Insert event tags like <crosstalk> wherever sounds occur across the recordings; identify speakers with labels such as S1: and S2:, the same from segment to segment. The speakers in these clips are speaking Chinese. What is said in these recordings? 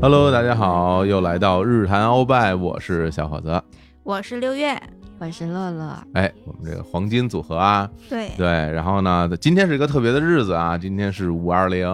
S1: Hello，大家好，又来到日坛欧拜，我是小伙子。
S2: 我是六月，
S3: 我是乐乐，
S1: 哎，我们这个黄金组合啊，
S2: 对
S1: 对，然后呢，今天是一个特别的日子啊，今天是五二零，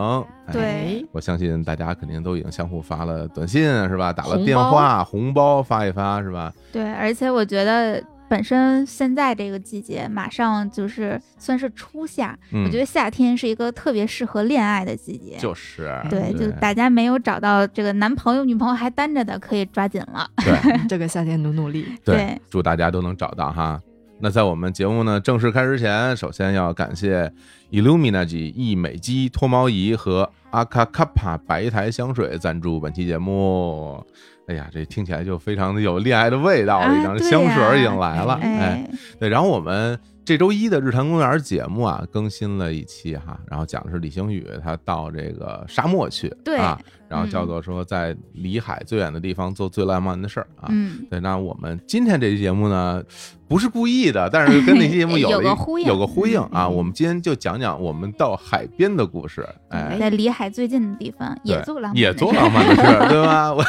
S1: 哎
S2: 对
S1: 我相信大家肯定都已经相互发了短信啊是吧？打了
S3: 红
S1: 电
S3: 包
S1: 话，红包发一发是吧？
S2: 对，而且我觉得本身现在这个季节马上就是算是初夏，
S1: 嗯，
S2: 我觉得夏天是一个特别适合恋爱的季节。
S1: 就是
S2: 对，就
S1: 对
S2: 大家没有找到这个男朋友、女朋友还单着的，可以抓紧了。
S1: 对
S3: 哎 <laughs> 这个夏天努努
S1: <laughs>
S3: 力。
S1: 对
S2: 对，
S1: 祝大家都能找到哈。那在我们节目呢正式开始前，首先要感谢 Illumina 级易美肌脱毛仪和阿卡卡帕白苔香水赞助本期节目。哎呀，这听起来就非常的有恋爱的味道了，
S2: 啊
S1: 已经
S2: 对
S1: 香水
S2: 呀
S1: 儿已经来了，哎，
S2: 哎，
S1: 对，然后我们这周一的日坛公园节目啊，更新了一期哈，然后讲的是李星宇他到这个沙漠去，
S2: 对
S1: 啊，然后叫做说在离海最远的地方做最浪漫的事儿啊。
S2: 嗯，
S1: 对，那我们今天这期节目呢，不是故意的，但是跟那期
S2: <laughs>
S1: 节目有
S2: 有
S1: 了一
S2: 个呼应
S1: 有个呼应啊。
S3: 嗯
S1: 我们今天就讲讲我们到海边的故事，哎，
S2: 在离海最近的地方也
S1: 对
S2: 做浪漫的事，
S1: 也做浪漫的事儿，对吧？ <laughs> 我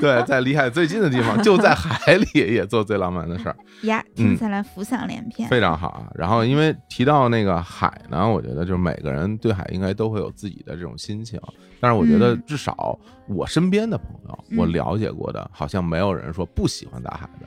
S1: 对，在离海最近的地方，就在海里也做最浪漫的事儿。
S2: 呀，听起来浮想联
S1: 嗯
S2: 翩。
S1: 非常好啊。然后因为提到那个海呢，我觉得就是每个人对海应该都会有自己的这种心情，但是我觉得
S2: 嗯
S1: 至少我身边的朋友，
S2: 嗯
S1: 我了解过的，好像没有人说不喜欢大海的，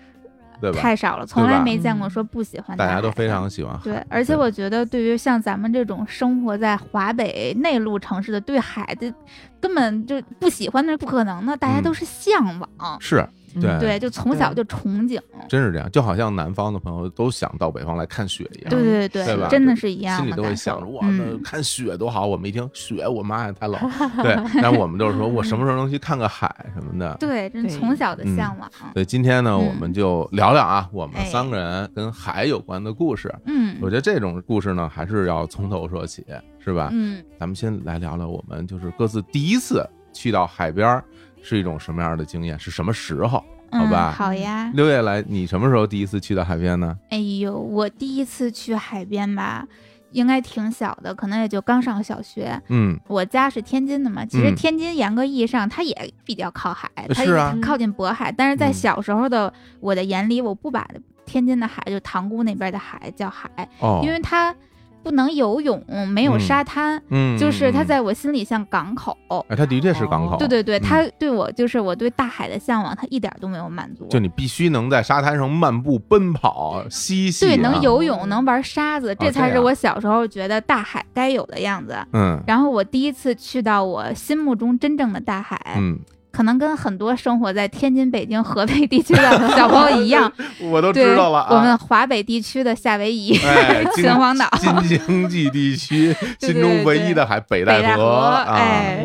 S1: 对吧？
S2: 太少了，从
S1: 对吧
S2: 来没见过说不喜欢
S1: 大家
S2: 海
S1: 都
S2: 的嗯
S1: 非常喜欢海。
S2: 对，而且我觉得，对于像咱们这种生活在华北内陆城市的，对海的根本就不喜欢那是不可能的，大家都是向往，
S1: 是嗯哎对
S3: 嗯
S2: 对，就从小就憧憬，
S1: 真是这样，就好像南方的朋友都想到北方来看雪一样。
S2: 对对
S1: 对吧
S2: 真的是一样
S1: 心里
S2: 的
S1: 都会
S2: 感受
S1: 想着哇，那
S2: 嗯，
S1: 看雪多好！我们一听雪，我妈呀，太
S2: <laughs>
S1: 冷。对，但我们就是说我什么时候能去看个海什么的。
S2: 对，真
S3: 对
S2: 从小的
S1: 嗯
S2: 向往，
S1: 所以今天呢，
S2: 嗯
S1: 我们就聊聊啊，我们
S2: 哎
S1: 三个人跟海有关的故事。
S2: 嗯
S1: 我觉得这种故事呢，还是要从头说起，是吧？
S2: 嗯，
S1: 咱们先来聊聊我们就是各自第一次去到海边儿是一种什么样的经验，是什么时候？好
S2: 嗯
S1: 吧
S2: 好呀，
S1: 六月来，你什么时候第一次去到海边呢？
S2: 哎呦，我第一次去海边吧，应该挺小的，可能也就刚上小学，
S1: 嗯，
S2: 我家是天津的嘛，其实
S1: 嗯
S2: 天津严格意义上它也比较靠海，它
S1: 是啊
S2: 也靠近渤海。但是在
S1: 嗯
S2: 小时候的我的眼里，我不把天津的海，就塘沽那边的海叫海，
S1: 哦，
S2: 因为它不能游泳，没有
S1: 嗯
S2: 沙滩，
S1: 嗯，
S2: 就是它
S1: 嗯，
S2: 在我心里像港口。
S1: 哎，它的确是港口，
S2: 对对对，
S1: 嗯
S2: 它对我就是我对大海的向往，它一点都没有满足。
S1: 就你必须能在沙滩上漫步、奔跑、嬉戏、啊，哦
S2: 对，能游泳，能玩沙子，
S1: 这
S2: 这才是
S1: 样
S2: 我小时候觉得大海该有的样子。
S1: 嗯，
S2: 然后我第一次去到我心目中真正的大海，
S1: 嗯
S2: 可能跟很多生活在天津、北京、河北地区的小朋友一样，
S1: 嗯， <laughs> 我都
S2: 对
S1: 知道了啊。
S2: 我们华北地区的夏威夷、 <laughs>
S1: 哎， <laughs> 京
S2: 秦皇岛，
S1: 新经济地区
S2: <laughs> 对对
S1: 心中唯一的海北戴
S2: 北戴河
S1: 啊，
S2: 哎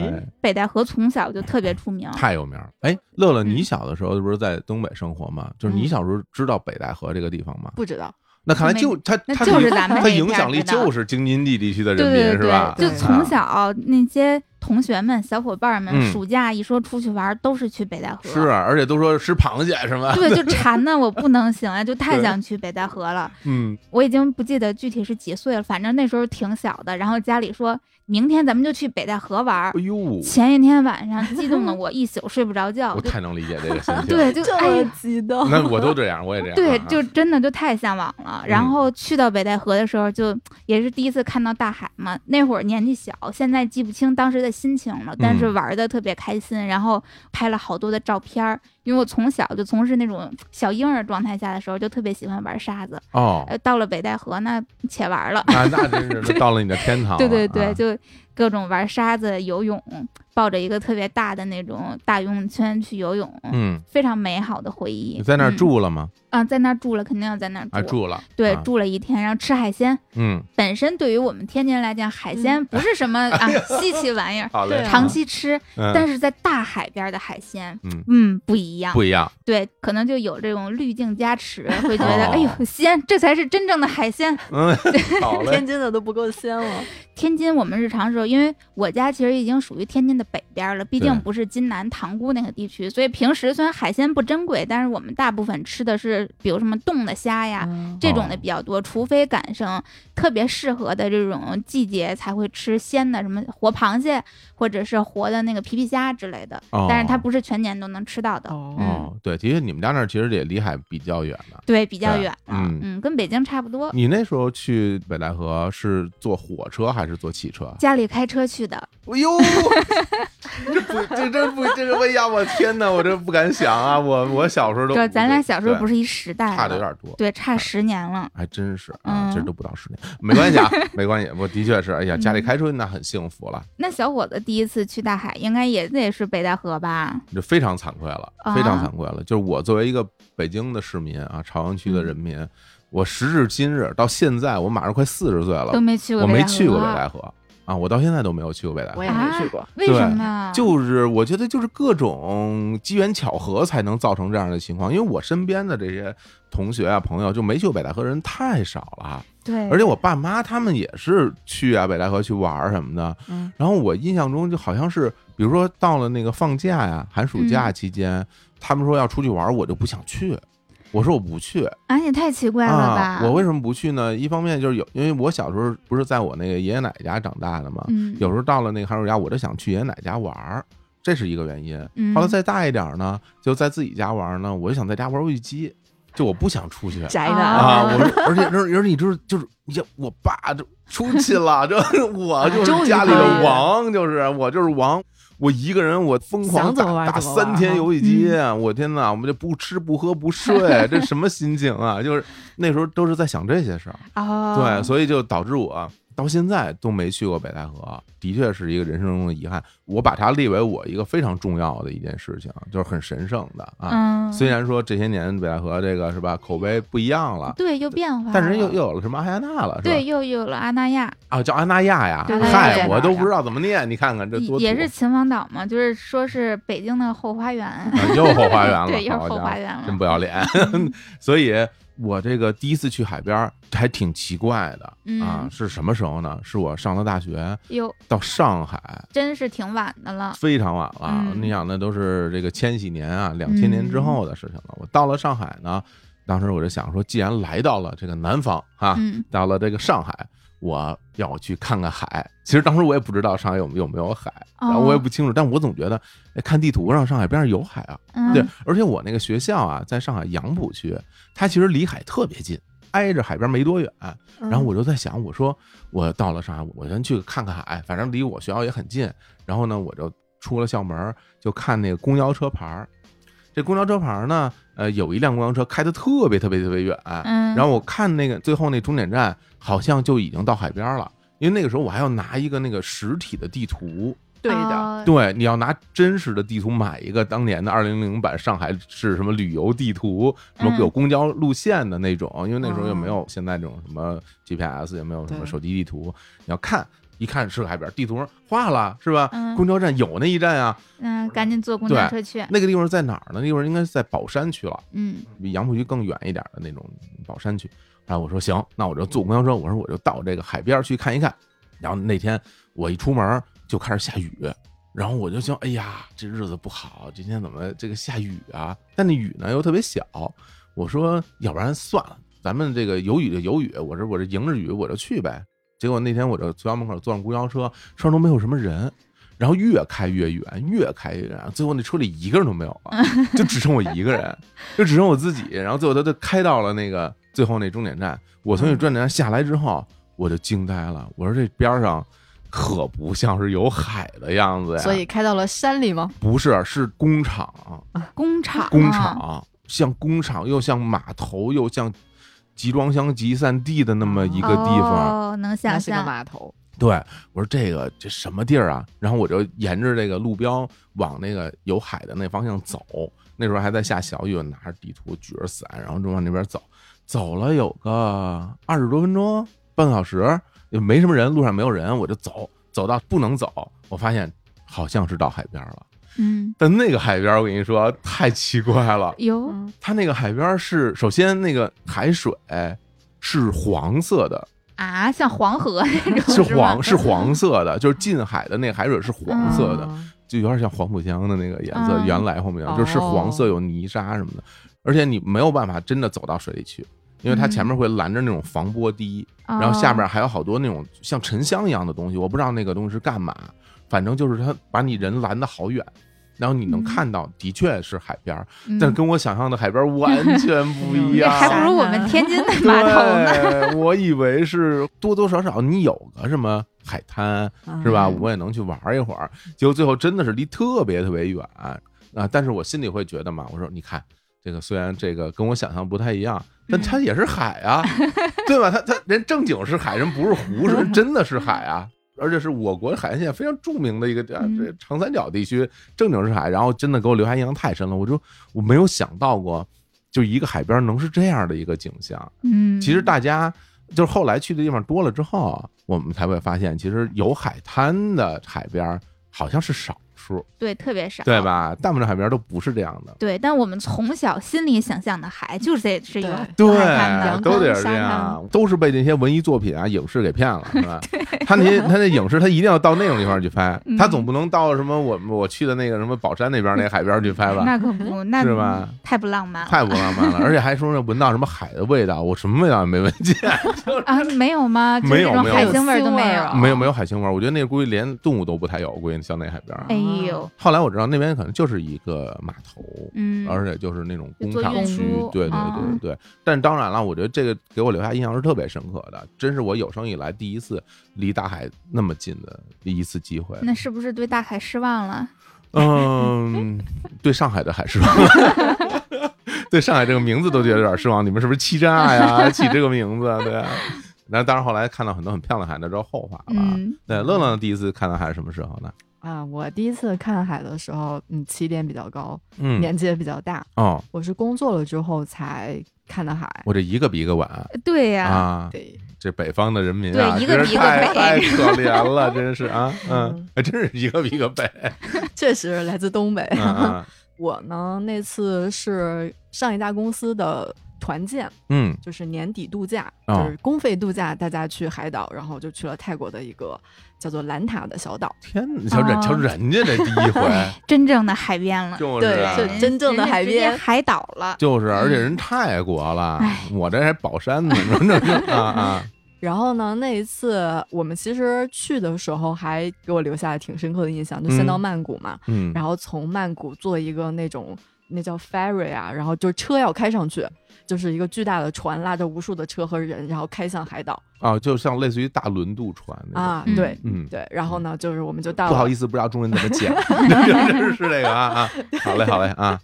S1: 哎
S2: 北戴河从小就特别出名。
S1: 太有名儿。哎，乐乐，
S2: 嗯
S1: 你小的时候不是在东北生活吗？就是你
S3: 嗯
S1: 小时候知道北戴河这个地方吗？
S3: 不知道，
S1: 那看来
S2: 没
S1: 就它
S2: 那
S1: 它
S2: 就是
S1: 影
S2: 咱们
S1: 它
S2: 这一
S1: 影
S2: 片
S1: 响
S2: 儿
S1: 力
S2: 知道
S1: 就是京津冀地区的
S2: 对
S1: 人民
S2: 对
S1: 是吧？啊
S2: 对，就
S3: 对
S2: 从小那些同学们、小伙伴
S1: 嗯
S2: 们，暑假一说出去玩，都是去北戴河。
S1: 是，啊而且都说吃螃蟹什么，
S2: <laughs> 对，就馋的我不能行啊，就太
S1: 对
S2: 想去北戴河了。
S1: 嗯，
S2: 我已经不记得具体是几岁了，反正那时候挺小的。然后家里说明天咱们就去北戴河玩
S1: 哎。呦，
S2: 前一天晚上激动的我一宿睡不着觉，
S1: <laughs> 我
S2: 就
S1: 太能理解这个
S2: <laughs>
S1: 心情。
S2: 对，就哎呀
S3: 激 <laughs> 动
S1: 那我都这样，我也这样啊。嗯
S2: 对，就真的就太向往了。然后去到北戴河的时候，就也是第一次看到大海嘛。那会儿年纪小，现在记不清当时的心情了，但
S1: 嗯
S2: 是玩的特别开心，然后拍了好多的照片儿。因为我从小就从事那种小婴儿状态下的时候，就特别喜欢玩沙子。
S1: 哦，
S2: 呃，到了北戴河那且玩了，
S1: 那那真是那到了你的天堂了。
S2: <laughs> 对对对，
S1: 啊
S2: 就各种玩沙子、游泳，抱着一个特别大的那种大游泳圈去游泳，
S1: 嗯，
S2: 非常美好的回忆。
S1: 你在那儿
S2: 嗯
S1: 住了吗？
S2: 啊，在那儿住了，肯定要在那儿住。
S1: 啊，住了，
S2: 对
S1: 啊，
S2: 住了一天，然后吃海鲜。
S1: 嗯，
S2: 本身对于我们天津人来讲，海鲜不是什么啊稀奇玩意
S1: <laughs>
S2: 儿，
S1: 好嘞
S3: 对啊
S2: 长期吃。
S1: 嗯
S2: 但是在大海边的海鲜，
S1: 嗯
S2: 嗯，不一样。
S1: 不一
S2: <laughs>
S1: 样，
S2: 对，可能就有这种滤镜加持，会觉得
S1: 哦
S2: 哎呦鲜，这才是真正的海鲜。
S1: 嗯，好嘞，
S3: 天津的都不够鲜了。
S2: 天津我们日常时候，因为我家其实已经属于天津的北边了，毕
S1: 对
S2: 竟不是津南塘沽那个地区，所以平时虽然海鲜不珍贵，但是我们大部分吃的是比如什么冻的虾呀，
S3: 嗯
S2: 这种的
S1: 哦
S2: 比较多，除非赶上特别适合的这种季节才会吃鲜的，什么活螃蟹或者是活的那个皮皮虾之类的。
S1: 哦
S2: 但是它不是全年都能吃到的，
S3: 哦
S2: 嗯
S1: 哦，对，其实你们家那儿其实也离海比较远的。
S2: 对，比较
S1: 对
S2: 远了，
S1: 嗯
S2: 跟北京差不多。
S1: 你那时候去北戴河是坐火车还是坐汽车？啊
S2: 家里开车去的，
S1: 哎
S2: <laughs>
S1: 呦，这不，这真不，这个，哎呀，我天哪，我这不敢想啊！我我小时候都，
S2: 这咱俩小时候不
S1: 是
S2: 是一时代
S1: 差的有
S2: 了
S1: 点多，
S2: 哎对，差十年了。
S1: 还真是啊，
S2: 嗯嗯
S1: 这都不到十年，没关系啊，没关系，我的确是，哎呀，家里开车那很幸福了，
S2: 那小伙子第一次去大海，应该也得是北戴河吧？
S1: 就非常惭愧了，
S2: 啊
S1: 非常惭愧了。就是我作为一个北京的市民啊，朝阳区
S2: 嗯
S1: 的人民，我时至今日到现在，我马上快四十岁了
S2: 都，没去过
S1: 我
S2: 北戴河，
S1: 没去过北戴河啊，我到现在都没有去过北戴河
S3: 嗯我。也没去过。
S2: 为
S1: 对
S2: 什么啊呀？
S1: 就是我觉得就是各种机缘巧合才能造成这样的情况，因为我身边的这些同学啊朋友就没去过北戴河人太少了，
S2: 对，
S1: 而且我爸妈他们也是去啊北戴河去玩儿什么的，
S3: 嗯，
S1: 然后我印象中就好像是，比如说到了那个放假呀、寒暑假
S2: 嗯
S1: 期间，他们说要出去玩儿，我就不想去。我说我不去
S2: 啊，也太奇怪了吧
S1: 啊！！我为什么不去呢？一方面就是有，因为我小时候不是在我那个爷爷奶奶家长大的嘛，
S2: 嗯，
S1: 有时候到了那个寒暑假，我就想去爷爷奶奶家玩儿，这是一个原因。
S2: 嗯
S1: 后来再大一点儿呢，就在自己家玩儿呢，我就想在家玩儿游戏机，就我不想出去。
S3: 宅
S2: 啊
S3: 男
S1: 啊！我说，而且而且你知道，就是你像我爸就出去了，这 <laughs> 我就
S3: 啊终
S1: 是
S3: 于
S1: 家里
S2: 可以
S1: 的
S2: 了
S1: 王，就是我就是王，我一个人我疯狂
S3: 想怎么
S1: 打
S3: 玩
S1: 打
S3: 怎么玩
S1: 三天游戏机，啊我天呐，我们就不吃不喝不睡，这什么心情啊？就是那时候都是在想这些事儿，
S3: 啊
S2: 哦，
S1: 对，所以就导致我到现在都没去过北戴河，的确是一个人生中的遗憾。我把它列为我一个非常重要的一件事情，就是很神圣的啊。
S2: 嗯，
S1: 虽然说这些年北戴河这个是吧，口碑不一样了，
S2: 对又变化了，
S1: 啊但是又又有了什么阿亚娜了，是吧？
S2: 哎对又有了阿那亚，
S1: 啊，叫阿那亚呀，
S2: 对阿那
S1: 嗨，
S2: 亚
S1: 我都不知道怎么念，你看看这多土啊
S2: 也是秦皇岛嘛，就是说是北京的后花园，
S1: 啊又后花园了，
S2: <laughs> 对，又是
S1: 好家
S2: 后
S1: 伙
S2: 花园了，嗯
S1: 真不要脸。 <laughs> 所以我这个第一次去海边儿还挺奇怪的啊
S2: 嗯，
S1: 是什么时候呢？是我上了大学
S2: 哟，
S1: 到上海，
S2: 真是挺晚的了，
S1: 非常晚了。
S2: 啊嗯
S1: 你想，那都是这个千禧年啊，两千年之后的事情了。我到了上海呢，当时我就想说，既然来到了这个南方啊，
S2: 嗯
S1: 到了这个上海，我要去看看海。其实当时我也不知道上海有有没有海，
S2: 哦
S1: 然后我也不清楚，但我总觉得、哎、看地图上上海边上有海啊。
S2: 嗯，
S1: 对，而且我那个学校啊，在上海杨浦区，它其实离海特别近，挨着海边没多远。
S2: 嗯
S3: 嗯
S1: 然后我就在想，我说我到了上海，我先去看看海，反正离我学校也很近。然后呢，我就出了校门儿，就看那个公交车牌儿。这公交车牌儿呢，呃，有一辆公交车开的特别特别特别远，
S2: 嗯，
S1: 然后我看那个最后那终点站好像就已经到海边了，因为那个时候我还要拿一个那个实体的地图，
S3: 对的，
S2: 哦，
S1: 对，你要拿真实的地图买一个当年的二零零版上海市什么旅游地图，什么
S2: 嗯
S1: 有公交路线的那种，因为那时候也没有现在这种什么 GPS，也没有什么
S3: 对
S1: 手机地图，你要看一看是个海边，地图上画了是吧？
S2: 嗯
S1: 公交站有那一站啊，
S2: 嗯，赶紧坐公交车去，
S1: 那个地方在哪儿呢？那地方应该是在宝山区了。
S2: 嗯
S1: 比杨浦区更远一点的那种宝山区。然后我说行，那我就坐公交车，我说我就到这个海边去看一看。然后那天我一出门就开始下雨，然后我就想，哎呀，这日子不好，今天怎么这个下雨啊？但那雨呢又特别小，我说要不然算了，咱们这个有雨就有雨，我这我这迎着雨我就去呗。结果那天我就学校门口坐上公交车，车上都没有什么人，然后越开越远，越开越远，最后那车里一个人都没有了，就只剩我一个
S3: <laughs>
S1: 人，就只剩我自己。然后最后他就开到了那个最后那终点站，我
S3: 嗯
S1: 从那终点站下来之后，我就惊呆了，我说这边上可不像是有海的样子呀，
S3: 所以开到了山里吗？
S1: 不是是工厂，
S2: 工厂，啊
S1: 工，厂，像工厂又像码头又像集装箱集散地的那么一个地方。
S2: 哦，能
S3: 那
S2: 想
S3: 是个
S2: 象，
S3: 码头，
S1: 对，我说这个这什么地儿啊？然后我就沿着这个路标往那个有海的那方向走。那时候还在下小雨，我拿着地图举着伞，然后就往那边走。走了有个二十多分钟，半个小时，也没什么人，路上没有人，我就走，走到不能走，我发现好像是到海边了。
S2: 嗯，
S1: 但那个海边，我跟你说太奇怪了，
S2: 哟，
S3: 嗯，
S1: 它那个海边儿是首先那个海水是黄色的，
S2: 啊，像黄河
S1: <laughs>
S2: 那种
S1: 是
S2: 是吧
S1: 黄是黄色的，就是近海的那海水是黄色的，
S3: 嗯
S1: 就有点像黄浦江的那个颜色，
S2: 哦嗯哦
S1: 原来黄浦江就是黄色有泥沙什么的，而且你没有办法真的走到水里去，因为它前面会拦着那种防波堤，
S2: <laughs> 嗯哦
S1: 然后下面还有好多那种像沉香一样的东西，我不知道那个东西是干嘛，反正就是它把你人拦得好远。然后你能
S2: 嗯
S1: 看到，的确是海边儿，
S2: 嗯
S1: 但跟我想象的海边儿
S2: <laughs>
S1: 完全不一
S3: 这
S1: 样，啊
S2: 还不如我们天津
S1: <laughs>
S2: 的码头呢。
S1: 对，我以为是多多少少你有个什么海滩是吧？
S3: 嗯
S1: 我也能去玩一会儿。结果最后真的是离特别特别远啊！但是我心里会觉得嘛，我说你看这个虽然这个跟我想象不太一样，但它也是海啊， <laughs> 对吧？它它人正经是海，人不是湖，是真的是海啊。而且是我国海岸线非常著名的一个地儿
S2: 嗯
S1: 这长三角地区正经是海，然后真的给我留下印象太深了，我就我没有想到过，就一个海边能是这样的一个景象。
S2: 嗯，
S1: 其实大家就是后来去的地方多了之后啊，我们才会发现，其实有海滩的海边儿好像是少数，
S2: 对特别少，
S1: 对？吧？大部分海边儿都不是这样的。
S2: 对，但我们从小心里想象的海就是这是一个
S1: 对
S2: 海滩，的，
S1: 都得是
S3: 沙
S1: 这
S3: 滩
S1: 样，都是被那些文艺作品啊、影视给骗了，是 <laughs> 吧？他那些他那影视，他一定要到那种地方去
S2: <laughs>
S1: 拍，
S2: 嗯
S1: 他总不能到什么我我去的那个什么宝山那边儿那海边儿去拍吧？
S2: 那可不，那嗯
S1: 是吧？
S2: 太不浪漫
S1: <laughs>
S2: 了
S1: 太不浪漫了，而且还说是闻到什么海的味道，我什么味道也没闻 <laughs> 见，
S2: 啊！没有吗？就是
S1: 没有
S2: 这种
S1: 没有
S2: 海腥味儿都没
S3: 有腥味儿啊
S1: 没有没有海腥味儿，我觉得那个估计连动物都不太有，估计像那海边儿。啊
S2: 哎
S3: 啊
S2: 呦，
S1: 后来我知道那边可能就是一个码头，
S2: 嗯，
S1: 而且就是那种工
S2: 做
S1: 厂
S2: 运
S1: 区
S2: 输，
S1: 对对对
S2: 嗯
S1: 对。但当然了，我觉得这个给我留下印象是特别深刻的，真是我有生以来第一次离大海那么近的一次机会。
S2: 那是不是对大海失望了？
S1: 嗯， <laughs> 对上海的海失望， <laughs> 对上海这个名字都觉得有点失望。你们是不是欺诈
S2: <laughs>
S1: 呀？起这个名字，对啊。那当然，后来看到很多很漂亮的海，那都是后话了啊。
S2: 嗯，
S1: 对，乐乐第一次看到海是什么时候呢？
S3: 啊，我第一次看海的时候，嗯，起点比较高，
S1: 嗯，
S3: 年纪也比较大，
S1: 哦，
S3: 我是工作了之后才看的海。
S1: 我这一个比一个晚
S2: 对呀，
S1: 啊。
S3: 对，
S1: 这北方的人民啊，
S2: 对一个
S1: 真
S2: 比
S1: 是
S2: 一个
S1: 太
S2: 北
S3: <laughs>
S1: 太可怜了，真是啊，嗯
S3: 嗯，
S1: 还真是一个比一个
S3: <laughs>
S1: 北。
S3: <laughs> 确实来自
S1: <laughs>
S3: 东北。
S1: 嗯嗯
S3: 我呢，那次是上一家公司的团建，
S1: 嗯
S3: 就是年底度假，
S1: 哦
S3: 就是公费度假，大家去海岛，然后就去了泰国的一个叫做兰塔的小岛。
S1: 天哪，瞧人
S3: 啊
S2: 哦
S1: 瞧人家这第一回，
S2: 真正的海边了，
S1: 就是
S3: 哎对
S1: 啊
S3: 这
S2: 人
S3: 真嗯正的
S2: 人家
S3: 海
S2: 直接
S3: 边
S2: 海岛了。
S1: 就是，而且人泰国了
S3: 哎
S2: 唉，
S1: 我这还宝山呢， <laughs> 你说这啊啊，
S3: 然后呢，那一次我们其实去的时候还给我留下了挺深刻的印象，就先到
S1: 嗯
S3: 曼谷嘛，
S1: 嗯，
S3: 然后从曼谷坐一个那种那叫 ferry 啊，然后就车要开上去，就是一个巨大的船拉着无数的车和人，然后开向海岛
S1: 啊，就像类似于大轮渡船那种，
S3: 啊，
S2: 嗯
S3: 对。
S1: 嗯，
S3: 对，然后呢，就是我们就到了，
S1: 不好意思，不知道中文怎么
S3: <laughs>
S1: 讲，是是这个啊啊，好嘞好嘞啊，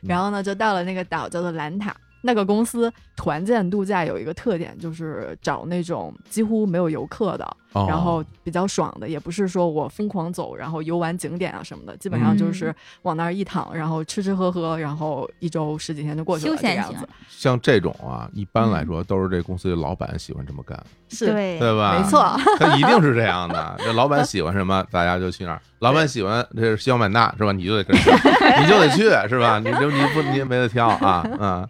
S3: 然后呢，就到了那个岛，叫做兰塔。那个公司团建度假有一个特点，就是找那种几乎没有游客的，
S1: 哦
S3: <laughs> 然后比较爽的，也不是说我疯狂走，然后游玩景点啊什么的，基本上
S1: 嗯
S3: 就是往那儿一躺，然后吃吃喝喝，然后一周十几天就过去了，
S2: 休闲
S3: 这样子
S2: 型。
S1: 像这种啊，一般
S3: 嗯
S1: 来说都是这公司的老板喜欢这么干，
S3: 是，
S2: 对，
S1: 对吧？
S3: 没错，
S1: <laughs> 他一定是这样的。这老板喜欢什么，大家就去那儿。老板喜欢这是西双版纳是吧？你就得跟着去，你就得去是吧？你就你不你也没得挑啊，嗯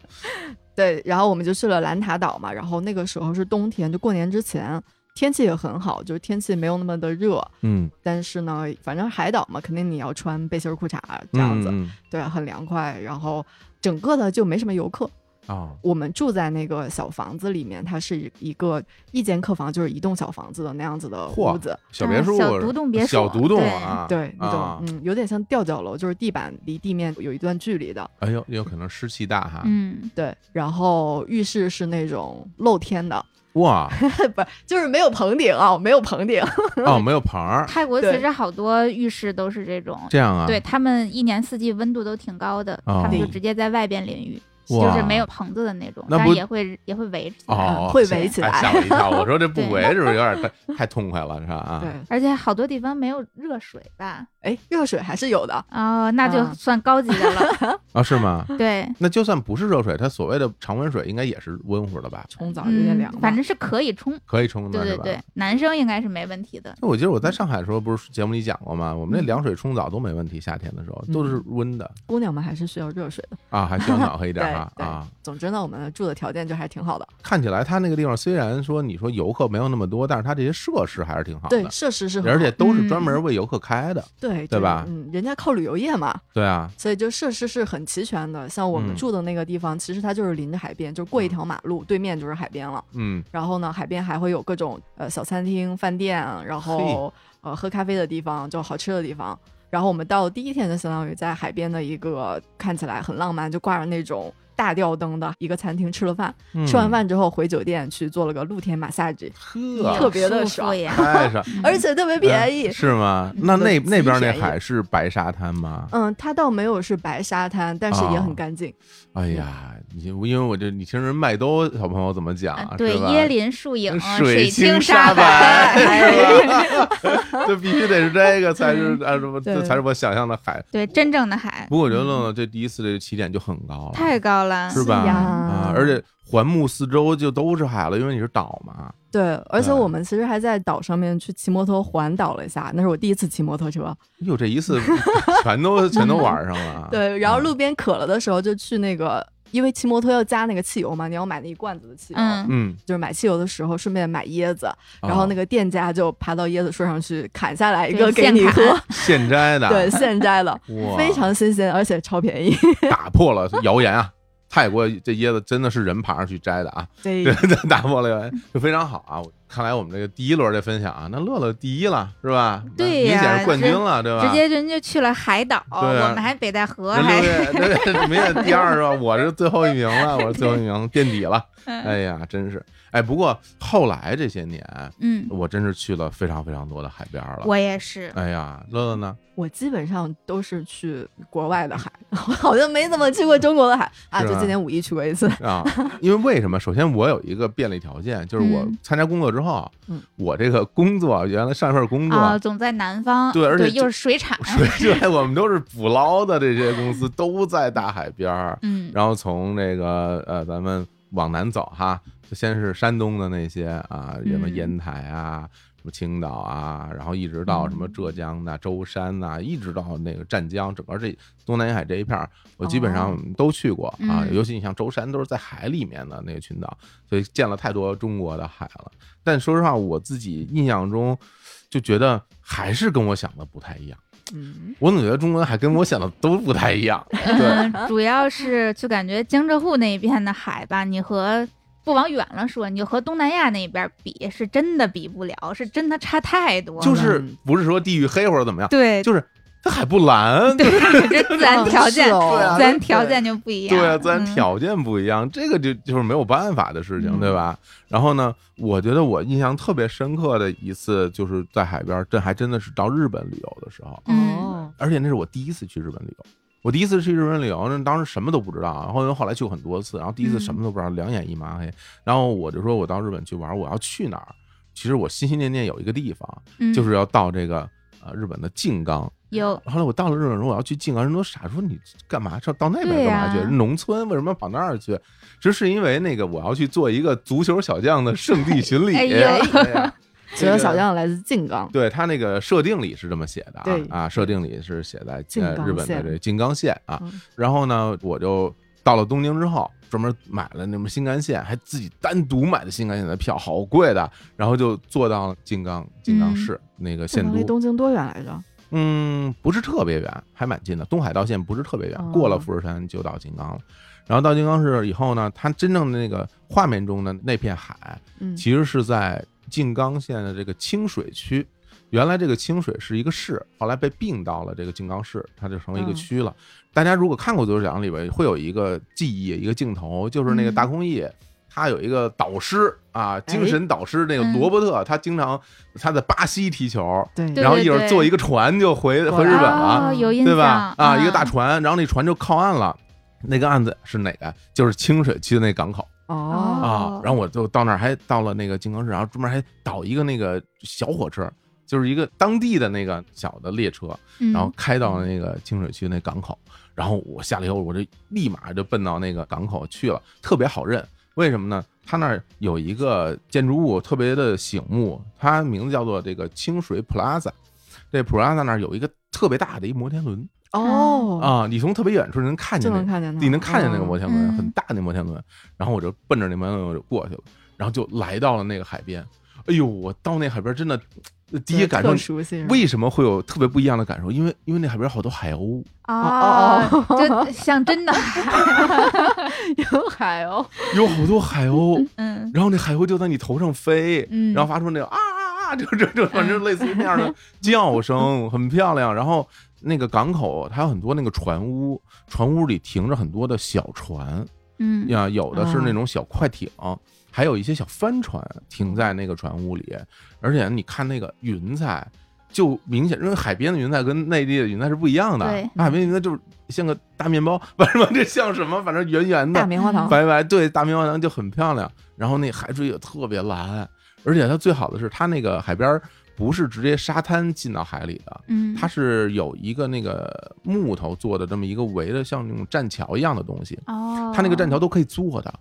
S3: 对。然后我们就去了兰塔岛嘛，然后那个时候是冬天，就过年之前，天气也很好，就是天气没有那么的热，
S1: 嗯，
S3: 但是呢，反正海岛嘛，肯定你要穿背心儿裤衩这样子。
S1: 嗯
S3: 对，啊很凉快。然后整个的就没什么游客。
S1: 嗯哦，
S3: 我们住在那个小房子里面，它是一个一间客房，就是一栋小房子的那样子的
S1: 嚯
S3: 屋子。
S1: 小别墅，
S2: 啊小独栋别墅
S1: 小独栋啊，
S3: 对，那种、
S1: 啊
S3: 嗯，有点像吊脚楼，就是地板离地面有一段距离的。
S1: 哎呦，有可能湿气大哈，
S2: 嗯，
S3: 对，然后浴室是那种露天的， <laughs>
S1: 哇
S3: 不就是没有棚顶啊，没有棚顶。
S1: 哦，没有棚儿，
S2: 泰国其
S3: 对
S2: 实好多浴室都是这种，
S1: 这样啊，
S2: 对他们一年四季温度都挺高的，
S1: 哦
S2: 他们就直接在外边淋浴，
S1: 哇，
S2: 就是没有棚子的那种，
S1: 那
S2: 但
S1: 不
S2: 也会也会围着。
S1: 哦，
S3: <laughs> 会围起来
S1: 哎吓我一跳，我说这不
S2: <laughs> 对
S1: 围是不是有点太太痛快了是吧？啊，
S3: 对，
S2: 而且好多地方没有热水吧？
S3: 哎，热水还是有的，
S2: 哦，那就
S3: 啊
S2: 算高级的
S3: <laughs>
S2: 了。
S1: 啊？是吗？
S2: 对，
S1: 那就算不是热水，它所谓的常温水应该也是温乎的吧？
S3: 冲澡有点
S2: 嗯
S3: 凉吧，，
S2: 反正是可以冲。
S1: 可以冲的
S2: 对
S1: 是
S2: 对
S1: 吧？
S2: 对，男生应该是没问
S1: <laughs>
S2: 题的。
S1: 那我记得我
S3: 嗯
S1: 在上海的时候，不是节目里讲过吗？我们那凉水冲澡都没问题，夏天的时
S3: 嗯
S1: 候都是温的
S3: 姑娘们还是需要热水的。
S1: 啊，还需要暖和一
S3: 对
S1: 点
S3: <laughs>
S1: 哈
S3: 对
S1: 啊。
S3: 总之呢，我们住的条件就还挺好的，
S1: 看起来它那个地方虽然说你说游客没有那么多，但是它这些设施还是挺好的
S3: 对，，设施是很
S1: 而且
S3: 好的嗯
S1: 都是专门为游客开的。
S3: 对
S1: 对
S3: 就
S1: 吧
S3: 嗯，人家靠旅游业嘛，
S1: 对啊，
S3: 所以就设施是很齐全的。像我们
S1: 嗯
S3: 住的那个地方，其实它就是临着海边，就过一条马路，对面就是海边了。
S1: 嗯，
S3: 然后呢，海边还会有各种呃小餐厅、饭店，然后呃喝咖啡的地方，就好吃的地方。然后我们到第一天就相当于在海边的一个看起来很浪漫，就挂着那种大吊灯的一个餐厅吃了饭。
S1: 嗯
S3: 吃完饭之后回酒店去做了个露天马萨吉，
S1: 呵，
S3: 特别的
S2: 舒服嗯
S3: 爽 <laughs>
S2: 呀。
S1: 太爽，
S3: 而且特别便宜
S1: 嗯。是吗？那那
S3: 嗯
S1: 那边那
S3: 极便宜
S1: 海是白沙滩吗？
S3: 嗯，它倒没有是白沙滩，但是也
S1: 哦
S3: 很干净。
S1: 哎呀，你因为我这你听人麦兜小朋友怎么讲
S2: 啊，
S1: <laughs> 啊？
S2: 对，
S1: 是吧
S2: 椰林树影，
S1: 水
S2: 清
S1: 沙哎
S2: 板。
S1: <laughs>
S3: 哎
S1: 板， <laughs> 这必须得是这个才是啊什么，
S3: 对嗯
S1: 这才是我想象的海。
S2: <laughs> 对，真正的海
S1: 不过我觉得乐乐这第一次这起点就很高了，
S2: 太高了。
S1: 是吧？
S3: 是呀
S1: 啊，而且环目四周就都是海了，因为你是岛嘛。
S3: 对，而且
S1: 对
S3: 我们其实还在岛上面去骑摩托环岛了一下，那是我第一次骑摩托车。
S1: 哟，这一次 <laughs> 全都全都玩上了。
S3: <laughs> 对，然后
S1: 嗯
S3: 路边渴了的时候就去那个，因为骑摩托要加那个汽油嘛，你要买那一罐子的汽油。
S2: 嗯，
S1: 嗯，啊
S3: 就是买汽油的时候，顺便买椰子，然后那
S1: 个
S3: 个店家就爬到椰子树上去砍下来一
S2: 对
S3: 个给
S2: 现
S3: 你
S2: 砍
S3: 喝， <laughs>
S1: 现摘的，
S3: 对，现摘 <laughs> 的，
S1: 哇，
S3: 非常新鲜，而且超便 <laughs> 宜。
S1: 打破了谣言啊！泰国这椰子真的是人爬上去摘的啊！
S3: 对
S1: 对， <laughs> 打破了原就非常好啊！看来我们这个第一轮的分享啊，那乐乐第一了是吧？
S2: 对呀
S1: 明显是冠军了，对吧？
S2: 直接人家去了海岛，
S1: 对啊
S2: 我们还北戴河，
S1: 那
S2: 还
S1: 六月对对，明显第二是吧？我是最后一名了，我是最后一名，垫底
S2: <laughs>
S1: 了。哎呀，真是哎！不过后来这些年， <laughs>
S2: 嗯，
S1: 我真是去了非常非常多的海边了。
S2: 我也是。
S1: 哎呀，乐乐呢？
S3: 我基本上都是去国外的海， <laughs> 我好像没怎么去过中国的海啊，
S1: 是
S3: 就
S1: 吧
S3: 今年五一去过一次。
S1: 啊，因为为什么？首先，我有一个便利条件，就是我
S2: 嗯
S1: 参加工作之后，
S3: 嗯
S1: 我这个工作原来上一份工作，
S2: 啊，总在南方，
S1: 对而且
S2: 又是水产， <laughs>
S1: 水对，我们都是捕捞的，这些公司都在大海边儿。
S2: 嗯，
S1: 然后从这个呃，咱们往南走哈，就先是山东的那些啊，什么
S2: 嗯
S1: 烟台啊，什么青岛啊，然后一直到什么
S2: 嗯
S1: 浙江呐、舟山呐、一直到那个湛江，整个这东南沿海这一片儿，我基本上都去过啊。
S2: 哦嗯
S1: 尤其你像舟山，都是在海里面的那个群岛，所以见了太多中国的海了。但说实话，我自己印象中就觉得还是跟我想的不太一样。
S3: 嗯，
S1: 我总觉得中国还跟我想的都不太一样。对，
S2: 嗯主要是就感觉江浙沪那一片的海吧，你和不往远了说，你就和东南亚那边比，是真的比不了，是真的差太多了。
S1: 就是不是说地域黑或者怎么样，
S2: 对，
S1: 就是它海不蓝。
S2: 对，这自然条件，
S3: 是哦
S1: 对啊
S2: 自然条件就不一样。
S1: 对啊，自然
S2: 嗯
S1: 条件不一样，这个就就是没有办法的事情，
S3: 嗯
S1: 对吧？然后呢，我觉得我印象特别深刻的一次，就是在海边，这还真的是到日本旅游的时候，
S2: 嗯
S3: 哦，
S1: 而且那是我第一次去日本旅游。我第一次去日本旅游，那当时什么都不知道，啊然后后来去过很多次，然后第一次
S2: 嗯
S1: 什么都不知道，两眼一抹黑。然后我就说，我到日本去玩，我要去哪儿？其实我心心念念有一个地方，
S2: 嗯
S1: 就是要到这个呃日本的静冈。
S2: 有
S1: 后来我到了日本时候，我哎要去静冈，人都傻，说你干嘛上到那边干
S2: 对呀
S1: 嘛去？农村为什么要跑那儿去？只是因为那个我要去做一个足球小将的圣地巡礼。<laughs>
S2: 哎呦
S1: 哎呀
S3: 足球小。将来自静
S1: <laughs>
S3: 冈
S1: 这个，对他那个设定里是这么写的
S3: 对
S1: 啊啊，设定里是写在
S3: 静
S1: 呃
S3: 冈
S1: 日本的
S3: 县
S1: 这静冈县啊
S3: 嗯。
S1: 然后呢，我就到了东京之后，专门买了那么新干线，还自己单独买的新干线的票，好贵的。然后就坐到了静冈静冈
S2: 嗯
S1: 市那个
S3: 静
S1: 县
S3: 冈离
S1: 都
S3: 东京多远来着？
S1: 嗯，不是特别远，还蛮近的。东海道线不是特别远，过了
S3: 哦
S1: 富士山就到金刚了。然后到金刚市以后呢，它真正的那个画面中的那片海，
S3: 嗯，
S1: 其实是在静冈县的这个清水区。原来这个清水是一个市，后来被并到了这个静冈市，它就成为一个
S3: 嗯
S1: 区了。大家如果看过《足球奖》里边，会有一个记忆，一个镜头，就是那个
S2: 嗯
S1: 大空翼，他有一个导师啊，精神导师那个
S3: 哎
S2: 嗯
S1: 罗伯特，他经常他在巴西踢球，
S3: 对
S2: 对
S1: 然后一会儿坐一个船就回回日本了，
S2: 哦有印
S1: 对
S2: 象
S1: 吧？啊，一个大
S2: 嗯
S1: 船，然后那船就靠岸了。那个案子是哪个？就是清水区的那港口
S3: 哦
S2: 哦
S1: 啊。然后我就到那儿，还到了那个金刚市，然后专门还倒一个那个小火车，就是一个当地的那个小的列车，
S2: 嗯
S1: 然后开到那个清水区那港口，然后我下了以后，我就立马就奔到那个港口去了，特别好认。为什么呢？它那儿有一个建筑物特别的醒目，它名字叫做这个清水 Plaza。这 Plaza 那儿有一个特别大的一摩天轮
S3: 哦，
S1: 啊，你从特别远处能看见
S3: 就
S1: 那
S3: 能看见它，
S1: 你能看见那个
S3: 嗯
S1: 摩天轮，
S2: 嗯
S1: 很大那摩天轮。然后我就奔着那摩天轮我就过去了，然后就来到了那个海边。哎呦，我到那海边真的，呃第一
S3: 对
S1: 感受
S3: 特熟悉，
S1: 为什么会有特别不一样的感受？因为因为那海边好多海鸥，
S2: 哦，就像真的，
S3: 有海哦，
S1: <laughs> 有好多海鸥，<laughs>
S2: 嗯
S1: 然后那海鸥就在你头上飞，
S2: 嗯，
S1: 然后发出那个啊啊 <laughs> 啊，就这这反正类似于那样的叫声，很漂亮。然后那个港口它有很多那个船屋，船屋里停着很多的小船，
S2: 嗯
S1: 呀，有的是那
S3: 啊
S1: 种小快艇，还有一些小帆船停在那个船坞里，而且你看那个云彩。就明显，因为海边的云彩跟内地的云彩是不一样的。
S2: 对
S1: 海边云彩就是像个大面包， <laughs> 不是不是这像什么？反正圆圆
S3: 大
S1: 的，
S3: 棉花糖，
S1: 白白对，大明王堂就很漂亮，然后那海水也特别蓝，而且它最好的是它那个海边儿不是直接沙滩进到海里的，
S2: 嗯，
S1: 它是有一个那个木头做的这么一个围的像那种栈桥一样的东西，
S2: 哦，
S1: 它那个栈桥都可以坐的。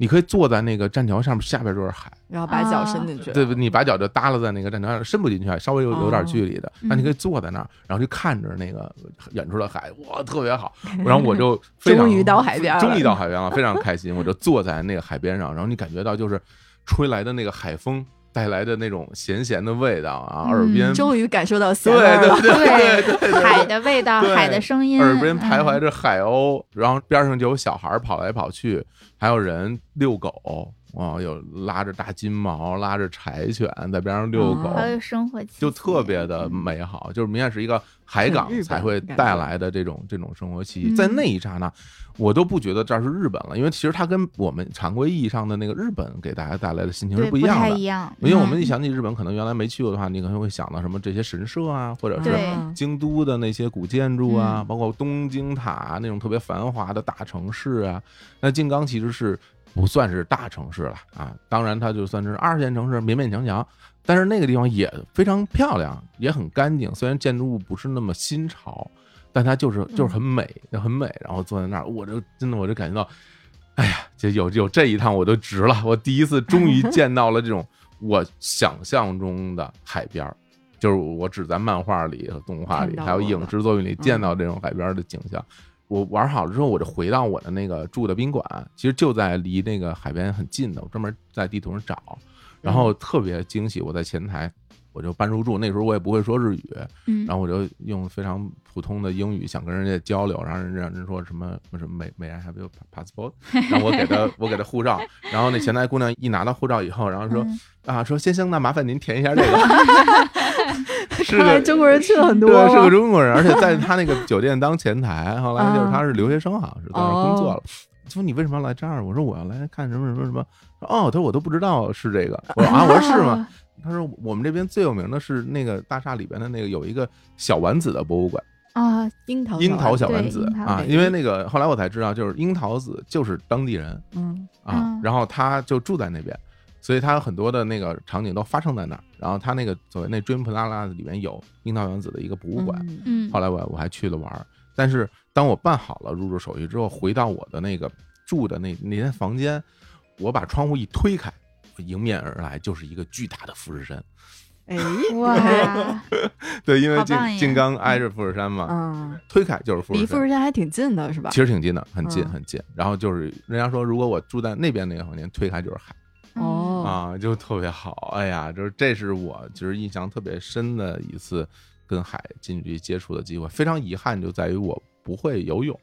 S1: 你可以坐在那个栈桥上面，下边就是海，
S3: 然后把脚伸进去，
S1: 啊对不？你把脚就耷拉在那个栈桥上，伸不进去，稍微有
S3: 哦
S1: 有点距离的，
S2: 嗯
S1: 但你可以坐在那儿，然后就看着那个远处的海，哇，特别
S3: <laughs>
S1: 好。然后我就非常
S3: 终于到海边了，
S1: 终于到海边了，非常开心。我就坐在那个海边上，然后你感觉到就是吹来的那个海风带来的那种咸咸的味道啊，
S2: 嗯
S1: 耳边、
S3: 终于感受到咸
S1: 对
S3: 味儿
S1: 对
S3: 了，
S1: 对对对对，
S2: 海的味道，
S1: 对
S2: 海的声音，嗯
S1: 耳边徘徊着海鸥，然后边上就有小孩跑来跑去，还有人遛狗啊，有拉着大金毛、拉着柴犬在边上遛狗
S3: 哦
S2: 嗯，还有生活气息，
S1: 就特别的美好，就是明显是一个海港
S3: 很日本
S1: 才会
S3: 的感觉
S1: 带来的这种这种生活气息。
S2: 嗯
S1: 在那一刹那，我都不觉得这儿是日本了，因为其实它跟我们常规意义上的那个日本给大家带来的心情是
S2: 对
S1: 不
S2: 不
S1: 一样
S2: 太
S1: 的
S2: 一。样，
S1: 因为我们
S2: 嗯
S1: 一想起日本，可能原来没去过的话，你可能会想到什么这些神社啊，或者是
S2: 对
S3: 嗯
S1: 京都的那些古建筑啊，
S2: 嗯
S1: 包括东京塔啊那种特别繁华的大城市啊。那静冈其实是不算是大城市了啊，当然它就算是二线城市，勉勉强强。但是那个地方也非常漂亮，也很干净，虽然建筑物不是那么新潮，但它就是就是很美，很美。然后坐在那儿，我就真的我就感觉到，哎呀，这有有这一趟我都值了，我第一次终于见到了这种我想象中的海边儿。就是我只在漫画里、和动画
S3: 看
S1: 里，
S3: 到
S1: 还有
S3: 过
S1: 影
S3: 了
S1: 视作品里见
S3: 嗯
S1: 到这种海边儿的景象。我玩好了之后，我就回到我的那个住的宾馆，其实就在离那个海边很近的，我专门在地图上找，然后特别惊喜，我在前台。我就办入住，那时候我也不会说日语，
S2: 嗯，
S1: 然后我就用非常普通的英语想跟人家交流，然后人家让人说什么什么美美 I have your
S3: <laughs>
S1: passport，然后我给他我给他护照，然后那前台姑娘一拿到护照以后，然后说
S2: 嗯
S1: 啊说先生，那麻烦您填一下这
S3: <laughs>
S1: 个，是
S3: 看
S1: 个
S3: 来中国人去了很多
S1: 对，是个
S3: 了，
S1: 中国人，而且在他那个酒店当前台。后来
S3: 啊
S1: 就是他是留学生，好像是在那儿工
S3: 哦
S1: 作了。说你为什么要来这儿？我说我要来看什么什么什么。哦，他说我都不知道是这个。我说啊，我说是吗？他说我们这边最有名的是那个大厦里边的那个有一个小丸子的博物馆，
S2: 啊，
S3: 樱桃
S1: 樱桃小
S2: 对
S1: 丸子
S2: 樱桃
S1: 啊。
S2: 对
S1: 因为那个后来我才知道，就是樱桃子就是当地人
S3: 嗯，
S1: 啊
S2: 嗯，
S1: 然后他就住在那边。所以他有很多的那个场景都发生在那儿，然后他那个所谓那 Dream Plaza 里面有樱桃小丸子的一个博物馆，
S3: 嗯
S2: 嗯，
S1: 后来我我还去了玩儿，但是当我办好了入住手续之后，回到我的那个住的那那间房间，我把窗户一推开，迎面而来就是一个巨大的富士山。
S3: 哎，
S2: <laughs>
S3: <laughs>
S1: <laughs>
S2: 哇，嗯
S1: 对，因为
S2: 好
S1: 金
S2: 棒呀
S1: 金刚挨着富士山嘛，
S3: 嗯，
S1: 推开就是富
S3: 离
S1: 士
S3: 富
S1: 山
S3: 士。山还挺近的，是吧
S1: 其？实挺近的，很近
S3: 嗯
S1: 很近。然后就是人家说，如果我住在那边那个房间，推开就是海
S2: 嗯，
S3: 哦，
S1: 啊，就特别好。哎呀，就是这是我其实印象特别深的一次跟海近距离接触的机会。非常遗憾就在于我不会游泳，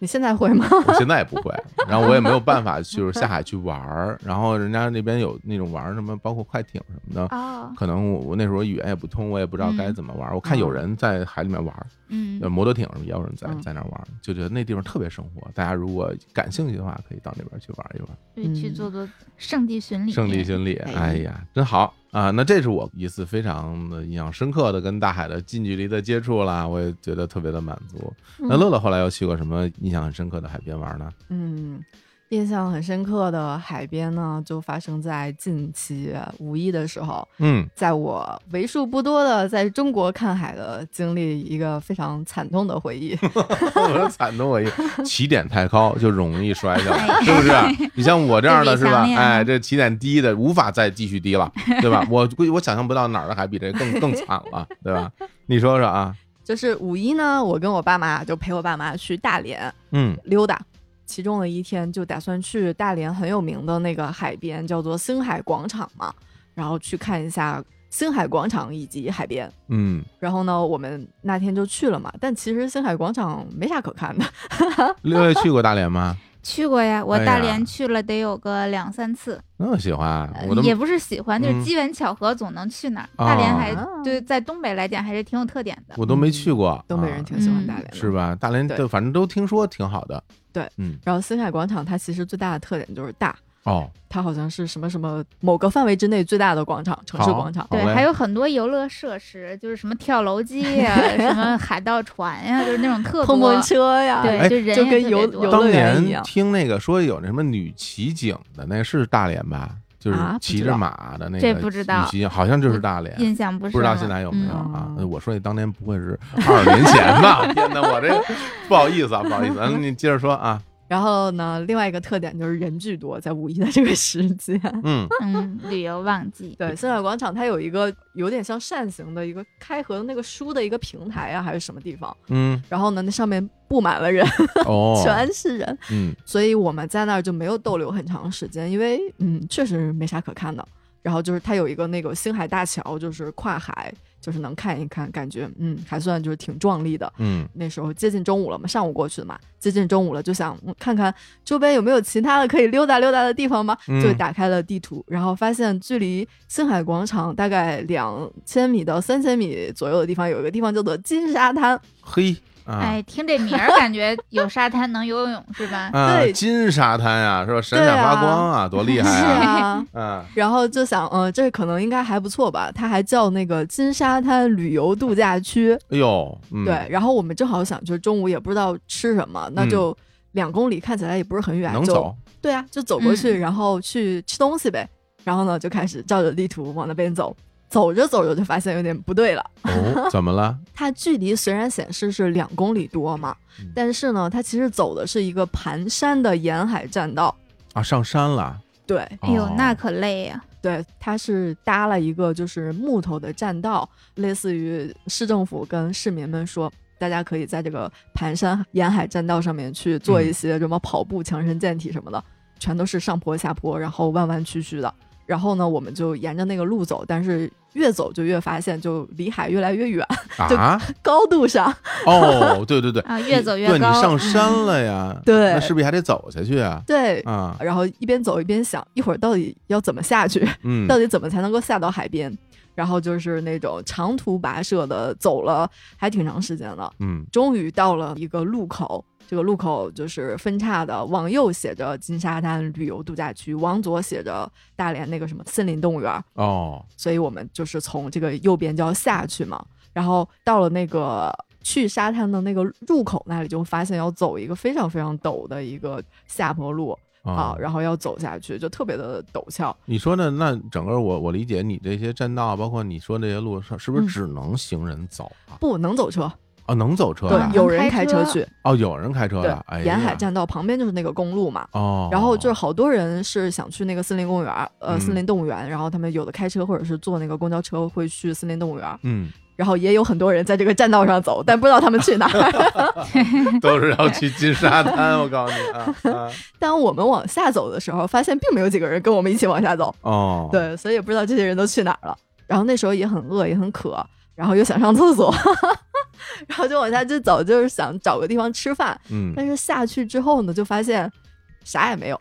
S3: 你现在会吗？
S1: 我现在也不会，然后我也没有办法就是下海去玩儿，然后人家那边有那种玩儿什么，包括快艇什么的，
S2: 哦，
S1: 可能我我那时候语言也不通，我也不知道该怎么玩儿。我看有人在海里面玩儿，
S2: 嗯
S1: 呃，，摩托艇什么也有人在
S3: 嗯
S1: 在那儿玩儿，就觉得那地方特别生活。大家如果感兴趣的话，可以到那边去玩一玩，
S2: 对去
S3: 嗯
S2: 做做圣地巡礼，
S1: 圣地巡礼。
S3: 哎
S1: 哎呀，真好啊！那这是我一次非常的印象深刻的跟大海的近距离的接触啦，我也觉得特别的满足。那乐乐后来又去过什么印象很深刻的海边玩呢？
S3: 嗯，印象很深刻的海边呢，就发生在近期五一的时候，
S1: 嗯
S3: 在我为数不多的在中国看海的经历，一个非常惨痛的回忆。
S1: 我说惨的我一，起点太高就容易摔下来，
S3: 哎
S1: 是不是？你像我这样的是吧
S2: 对比强？
S3: <laughs>
S2: 烈
S1: 哎，这起点低的无法再继续低了，对吧？我估计我想象不到哪儿的海比这更更惨了，对
S3: <laughs>
S1: 吧？你说说啊，
S3: 就是五一呢，我跟我爸妈就陪我爸妈去大连
S1: 嗯
S3: 溜达，其中的一天就打算去大连很有名的那个海边，叫做星海广场嘛，然后去看一下星海广场以及海边。
S1: 嗯，
S3: 然后呢，我们那天就去了嘛，但其实星海广场没啥可看的。
S1: 六月去过大连吗？
S2: <laughs> 去过呀，我
S1: 哎呀
S2: 大连去了得有个两三次，
S1: 那么喜欢，
S2: 呃
S1: 我都
S2: 也不是喜欢，就
S1: 嗯啊
S2: 是机缘巧合总能去那儿。大连还
S3: <laughs> 哦
S2: 对，在东北来讲还是挺有特点的。
S1: 我都没去过，
S3: 东嗯北人
S1: 啊
S3: 挺喜
S2: 嗯
S3: 欢大连的，
S1: 是吧？大连
S3: 对
S1: 都反正都听说挺好的，
S3: 对，
S1: 嗯，
S3: 然后星海广场它其实最大的特点就是大，
S1: 哦，
S3: 它好像是什么什么某个范围之内最大的广场，城市广场。
S1: 好
S2: 对，
S1: 嘞
S2: 还有很多游乐设施，就是什么跳楼机
S3: <laughs>
S2: 呀、什么海盗船呀、就是那种特
S3: 碰
S2: 多
S3: 碰车呀，
S2: 对
S1: 哎
S2: 就人
S3: 就
S2: 也
S3: 跟
S2: 特别
S3: 游
S2: 多
S3: 游
S1: 当
S3: 乐园一
S1: 年
S3: 样。
S1: 听那个说有那什么女骑警的，那是大连吧？就是
S3: 啊不
S1: 骑
S3: 知
S1: 着
S3: 道
S1: 马的那个，
S2: 这不知道
S1: 女骑警好像就是大连，
S2: 印象不
S1: 不知
S2: 深
S1: 道
S2: 了
S1: 现在还有没有
S2: 嗯
S1: 啊
S3: 嗯？
S1: 呃我说那当年不会是二十年前吧？天哪，我这不好意思啊，不好意思，嗯你接着说啊，
S3: 然后呢，另外一个特点就是人巨多，在五一的这个时
S1: <laughs>
S3: 间。
S1: 嗯，
S2: 嗯，旅游旺季。
S3: 对，星海广场它有一个有点像扇形的一个开合的那个书的一个平台啊，还是什么地方？
S1: 嗯，
S3: 然后呢，那上面布满了人，
S1: 哦，
S3: 全是人，
S1: 嗯
S3: 所以我们在那儿就没有逗留很长时间，因为嗯，确实没啥可看的。然后就是它有一个那个星海大桥，就是跨海，就是能看一看，感觉嗯还算就是挺壮丽的。
S1: 嗯，
S3: 那时候接近中午了嘛，上午过去的嘛，接近中午了，就想、嗯看看周边有没有其他的可以溜达溜达的地方吗？
S1: 嗯
S3: 就打开了地图，然后发现距离星海广场大概两千米到三千米左右的地方，有一个地方叫做金沙滩，
S1: 嘿啊
S2: 哎，听这名儿感觉有沙滩能游泳是吧？
S1: 啊，
S3: 对
S1: 金沙滩啊，是吧？闪
S3: 对
S1: 闪发
S3: 啊
S1: 光啊，多厉害
S3: 是
S1: 啊！
S3: 啊。
S1: 嗯，
S3: 然后就想，嗯、这可能应该还不错吧。它还叫那个金沙滩旅游度假区，
S1: 哎呦，嗯
S3: 对。然后我们正好想，就是中午也不知道吃什么，那
S1: 嗯
S3: 就两公里看起来也不是很远，
S1: 能
S3: 就
S1: 走，
S3: 对啊，就走过去，
S2: 嗯
S3: 然后去吃东西呗。然后呢，就开始照着地图往那边走，走着走着就发现有点不对了。
S1: 哦，怎么了？
S3: 它距离虽然显示是两公里多嘛
S1: 嗯，
S3: 但是呢，它其实走的是一个盘山的沿海栈道。
S1: 啊，上山了。
S3: 对
S2: 哎呦
S1: 哦，
S2: 那可累呀、
S3: 对，它是搭了一个就是木头的栈道，类似于市政府跟市民们说。大家可以在这个盘山沿海栈道上面去做一些什么跑步、强身健体什么的，全都是上坡下坡，然后弯弯曲曲的。然后呢，我们就沿着那个路走，但是越走就越发现，就离海越来越远， <laughs>
S1: 啊，
S3: 高度上。
S1: 哦，对对对，
S2: 啊！越走越
S1: 对你
S2: 高，
S1: 上山了呀，
S3: 对
S1: 那是不是还得走下去啊？
S3: 对，
S1: 啊，
S3: 然后一边走一边想，一会儿到底要怎么下去？
S1: 嗯
S3: 到，底怎么才能够下到海边？然后就是那种长途跋涉的，走了还挺长时间的，
S1: 嗯，
S3: 终于到了一个路口。这个路口就是分叉的，往右写着金沙滩旅游度假区，往左写着大连那个什么森林动物园。
S1: 哦，
S3: 所以我们就是从这个右边就要下去嘛。然后到了那个去沙滩的那个入口那里，就发现要走一个非常非常陡的一个下坡路啊
S1: 哦，，
S3: 然后要走下去，就特别的陡峭。
S1: 你说的那整个我我理解你这些栈道，包括你说这些路上，是不是
S3: 嗯
S1: 只能行人走啊？
S3: 不能走车，
S1: 啊，能走车
S3: 对
S1: 的，
S3: 有人
S2: 能开
S3: 开车
S2: 车
S3: 去，
S1: 哦，有人开车
S3: 对
S1: 的，哎，
S3: 沿海，栈道旁边就是那个公路嘛。
S1: 哦，
S3: 然后就是好多人是想去那个森林公园儿，呃，
S1: 嗯
S3: 森林动物园。然后他们有的开车，或者是坐那个公交车会去森林动物园。
S1: 嗯，
S3: 然后也有很多人在这个栈道上走，但不知道他们去哪儿。 <laughs>
S1: 都是要去金沙滩，我告诉你啊，啊
S3: 当我们往下走的时候，发现并没有几个人跟我们一起往下走。
S1: <laughs> 哦，，
S3: 对，所以也不知道这些人都去哪儿了。然后那时候也很饿，也很渴，然后又想上厕所， <laughs> 然后就往下就走，就是想找个地方吃饭。
S1: 嗯，
S3: 但是下去之后呢，就发现啥也没有。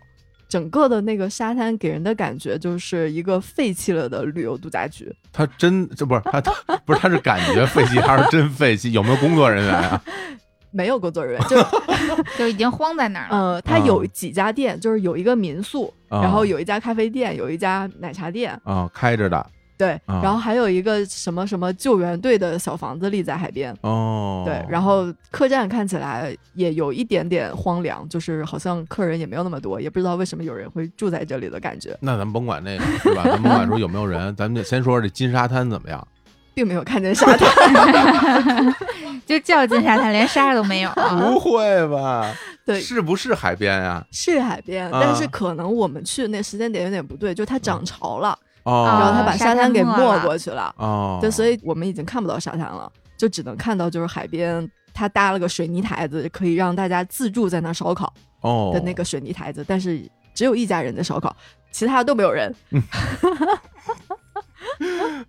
S3: 整个的那个沙滩给人的感觉就是一个废弃了的旅游度假区，
S1: 他真这不是他他不是他是感觉废弃还是真废弃？有没有工作人员啊？
S3: 没有工作人员，
S1: <laughs>
S3: 就
S2: 就已经荒在那儿了。
S3: 呃，它有几家店，就是有一个民宿，
S1: 啊
S3: 然后有一家咖啡店，有一家奶茶店，
S1: 啊，开着的，
S3: 对，
S1: 啊
S3: 然后还有一个什么什么救援队的小房子立在海边。
S1: 哦，
S3: 对，然后客栈看起来也有一点点荒凉，就是好像客人也没有那么多，也不知道为什么有人会住在这里的感觉，
S1: 那咱们甭管那个是吧？咱甭管说有没有人，咱们就先说说这金沙滩怎么样？
S3: 并没有看见沙滩。 <laughs> 嗯
S2: 就较劲沙滩，连沙都没有啊。
S1: 不会吧？
S3: 对，
S1: 是不是海边呀？
S3: 是海边，
S1: 啊
S3: 但是可能我们去的那时间点有点不对，就它
S1: 嗯
S3: 涨潮了，
S1: 哦，
S3: 然后它
S2: 它
S3: 把
S2: 沙
S3: 沙滩
S2: 滩
S3: 给
S2: 没
S3: 没
S2: 了
S3: 过去了，
S1: 哦，
S3: 对，所以我们已经看不到沙滩了，就只能看到就是海边。它搭了个水泥台子，可以让大家自助在那儿烧烤
S1: 哦
S3: 的那个水泥台子，但是只有一家人在烧烤，其他都没有人。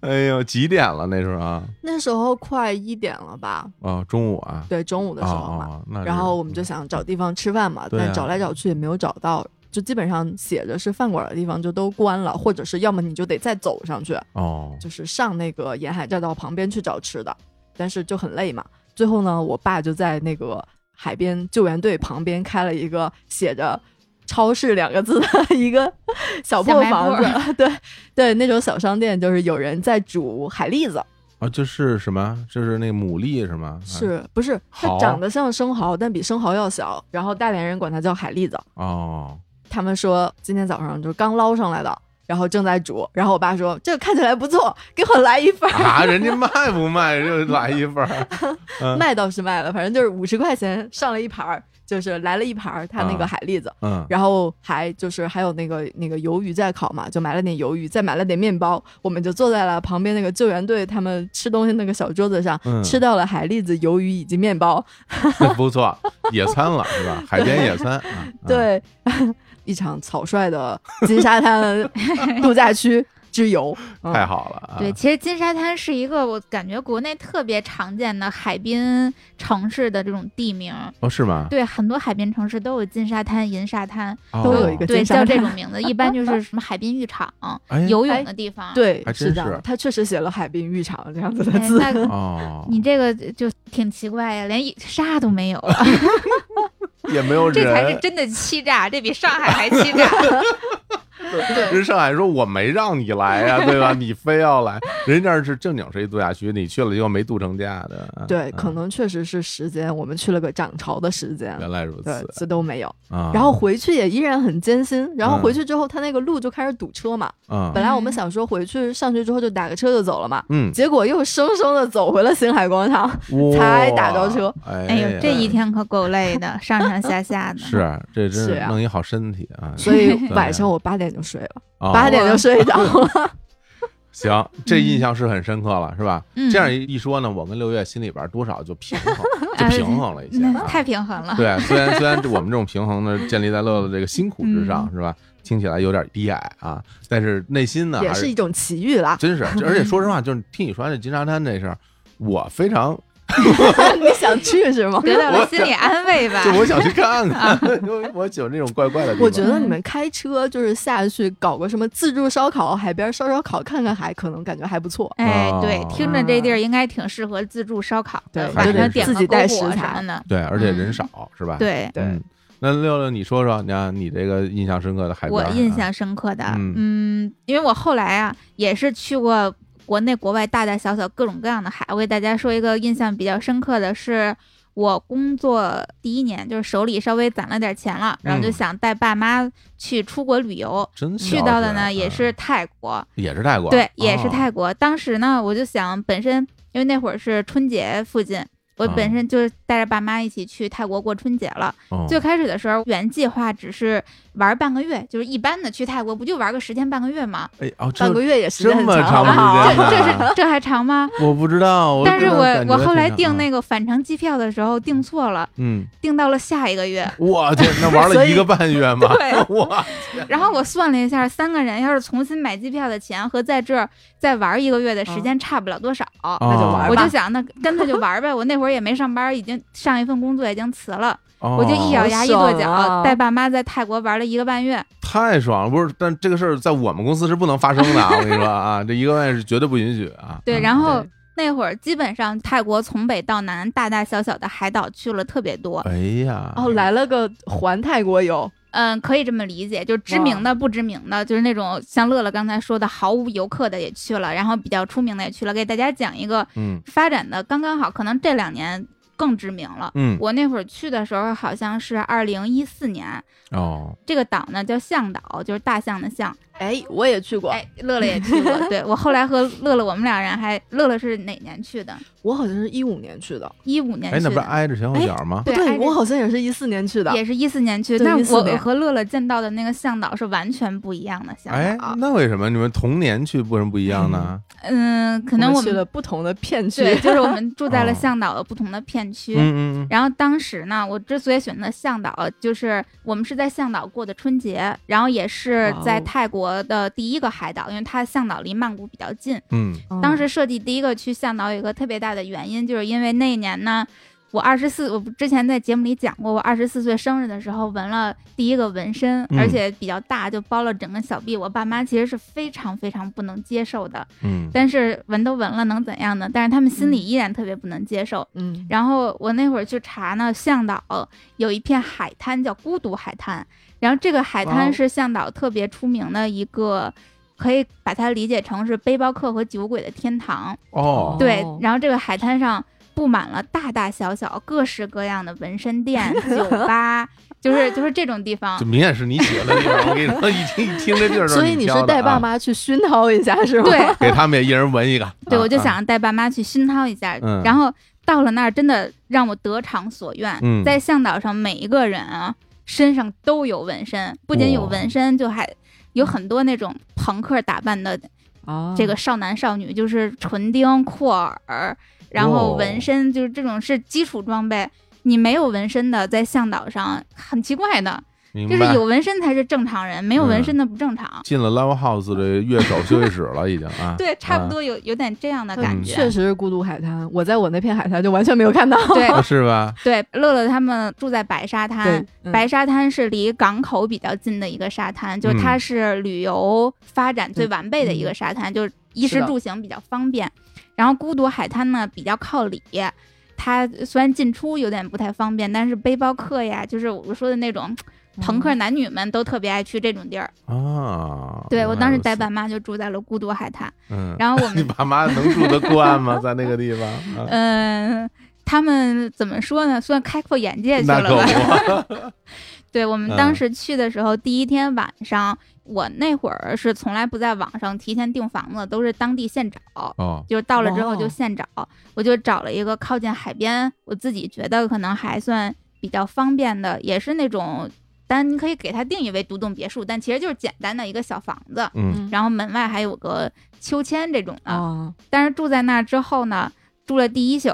S1: 哎呦，几点了那时候啊？
S3: 那时候快一点了吧？
S1: 哦，中午啊，
S3: 对，中午的
S1: 哦
S3: 时候嘛。
S1: 哦，那是
S3: 然后我们就想找地方吃饭嘛，
S1: 对啊
S3: 但找来找去也没有找到，就基本上写着是饭馆的地方就都关了，或者是要么你就得再走上去，
S1: 哦，
S3: 就是上那个沿海栈道旁边去找吃的，但是就很累嘛。最后呢，我爸就在那个海边救援队旁边开了一个写着“超市”两个字的 <laughs> 一个小破房
S2: 小
S3: 子， <laughs> 对对，那种小商店，就是有人在煮海蛎子，
S1: 啊，就是什么？就是那个牡蛎是吗？
S3: 是不是？它
S1: 蚝
S3: 长得像生蚝，但比生蚝要小，然后大连人管它叫海蛎子。
S1: 哦，
S3: 他们说今天早上就是刚捞上来的，然后正在煮。然后我爸说这个看起来不错，给我来一份儿。
S1: 啊， <laughs> 人家卖不卖就来一份儿，嗯
S3: 卖倒是卖了，反正就是五十块钱上了一盘儿，就是来了一盘儿他那个海蛎子， <laughs>
S1: 嗯，
S3: 然后还就是还有那个那个鱿鱼在烤嘛，就买了点鱿鱼，再买了点面包，我们就坐在了旁边那个救援队他们吃东西那个小桌子上，
S1: 嗯
S3: 吃到了海蛎子、鱿鱼以及面包，
S1: 不错，野餐了是吧？海边野餐，
S3: <laughs>
S1: 啊，啊
S3: 对，一场草率的金沙滩度假区之游，嗯
S1: 太好了，啊
S2: 对，，其实金沙滩是一个我感觉国内特别常见的海滨城市的这种地名。
S1: 哦，是吗？
S2: 对，很多海滨城市都有金沙滩、银沙滩，
S1: 哦
S3: 都有一个
S2: 对
S3: 金沙
S2: 叫
S3: 滩
S2: 这种名字，一般就是什么海滨浴场、
S1: 哎
S2: 游泳的地方。，
S3: 对，
S1: 还真
S3: 是这样的
S1: 是，嗯
S3: 他确实写了海滨浴场这样子
S2: 哎、
S3: 的
S1: <laughs>
S3: 字。
S2: 那
S1: 哦，
S2: 你这个就挺奇怪呀，连一啥都没有，
S1: 也没有人，
S2: 这才是真的欺诈，这比上海还欺诈。
S1: 人上海说我没让你来呀、对吧？你非要来，人家是正经是一度假区，你去了就没度成家的。嗯
S3: 对，可、
S1: 嗯
S3: 能确实是时间，我们去了个涨潮的时间，
S1: 原来如
S3: 对
S1: 此，
S3: 这都没有。
S1: 啊。
S3: 然后回去也依然很艰辛，然后
S1: 嗯
S3: 回去之后，他那个路就开始堵车嘛。
S1: 嗯
S3: 本来我们
S2: 嗯
S3: 想说回去上去之后就打个车就走了嘛，
S1: 嗯，
S3: 结果又生生的走回了星海广场。
S1: 哇
S3: 才打着车，
S1: 哎
S2: 哎呦，这一
S1: 呀
S2: 天可够累的，上上下下的。
S1: 是这真
S3: 是
S1: 是
S3: 啊
S1: 弄一好身体啊。
S3: 所
S1: <laughs>
S3: 以
S1: 对
S3: 晚上我八点就睡了，
S1: 哦
S3: 八点嗯就睡
S1: <laughs>
S3: 着了。
S1: 行，这印象是很深刻了，是吧？
S2: 嗯
S1: 这样一说呢，我跟六月心里边多少就平
S3: <laughs>
S1: 衡，
S3: 呃
S1: 就平衡了一些、
S2: 嗯那
S1: 啊。
S2: 太平衡了。
S1: 对，虽然虽然这我们这种平衡呢，建立在乐乐这个辛苦之上，
S2: 嗯
S1: 是吧？听起来有点低矮啊，但是内心呢，
S3: 也
S1: 还。
S3: 是一种奇遇啦
S1: <laughs> 真是，而且说实话，就是听你说完这金沙滩这事儿，我非常
S3: <laughs> 你想去是吗？
S2: 得到了心理安慰吧
S1: 就？我想去看看， <laughs> 因为我喜欢这种怪怪的地方。
S3: 我觉得你们开车就是下去搞个什么自助烧烤，海边烧烧烤，看看海，可能感觉还不错。
S2: 哎，对
S1: 哦，
S2: 听着这地儿应该挺适合自助烧烤的，晚
S3: 对
S1: 还
S2: 上
S1: 得
S2: 点
S3: 自
S2: 个
S3: 己
S2: 篝
S3: 带
S2: 火
S3: 食
S2: 什
S3: 材
S2: 么的。
S1: 对，而且人
S2: 嗯
S1: 少是吧？
S2: 对，
S3: 对
S1: 嗯。那六六，你说说，你看你这个印象深刻的海边
S2: 我
S1: 儿啊，
S2: 印象深刻的，
S1: 嗯
S2: 嗯，因为我后来啊也是去过国内国外大大小小各种各样的海。我给大家说一个印象比较深刻的是。我工作第一年，就是手里稍微攒了点钱了，然后就
S1: 嗯
S2: 想带爸妈去出国旅游，
S1: 真
S2: 去
S1: 小
S2: 到的
S1: 水
S2: 呢也
S1: 嗯
S2: 是泰国。
S1: 也是泰国，
S2: 对，也是
S1: 哦
S2: 泰国。当时呢，我就想，本身因为那会儿是春节附近，我
S1: 嗯
S2: 本身就是带着爸妈一起去泰国过春节了。
S1: 哦
S2: 最开始的时候，原计划只是玩半个月，就是一般的去泰国不就玩个十天半个月吗？
S1: 哎哦，这
S3: 半个月也时间
S1: 这
S3: 很
S1: 么长
S3: 长
S1: 时
S3: 啊。
S1: 间呢
S2: 这是这还长吗？
S1: 我不知道，
S2: 但是我我后来订
S1: 个，
S2: 那个返程机票的时候订错了，
S1: 嗯，
S2: 订到了下一个月。 <laughs>
S1: 我天，那玩了
S3: 所
S1: 一
S3: 以
S1: 个半月嘛， <laughs>
S2: 对
S1: 哇，
S2: 然后我算了一下，三个人要是重新买机票的钱和在这儿再玩一个月的时间差不了多少。
S3: 那
S1: 哦
S3: 就嗯玩
S2: 我
S3: 吧
S2: 就想，那干脆就玩儿呗。我那会儿也没上班，已经上一份工作已经辞了，
S1: 哦
S2: 我就一咬牙一跺
S3: 好爽
S2: 脚，
S3: 啊
S2: 带爸妈在泰国玩了一个半月。
S1: 太爽了，不是？但这个事儿在我们公司是不能发生的啊！我跟你说啊，这一个半月是绝对不允许啊。
S2: 对，
S1: 嗯
S2: 然后哦
S3: 对
S2: 那会儿基本上泰国从北到南，大大小小的海岛去了特别多。
S1: 哎呀，
S3: 哦，来了个环泰国游，
S2: 嗯，可以这么理解，就知名的、不知名的，就是那种像乐乐刚才说的毫无游客的也去了，然后比较出名的也去了。给大家讲一个
S1: 嗯
S2: 发展的刚刚好，可能这两年更知名了。
S1: 嗯
S2: 我那会儿去的时候好像是二零一四年，
S1: 哦，
S2: 这个岛呢叫象岛，就是大象的象。
S3: 哎，我也去过，
S2: 哎，乐乐也去过，对我后来和乐乐我们俩人还，乐乐是哪年去的？
S3: 我好像是一五年去的，
S2: 一五年
S1: 哎，
S2: 去
S1: 那不是
S2: 的。
S1: 挨着前后脚吗？
S2: 对
S3: 不对
S2: 挨着
S3: 我好像也是一四年去的。
S2: 也是一四年去，
S3: 对
S2: 但
S3: 14
S2: 我
S3: 年
S2: 和乐乐见到的那个向导是完全不一样的向导。
S1: 哎，那为什么你们同年去为什么不一样呢？
S2: 啊嗯，可能
S3: 我
S2: 我
S3: 去
S2: 们
S3: 了不同的片区，
S2: 对，就是我们住在了
S1: 哦
S2: 向导的不同的片区。
S1: 嗯嗯
S2: 然后当时呢，我之所以选择向导，就是我们是在向导过的春节，然后也是
S3: 哇
S2: 在
S3: 哦
S2: 泰国的第一个海岛，因为它向导离曼谷比较近。
S1: 嗯
S3: 嗯
S2: 当时设计第一个去向导有一个特别大的原因，就是因为那一年呢，我二十四，我不之前在节目里讲过，我二十四岁生日的时候纹了第一个纹身，
S1: 嗯
S2: 而且比较大，就包了整个小臂。我爸妈其实是非常非常不能接受的，
S1: 嗯嗯，
S2: 但是纹都纹了能怎样呢？但是他们心里依然特别不能接受。
S3: 嗯，
S2: 然后我那会儿去查呢，向导有一片海滩叫孤独海滩，然后这个海
S1: 哇哦
S2: 滩是向导特别出名的一个，可以把它理解成是背包客和酒鬼的天堂。
S1: 哦，
S2: 对
S3: 哦，
S2: 然后这个海滩上布满了大大小小、各式各样的纹
S1: <laughs>
S2: 身店、酒吧，就是就是这种地方
S1: 这。明显是你起的地方。我跟你说，一听一听这地儿，
S3: 所以你
S1: 挑
S3: 是
S1: 的
S3: 带爸
S1: 啊，
S3: 妈去熏陶一下是吗？
S2: 对，
S1: 给他们也一人纹一个。
S2: 对，
S1: 啊
S2: 我就，
S1: 啊
S2: 想带爸妈去熏陶一下，
S1: 嗯
S2: 然后到了那儿，真的让我得偿所愿。
S1: 嗯
S2: 在向导上，每一个人啊身上都有纹身，不仅有
S1: 哇
S2: 纹身，就还有很多那种朋克打扮的
S3: 啊
S2: 这个少男少女，就是唇钉、扩耳，然后
S1: 哦
S2: 纹身，就是这种是基础装备。你没有纹身的，在向导上很奇怪的，
S1: 明
S2: 就
S1: 白。
S2: 是有纹身才是正常人，没有
S1: 嗯
S2: 纹身的不正常。
S1: 进了 Live House 的乐手休息室了，已经啊。
S2: <laughs> 对，差不
S1: 啊
S2: 多有有点这样的
S3: 嗯
S2: 感觉。
S3: 确实是孤独海滩，我在我那片海滩就完全没有看到。
S2: 对，
S1: 啊是
S2: <laughs>
S1: 吧？
S2: 对，乐乐他们住在白沙滩
S3: 对，，嗯
S2: 啊白沙滩是离港口比较近的一个沙滩，就是它
S1: 嗯
S2: 是旅游发展最完备的一个沙滩，就是衣
S3: 是
S2: 食
S3: 的
S2: 住行比较方便。然后孤独海滩呢比较靠里，它虽然进出有点不太方便，但是背包客呀，就是我说的那种
S1: 嗯
S2: 朋克男女们都特别爱去这种地儿。
S1: 啊，
S2: 对我当时带
S1: 带
S2: 爸妈就住在了孤独海滩，
S1: 嗯，
S2: 然后
S1: <laughs>
S2: 我们
S1: 你爸妈能住得惯吗？在那个地方？
S2: <laughs>
S1: 啊
S2: 嗯，他们怎么说呢？算开阔眼界去
S1: 那
S2: 了
S1: 可
S2: 吧？
S1: 不，
S2: 对我们
S1: 嗯
S2: 当时去的时候，第一天晚上，我那会儿是从来不在网上提前订房子，都是当地现 <laughs> 找，
S1: 哦，
S2: 就是到了之后就
S3: 哦
S2: 现找。我就找了一个靠近海边，我自己觉得可能还算比较方便的，也是那种，但你可以给它定义为独栋别墅，但其实就是简单的一个小房子，
S1: 嗯，
S3: 嗯
S2: 然后门外还有个秋千这种的。
S3: 啊，
S2: 但是住在那儿之后呢，住了第一宿，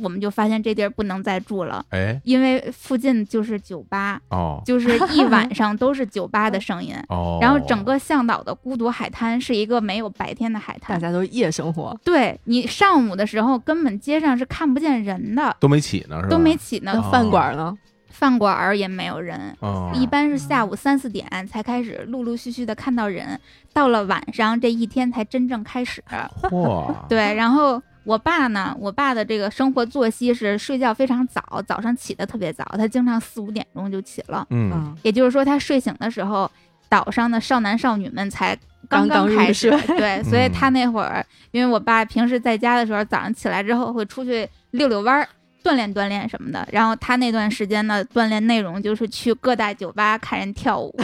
S2: 我们就发现这地儿不能再住了，
S1: 哎，
S2: 因为附近就是酒吧。
S1: 哦， <laughs>
S2: 就是一晚上都是酒吧的声音。
S1: 哦，
S2: 然后整个向导的孤独海滩是一个没有白天的海
S3: 大
S2: 滩，
S3: 家都是夜生活，
S2: 对你上午的时候根本街上是看不见人的，
S1: 都没起呢，是吧？
S2: 都没起
S3: 那
S2: 呢，
S1: 哦
S3: 饭馆呢？
S2: 饭馆儿也没有人。
S1: 哦，
S2: 一般是下午三四点才开始陆陆续续的看到人，到了晚上这一天才真正开始。
S1: 哦嚯，，
S2: <laughs> 对，然后我爸呢，我爸的这个生活作息是睡觉非常早，早上起得特别早，他经常四五点钟就起了。
S1: 嗯，
S3: 啊，
S2: 也就是说，他睡醒的时候，岛上的少男少女们才刚
S3: 刚刚入
S2: 开始。
S3: 睡 <laughs>
S2: 对，所以
S1: 嗯
S2: 他那会儿，因为我爸平时在家的时候，早上起来之后会出去遛遛弯儿。锻炼锻炼什么的，然后他那段时间呢，锻炼内容就是去各大酒吧看人跳
S3: <laughs>
S2: 舞，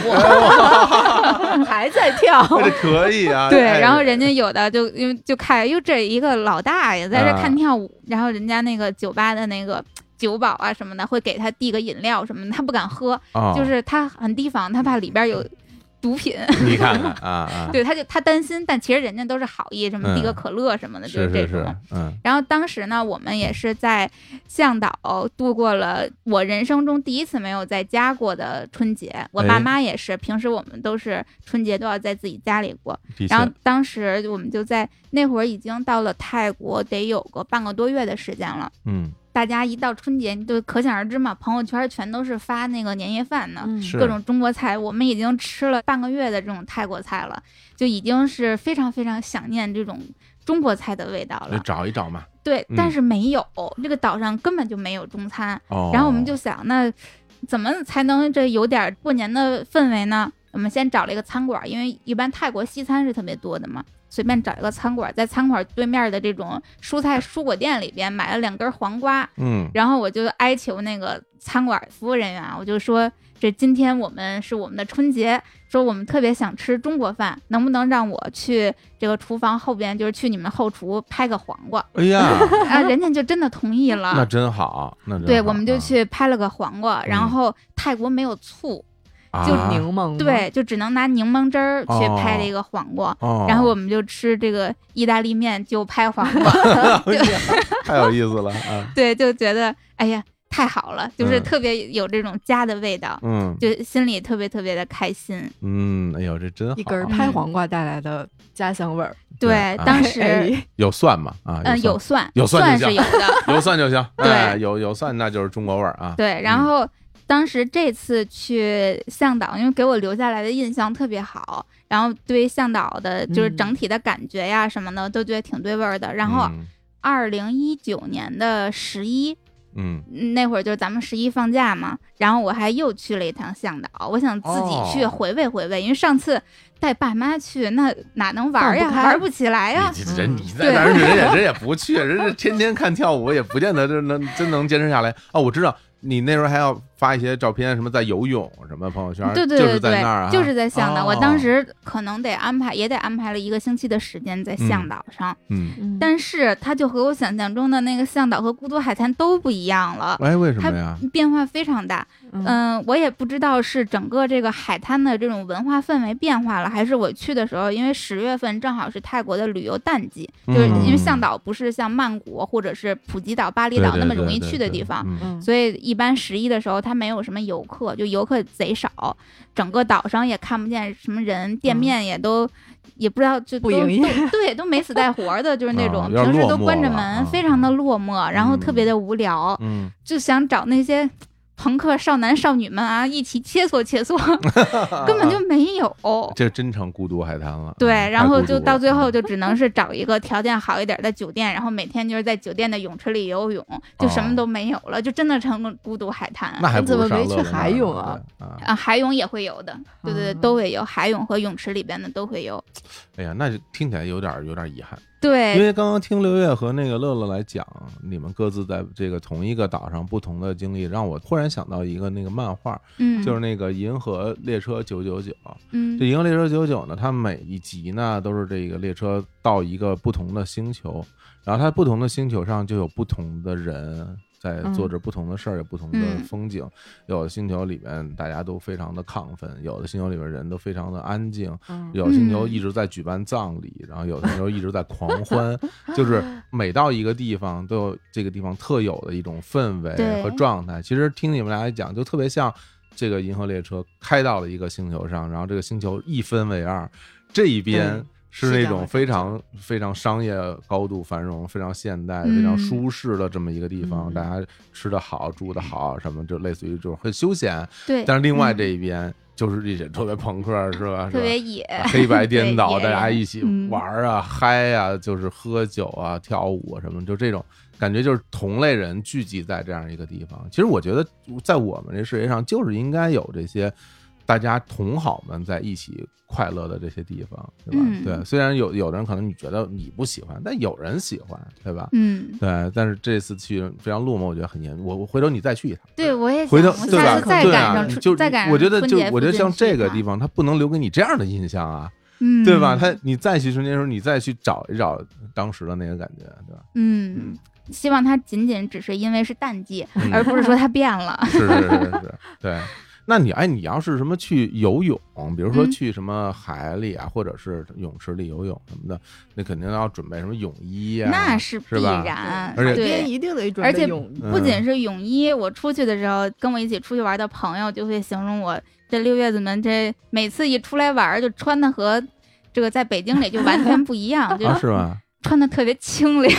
S3: 还在跳。
S1: 这可以啊。
S2: <laughs> 对，
S1: 哎
S2: 然后人家有的就因为就看，哟，这一个老大爷在这看跳舞，然后人家那个酒吧的那个酒保啊什么的会给他递个饮料什么的，他不敢喝，
S1: 哦
S2: 就是他很提防，他怕里边有毒品，
S1: <laughs> 你看看嗯啊啊，
S2: <laughs> 对，他就他担心，但其实人家都是好意，什么递个
S1: 嗯
S2: 可乐什么的，就是这
S1: 是
S2: 种。
S1: 是，嗯，
S2: 然后当时呢，我们也是在向导度过了我人生中第一次没有在家过的春节。我
S1: 哎
S2: 爸妈也是，平时我们都是春节都要在自己家里过。
S1: 的确
S2: 然后当时我们就在那会儿已经到了泰国，得有个半个多月的时间了。
S1: 嗯，
S2: 大家一到春节，你就可想而知嘛，朋友圈全都是发那个年夜饭呢。
S3: 嗯
S1: 是
S2: 各种中国菜，我们已经吃了半个月的这种泰国菜了，就已经是非常非常想念这种中国菜的味道
S1: 就
S2: 了。
S1: 找一找嘛。
S2: 对
S1: 嗯，
S2: 但是没有，这个岛上根本就没有中餐。
S1: 哦，
S2: 然后我们就想，那怎么才能这有点过年的氛围呢？我们先找了一个餐馆，因为一般泰国西餐是特别多的嘛，随便找一个餐馆，在餐馆对面的这种蔬菜蔬果店里边买了两根黄瓜，
S1: 嗯
S2: 然后我就哀求那个餐馆服务人员啊，我就说这今天我们是我们的春节，说我们特别想吃中国饭，能不能让我去这个厨房后边，就是去你们后厨拍个黄瓜？ <laughs>
S1: 哎呀，
S2: 啊，人家就真的同意了。
S1: 那真好，那真
S2: 啊对，
S1: 好
S2: 我们就
S1: 啊
S2: 去拍了个黄瓜，
S1: 嗯
S2: 然后泰国没有醋，
S3: 就
S1: 啊
S3: 柠檬吗，
S2: 对，就只能拿柠檬汁儿去拍了一个黄瓜。
S1: 哦，
S2: 然后我们就吃这个意大利面，就拍黄瓜， <laughs>
S1: 哎呀 <laughs> 太有意思了啊，
S2: 对，就觉得哎呀太好了，就是
S1: 嗯
S2: 特别有这种家的味道，
S1: 嗯
S2: 就心里特别特别的开心。
S1: 嗯，哎呦，这真好，
S3: 一根
S1: 啊
S3: 拍黄瓜带来的家乡味儿。
S1: 对
S2: 对
S1: 啊，
S2: 当时
S3: 哎
S1: 有蒜吗？啊，
S2: 嗯有
S1: 有
S2: 蒜，
S1: 有蒜
S2: 蒜
S1: 就是
S2: 有
S1: 行 <laughs>
S2: 的，
S1: 蒜有蒜就行，
S2: 对
S1: 哎有有蒜那就是中国味儿啊，
S2: 对。然后当时这次去向导，因为给我留下来的印象特别好，然后对向导的就是
S3: 嗯
S2: 整体的感觉呀什么的都觉得挺对味儿的。然后
S1: 嗯
S2: 二零一九年的十一，
S1: 嗯
S2: 那会儿就是咱们十一放假嘛，然后我还又去了一趟向导，我想自己去
S1: 哦
S2: 回味回味，因为上次带爸妈去，那哪能玩儿呀，
S3: 放不开
S2: 玩儿不起来哎呀。
S1: 你这人
S3: 嗯
S1: 你在那儿，人也人也不去，人家天天看跳舞，也不见得真能真能坚持下来哦。我知道你那时候还要发一些照片，什么在游泳，什么朋友圈，
S2: 对对
S1: 就
S2: 对
S1: 是在
S2: 对
S1: 那儿啊，，
S2: 就是在向导。我当
S1: 哦
S2: 时可能得安排，也得安排了一个星期的时间在向
S1: 嗯
S2: 导上，
S1: 嗯，
S3: 嗯
S2: 但是它就和我想象中的那个向导和孤独海滩都不一样了。
S1: 哎，为什
S2: 还
S1: 么呀？
S2: 变化非常大，
S3: 嗯
S2: 嗯，我也不知道是整个这个海滩的这种文化氛围变化了，还是我去的时候，因为十月份正好是泰国的旅游淡季，就是
S1: 嗯
S2: 因为向导不是像曼谷或者是普吉岛、巴厘
S1: 对
S2: 岛
S1: 对
S2: 那么
S1: 对
S2: 容易
S1: 对
S2: 去的
S1: 对
S2: 地方，
S1: 嗯
S3: 嗯
S2: 所以一般十一的时候，它没有什么游客，就游客贼少，整个岛上也看不见什么人，店面也都、也不知道就
S3: 嗯不
S2: 都
S3: 营业
S2: 都 <laughs> 对，都没死带活儿的，就是那种、
S1: 啊有点
S2: 平时
S1: 落
S2: 都
S1: 寞
S2: 关着
S1: 了
S2: 门，
S1: 啊
S2: 非常的落寞，然后特别的无聊，
S1: 嗯，
S2: 就想找那些朋克少男少女们啊一起切磋切磋，根本就没有。
S1: 啊这真成孤独海滩了。
S2: 对，
S1: 嗯
S2: 然后就到最，
S1: 太
S2: 后
S1: 孤独了
S2: 就只能是找一个条件好一点的酒店，然后每天就是在酒店的泳池里游泳，就什么都没有了，就真的成了孤独海滩。
S1: 哦那还
S3: 你怎
S1: 不
S3: 么
S1: 如上
S3: 没
S1: 乐
S3: 去
S1: 乐那
S3: 海
S1: 儿
S3: 泳啊？
S1: 对啊，
S2: 啊，海泳也会游的，对对对，
S3: 啊
S2: 都会游，海泳和泳池里边的都会游。
S1: 哎呀，那就听起来有点儿有点儿遗憾，因
S2: 对
S1: 为刚刚听刘烨和那个乐乐来讲，你们各自在这个同一个岛上不同的经历，让我忽然想到一个那个漫画，
S2: 嗯，
S1: 就是那个《银河列车九九九》。
S2: 嗯
S1: 这《银河列车九九》呢，它每一集呢都是这个列车到一个不同的星球，然后它不同的星球上就有不同的人在做着不同的事儿，有不同的
S2: 嗯
S1: 风景。有的星球里面大家都非常的亢奋，有的星球里面人都非常的安静，
S3: 嗯
S1: 有的星球
S2: 嗯
S1: 一直在举办葬礼，然后有的星球一直在狂欢，就是每到一个地方都有这个地方特有的一种氛围
S2: 对
S1: 和状态。其实听你们俩讲，就特别像这个银河列车开到了一个星球上，然后这个星球一分为二，这一边
S3: 对。
S1: 是
S3: 是这
S1: 那
S3: 样
S1: 种
S3: 的
S1: 非常非常商业高度繁荣、非常现代、非常
S2: 嗯
S1: 舒适的这么一个地方，
S3: 嗯
S1: 大家吃的好、住的好，什么就类似于这种很休闲。
S2: 对，
S1: 但是另外
S2: 嗯
S1: 这一边就是这些特别朋克，是吧？是
S2: 特
S1: 吧
S2: 别野，
S1: 啊黑白颠倒，
S2: 对嗯
S1: 大家
S2: 野人
S1: 一起玩儿啊、嗨啊，就是喝酒啊、跳舞啊什么，就这种感觉，就是同类人聚集在这样一个地方。其实我觉得，在我们这世界上，就是应该有这些大家同好们在一起快乐的这些地方，对吧？
S2: 嗯
S1: 对，虽然有有的人可能你觉得你不喜欢，但有人喜欢，对吧？
S2: 嗯，
S1: 对，但是这次去非常落寞，我觉得很严。我我回头你再去一趟，
S2: 对我也
S1: 回头
S2: 想我
S1: 对吧
S2: 下次？再
S1: 对
S2: 赶
S1: 啊
S2: 上，
S1: 就
S2: 春，再赶上
S1: 我觉得
S2: 春
S1: 就
S2: 节
S1: 我觉得
S2: 附近
S1: 像
S2: 去
S1: 这个
S2: 一趟
S1: 地，方，它不能留给你这样的印象啊。
S2: 嗯，
S1: 对吧？他你再去春节的时候，你再去找一找当时的那个感觉，对吧？
S2: 嗯。希望它仅仅只是因为是淡季，
S1: 嗯
S2: <laughs> 而不是说它变了。
S1: <laughs> 是是是是是，对。那你哎，你要是什么去游泳，比如说
S2: 嗯
S1: 去什么海里啊，或者是泳池里游泳什么的，那肯定要准备什么泳衣啊。
S2: 那是必
S1: 是吧
S2: 然，
S1: 而且
S2: 对
S3: 边一定得准
S2: 而
S3: 备
S2: 且
S3: 泳衣
S1: 嗯
S2: 不仅是泳衣，我出去的时候，跟我一起出去玩的朋友就会形容我这六月子们这每次一出来玩儿就穿的和这个在北京里就完全不一
S3: <laughs>
S2: 样，就
S1: 啊，是吧？
S2: 穿的特别清凉，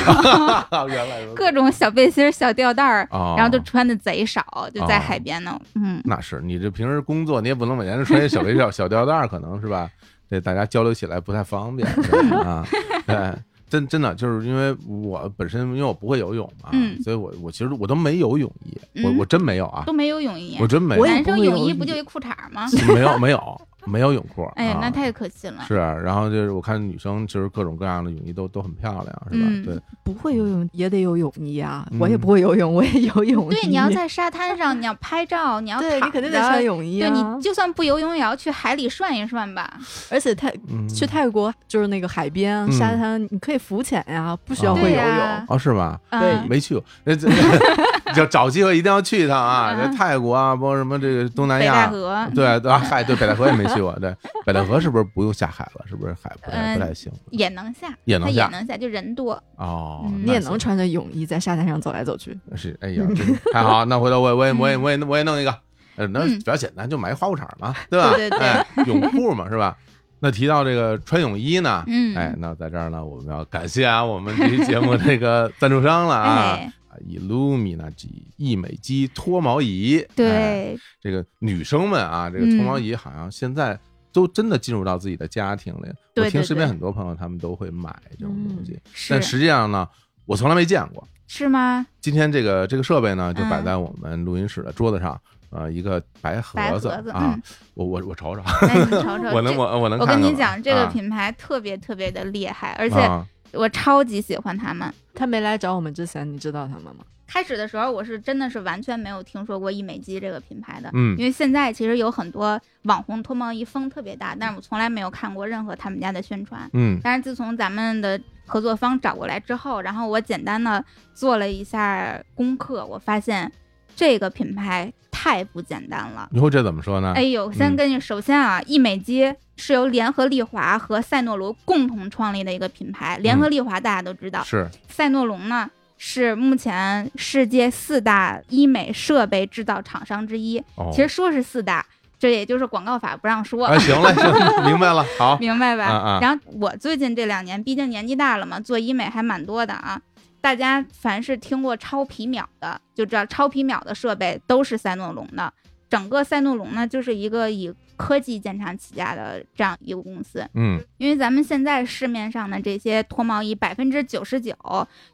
S1: 原来如此
S2: <laughs> 各种小背心儿、小吊带儿，
S1: 哦，
S2: 然后就穿的贼少，就在
S1: 哦
S2: 海边呢。嗯，
S1: 那是你这平时工作，你也不能每天穿一小 <laughs>
S2: <laughs>
S1: 围小小吊带儿，可能是吧？对大家交流起来不太方便是吧啊。对，真真的就是因为我本身因为我不会游泳嘛，
S2: 嗯
S1: 所以我我其实我都没有泳衣，我
S2: 嗯
S1: 我真没有啊
S2: 都，没有泳衣
S1: 我，真没有
S3: 我也
S2: 男生
S3: 不会
S2: 泳
S3: 泳
S2: 衣
S3: 衣哦
S2: 不就一裤衩儿吗？
S1: 没有没有没有泳裤，
S2: 哎呀
S1: 啊，
S2: 那太可惜了。
S1: 是啊，然后就是我看女生其实各种各样的泳衣都都很漂亮，是吧？
S2: 嗯
S1: 对，
S3: 不会游泳也得有泳衣啊！
S1: 嗯
S3: 我也不会游泳，我也有泳衣。
S2: 对，你要
S3: <laughs>
S2: 在沙滩上，你要拍照，你要
S3: 对你
S2: 躺
S3: 肯定得
S2: 着
S3: 穿泳衣
S2: 对
S3: 啊！
S2: 你就算不游泳，也要去海里涮一涮吧。
S3: 而且泰
S1: 嗯，
S3: 去泰国就是那个海边
S1: 嗯
S3: 沙滩，你可以浮潜呀，不需要
S1: 哦
S3: 会
S2: 对
S3: 游
S2: 呀
S3: 泳。
S1: 哦，是吗？
S2: 嗯，
S1: 没去过，
S2: <laughs>
S1: 那这 <laughs> 就找机会一定要去一趟啊！
S2: 啊
S1: 这泰国啊，包括什么这个东南
S2: 北戴
S1: 亚，
S2: <laughs> 河，
S1: 对对啊，嗨，对北戴河也没去过，对北戴河是不是不用下海了？是不是海不太
S2: 嗯
S1: 不太行
S2: 也能下，
S1: 也
S2: 它
S1: 能
S2: 也
S1: 下
S2: 能下，就人多。
S1: 哦？
S2: 嗯
S3: 你也
S1: 那
S3: 能穿着泳衣在沙滩上走来走去，
S1: 行是，哎呀，真太好！那回头我也我也我也
S2: 嗯
S1: 我也我也
S2: <laughs>
S1: 弄一个，呃，那
S2: 嗯
S1: 比较简单，就买一花裤衩嘛，对吧？
S2: 对对对
S1: 哎，泳裤嘛，是吧？那提到这个穿泳衣呢，
S2: 嗯，
S1: 哎，那在这儿呢，我们要感谢啊，我们这期节目这个赞助商了啊。
S2: <laughs> 哎，
S1: 啊，Illumina 机一美肌脱毛仪，哎
S2: 对，
S1: 这个女生们啊，
S2: 嗯
S1: 这个脱毛仪好像现在都真的进入到自己的家庭里。
S2: 对
S1: 我听
S2: 对
S1: 身边
S2: 对嗯
S1: 很多朋友他们都会买这种东西，但
S2: 是
S1: 实际上呢，我从来没见过。
S2: 是吗？
S1: 今天这个这个设备呢，就摆
S2: 嗯
S1: 在我们录音室的桌子上，呃，一个白
S2: 白
S1: 盒子
S2: 盒子
S1: 啊
S2: 嗯，
S1: 我我我瞅瞅，
S2: 哎，你瞅瞅，
S1: 我能
S2: 这
S1: 我我能
S2: 我
S1: 看看
S2: 跟你
S1: 吗
S2: 讲，这个
S1: 啊
S2: 品牌特别特别的厉害，而且
S1: 啊
S2: 我超级喜欢他们。
S3: 他没来找我们之前，你知道他们吗？
S2: 开始的时候，我是真的是完全没有听说过医美肌这个品牌的，
S1: 嗯
S2: 因为现在其实有很多网红脱毛仪风特别大，但是我从来没有看过任何他们家的宣传。
S1: 嗯
S2: 但是自从咱们的合作方找过来之后，然后我简单的做了一下功课，我发现这个品牌太不简单了。
S1: 你说这怎么说呢？
S2: 哎呦，先
S1: 嗯
S2: 跟你首先啊，易美肌是由联合利华和赛诺龙共同创立的一个品牌。联
S1: 嗯
S2: 合利华大家都知道，
S1: 是
S2: 赛诺龙呢是目前世界四大医美设备制造厂商之一。
S1: 哦，
S2: 其实说是四大，这也就是广告法不让说。
S1: 啊，行了，行了，明白了， <laughs> 好，
S2: 明白吧？
S1: 啊啊
S2: 然后我最近这两年，毕竟年纪大了嘛，做医美还蛮多的啊。大家凡是听过超皮秒的，就知道超皮秒的设备都是赛诺龙的。整个赛诺龙呢，就是一个以科技建厂起家的这样一个公司。
S1: 嗯
S2: 因为咱们现在市面上的这些脱毛仪，百分之九十九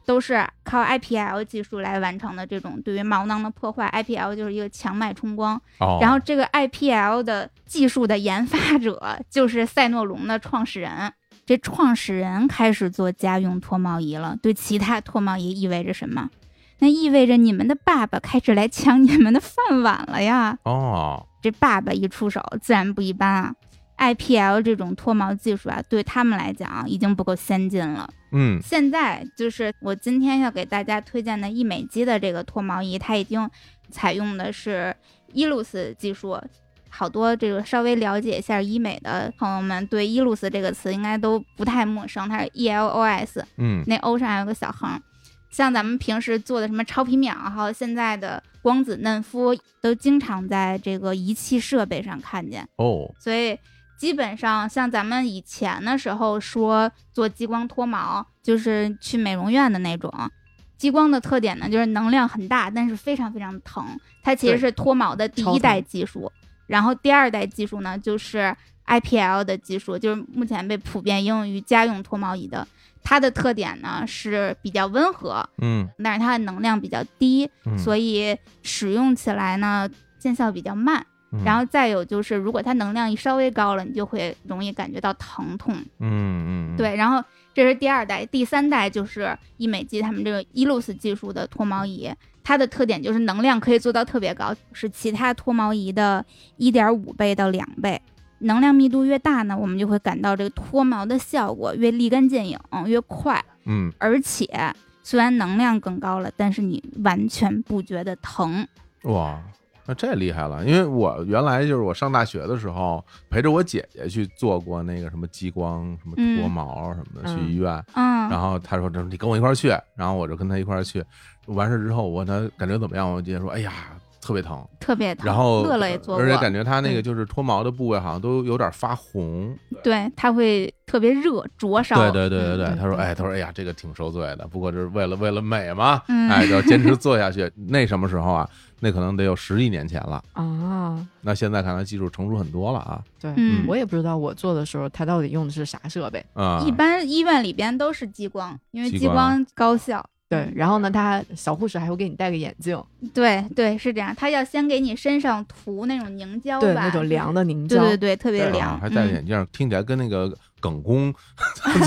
S2: 都是靠 IPL 技术来完成的这种对于毛囊的破坏。IPL 就是一个强脉冲光，
S1: 哦，
S2: 然后这个 IPL 的技术的研发者就是赛诺龙的创始人。这创始人开始做家用脱毛仪了，对其他脱毛仪意味着什么？那意味着你们的爸爸开始来抢你们的饭碗了呀！
S1: 哦，
S2: 这爸爸一出手，自然不一般啊。IPL 这种脱毛技术啊，对他们来讲已经不够先进了。
S1: 嗯
S2: 现在就是我今天要给大家推荐的医美肌的这个脱毛仪，它已经采用的是伊露丝技术。好多这个稍微了解一下医美的朋友们，对伊露丝这个词应该都不太陌生，它是 E L O S，
S1: 嗯
S2: 那 O 上还有个小横。像咱们平时做的什么超皮秒，还有现在的光子嫩肤，都经常在这个仪器设备上看见。
S1: 哦，
S2: 所以基本上像咱们以前的时候说做激光脱毛，就是去美容院的那种。激光的特点呢，就是能量很大，但是非常非常疼。它其实
S3: 对
S2: 是脱毛的第
S3: 超
S2: 一
S3: 疼
S2: 代技术，然后第二代技术呢，就是 IPL 的技术，就是目前被普遍应用于家用脱毛仪的。它的特点呢是比较温和，
S1: 嗯
S2: 但是它的能量比较低，
S1: 嗯，
S2: 所以使用起来呢见效比较慢。
S1: 嗯
S2: 然后再有就是，如果它能量一稍微高了，你就会容易感觉到疼痛。
S1: 嗯嗯，嗯，
S2: 对，然后这是第二代，第三代就是医美肌他们这个伊露丝技术的脱毛仪，它的特点就是能量可以做到特别高，是其他脱毛仪的一点五倍到两倍。能量密度越大呢，我们就会感到这个脱毛的效果越立竿见影，越快，
S1: 嗯
S2: 而且虽然能量更高了，但是你完全不觉得疼。
S1: 哇。那这厉害了，因为我原来就是我上大学的时候陪着我姐姐去做过那个什么激光、什么脱毛什么的，
S3: 嗯
S1: 去医院。
S2: 嗯，
S1: 然后她说：“这你跟我一块儿去。”然后我就跟她一块儿去。完事之后，我问她感觉怎么样，我姐姐说：“哎呀，特别疼，
S2: 特别疼。
S1: 然后
S2: 乐乐也做过，嗯
S1: 而且感觉它那个就是脱毛的部位好像都有点发红。
S2: 对，它会特别热，灼烧。
S1: 对对对对对，
S3: 嗯
S1: 他说，哎，他说，哎呀，这个挺受罪的，不过就是为了为了美嘛，
S2: 嗯
S1: 哎，要坚持做下去。 <laughs> 那什么时候啊？那可能得有十几年前了。
S3: 啊，
S1: 那现在看来技术成熟很多了啊，
S3: 对，
S2: 嗯
S3: 我也不知道我做的时候他到底用的是啥设备。
S1: 啊、
S2: 一般医院里边都是激光，因为
S1: 激
S2: 激光高效。嗯
S3: 对，然后呢，他还小护士还会给你戴个眼镜，
S2: 哦对对，是这样。它要先给你身上涂那种凝胶吧，
S3: 对，那种凉的凝
S2: 对，
S3: 胶，
S2: 对对对，特别
S3: 对
S2: 凉
S1: 啊，。还戴着
S2: 嗯
S1: 眼镜，听起来跟那个耿
S2: <laughs>
S1: 工 <laughs>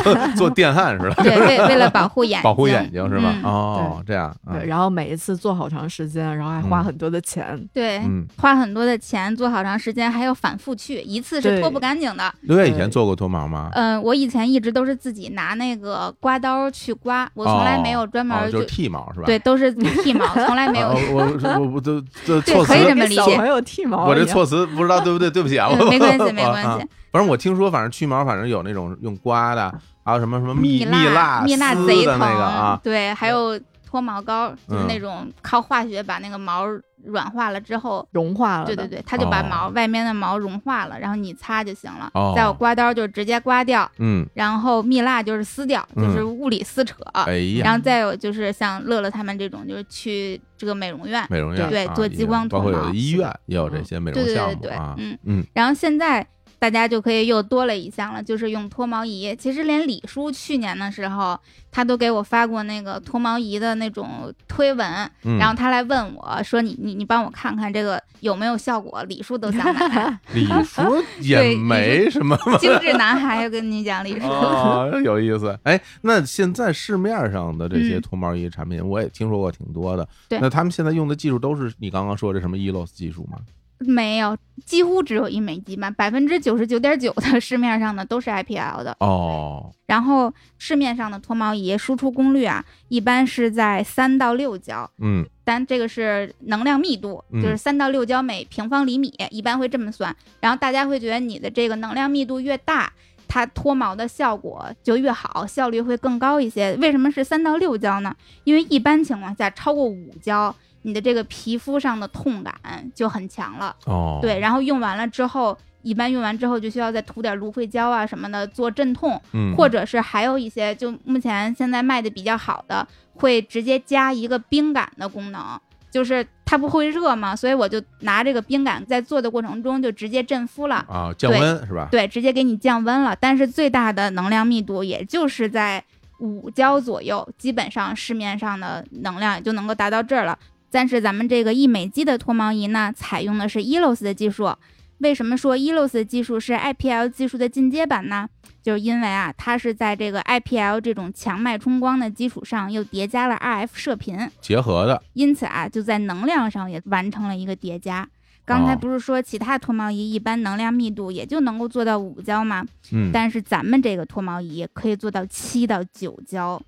S1: 做做电焊似的，
S2: 对，为为了保护眼
S1: 保护眼睛是吧？
S2: 嗯
S1: 哦，这样，啊
S3: 对，然后每一次做好长时间，然后还花
S1: 嗯
S3: 很多的钱，
S2: 对，
S1: 嗯，
S2: 花很多的钱做好长时间，还要反复去，一次是
S3: 对
S2: 脱不干净的。
S1: 六月以前做过脱毛吗？
S2: 嗯，我以前一直都是自己拿那个刮刀去刮，我从来没有专门
S1: 哦，
S2: 呃就、
S1: 就是剃毛是吧？
S2: 对，都是剃毛，从来没有
S1: 啊。我我我我这这
S2: 对
S1: 措辞
S2: 可以这么理
S3: 小
S2: 解
S3: 朋友剃毛一样，
S1: 我这措辞不知道对不对，对不起啊，我
S2: 嗯没关系
S1: 我
S2: 没关系
S1: <laughs> 啊反正我听说，反正去毛，反正有那种用刮的，还有什么什么蜜
S2: 蜡，蜜
S1: 蜡
S2: 蜡
S1: 丝
S2: 贼
S1: 的
S2: 疼，
S1: 那个啊，
S2: 对，还有脱毛膏，就是
S1: 嗯
S2: 那种靠化学把那个毛软化了之后，
S3: 融化了
S2: 对
S3: 的，
S2: 对对，它就把
S1: 哦
S2: 毛、外面的毛融化了，然后你擦就行了。
S1: 哦
S2: 再有刮刀就直接刮掉，
S1: 嗯，
S2: 然后蜜蜡就是撕掉，
S1: 嗯
S2: 就是物理撕扯。
S1: 哎呀，
S2: 然后再有就是像乐乐他们这种，就是去这个美容院。
S1: 美容院
S2: 对
S1: 啊
S2: 做激光
S1: 也包括有
S2: 脱
S1: 的
S2: 毛
S1: 医院也有这些美容
S2: 嗯对对
S1: 项
S2: 对
S1: 目
S2: 对
S1: 啊，，
S2: 嗯。
S1: 嗯，
S2: 然后现在大家就可以又多了一项了，就是用脱毛仪。其实连李叔去年的时候，他都给我发过那个脱毛仪的那种推文，
S1: 嗯
S2: 然后他来问我说你：“你你帮我看看这个有没有效果？”李叔都想
S1: <laughs>
S2: 买，
S1: 李叔也
S2: <laughs> 对 <laughs>
S1: 没什么
S2: 精致男孩，我跟你讲，李叔。
S1: 哦，有意思。哎，那现在市面上的这些
S2: 嗯
S1: 脱毛仪产品，我也听说过挺多的。
S2: 对
S1: 那他们现在用的技术都是你刚刚说的什么 ELOS 技术吗？
S2: 没有，几乎只有一美肌吧，百分之九十九点九的市面上的都是 IPL 的。
S1: 哦，
S2: 然后市面上的脱毛仪输出功率啊，一般是在三到六焦，
S1: 嗯，
S2: 但这个是能量密度，
S1: 嗯
S2: 就是三到六焦每平方厘米，一般会这么算。然后大家会觉得你的这个能量密度越大，它脱毛的效果就越好，效率会更高一些。为什么是三到六焦呢？因为一般情况下超过五焦，你的这个皮肤上的痛感就很强了。
S1: 哦，
S2: 对，，然后用完了之后，一般用完之后就需要再涂点芦荟胶啊什么的做镇痛，
S1: 嗯，
S2: 或者是还有一些就目前现在卖的比较好的，会直接加一个冰感的功能，就是它不会热嘛，所以我就拿这个冰感在做的过程中就直接震敷了。
S1: 啊，降温是吧？
S2: 对，直接给你降温了，但是最大的能量密度也就是在五焦左右，基本上市面上的能量也就能够达到这儿了。但是咱们这个一美肌的脱毛仪呢，采用的是 E ELOS 的技术。为什么说 E ELOS 的技术是 IPL 技术的进阶版呢？就是因为啊，它是在这个 IPL 这种强脉冲光的基础上，又叠加了 RF 射频。
S1: 结合的，
S2: 因此啊，就在能量上也完成了一个叠加。刚才
S1: 哦
S2: 不是说其他脱毛仪一般能量密度也就能够做到五焦吗？
S1: 嗯，
S2: 但是咱们这个脱毛仪可以做到七到九焦，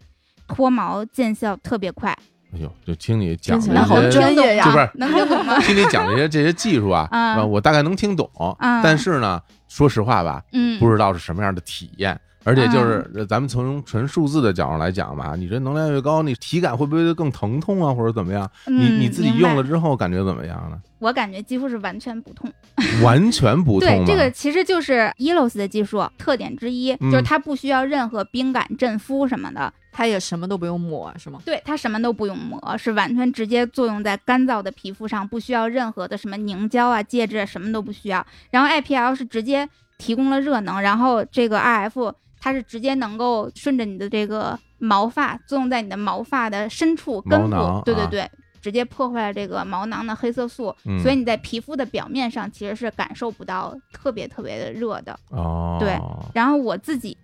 S2: 脱毛见效特别快，
S1: 哎呦，就听你讲
S3: 听起
S1: 这
S3: 来好
S1: 些，
S3: 专业
S1: 就
S3: 呀
S1: 不是
S2: 能听
S1: <laughs>
S2: 懂吗？
S1: 听你讲这些这些技术啊，
S2: <laughs> 嗯
S1: 呃我大概能听懂，
S2: 嗯
S1: 但是呢，说实话吧，
S2: 嗯，啊
S1: 不知道是什么样的体验。而且就是，呃咱们从纯数字的角度来讲吧，你这能量越高，你体感会不会更疼痛啊，或者怎么样？你
S2: 嗯
S1: 你自己
S2: 明白
S1: 用了之后感觉怎么样呢？
S2: 我感觉几乎是完全不痛。
S1: 完全不痛
S2: 对
S1: 吗？，
S2: 这个其实就是 ELOS 的技术特点之一，
S1: 嗯
S2: 就是它不需要任何冰感、震敷什么的，
S3: 他也什么都不用抹，是吗？
S2: 对，它什么都不用抹，是完全直接作用在干燥的皮肤上，不需要任何的什么凝胶啊、介质，什么都不需要。然后 IPL 是直接提供了热能，然后这个 RF 它是直接能够顺着你的这个毛发作用在你的毛发的深处根
S1: 毛囊
S2: 部，对对
S1: 啊
S2: 对。直接破坏了这个毛囊的黑色素，
S1: 嗯
S2: 所以你在皮肤的表面上其实是感受不到特别特别的热的。
S1: 哦，
S2: 对，然后我自己，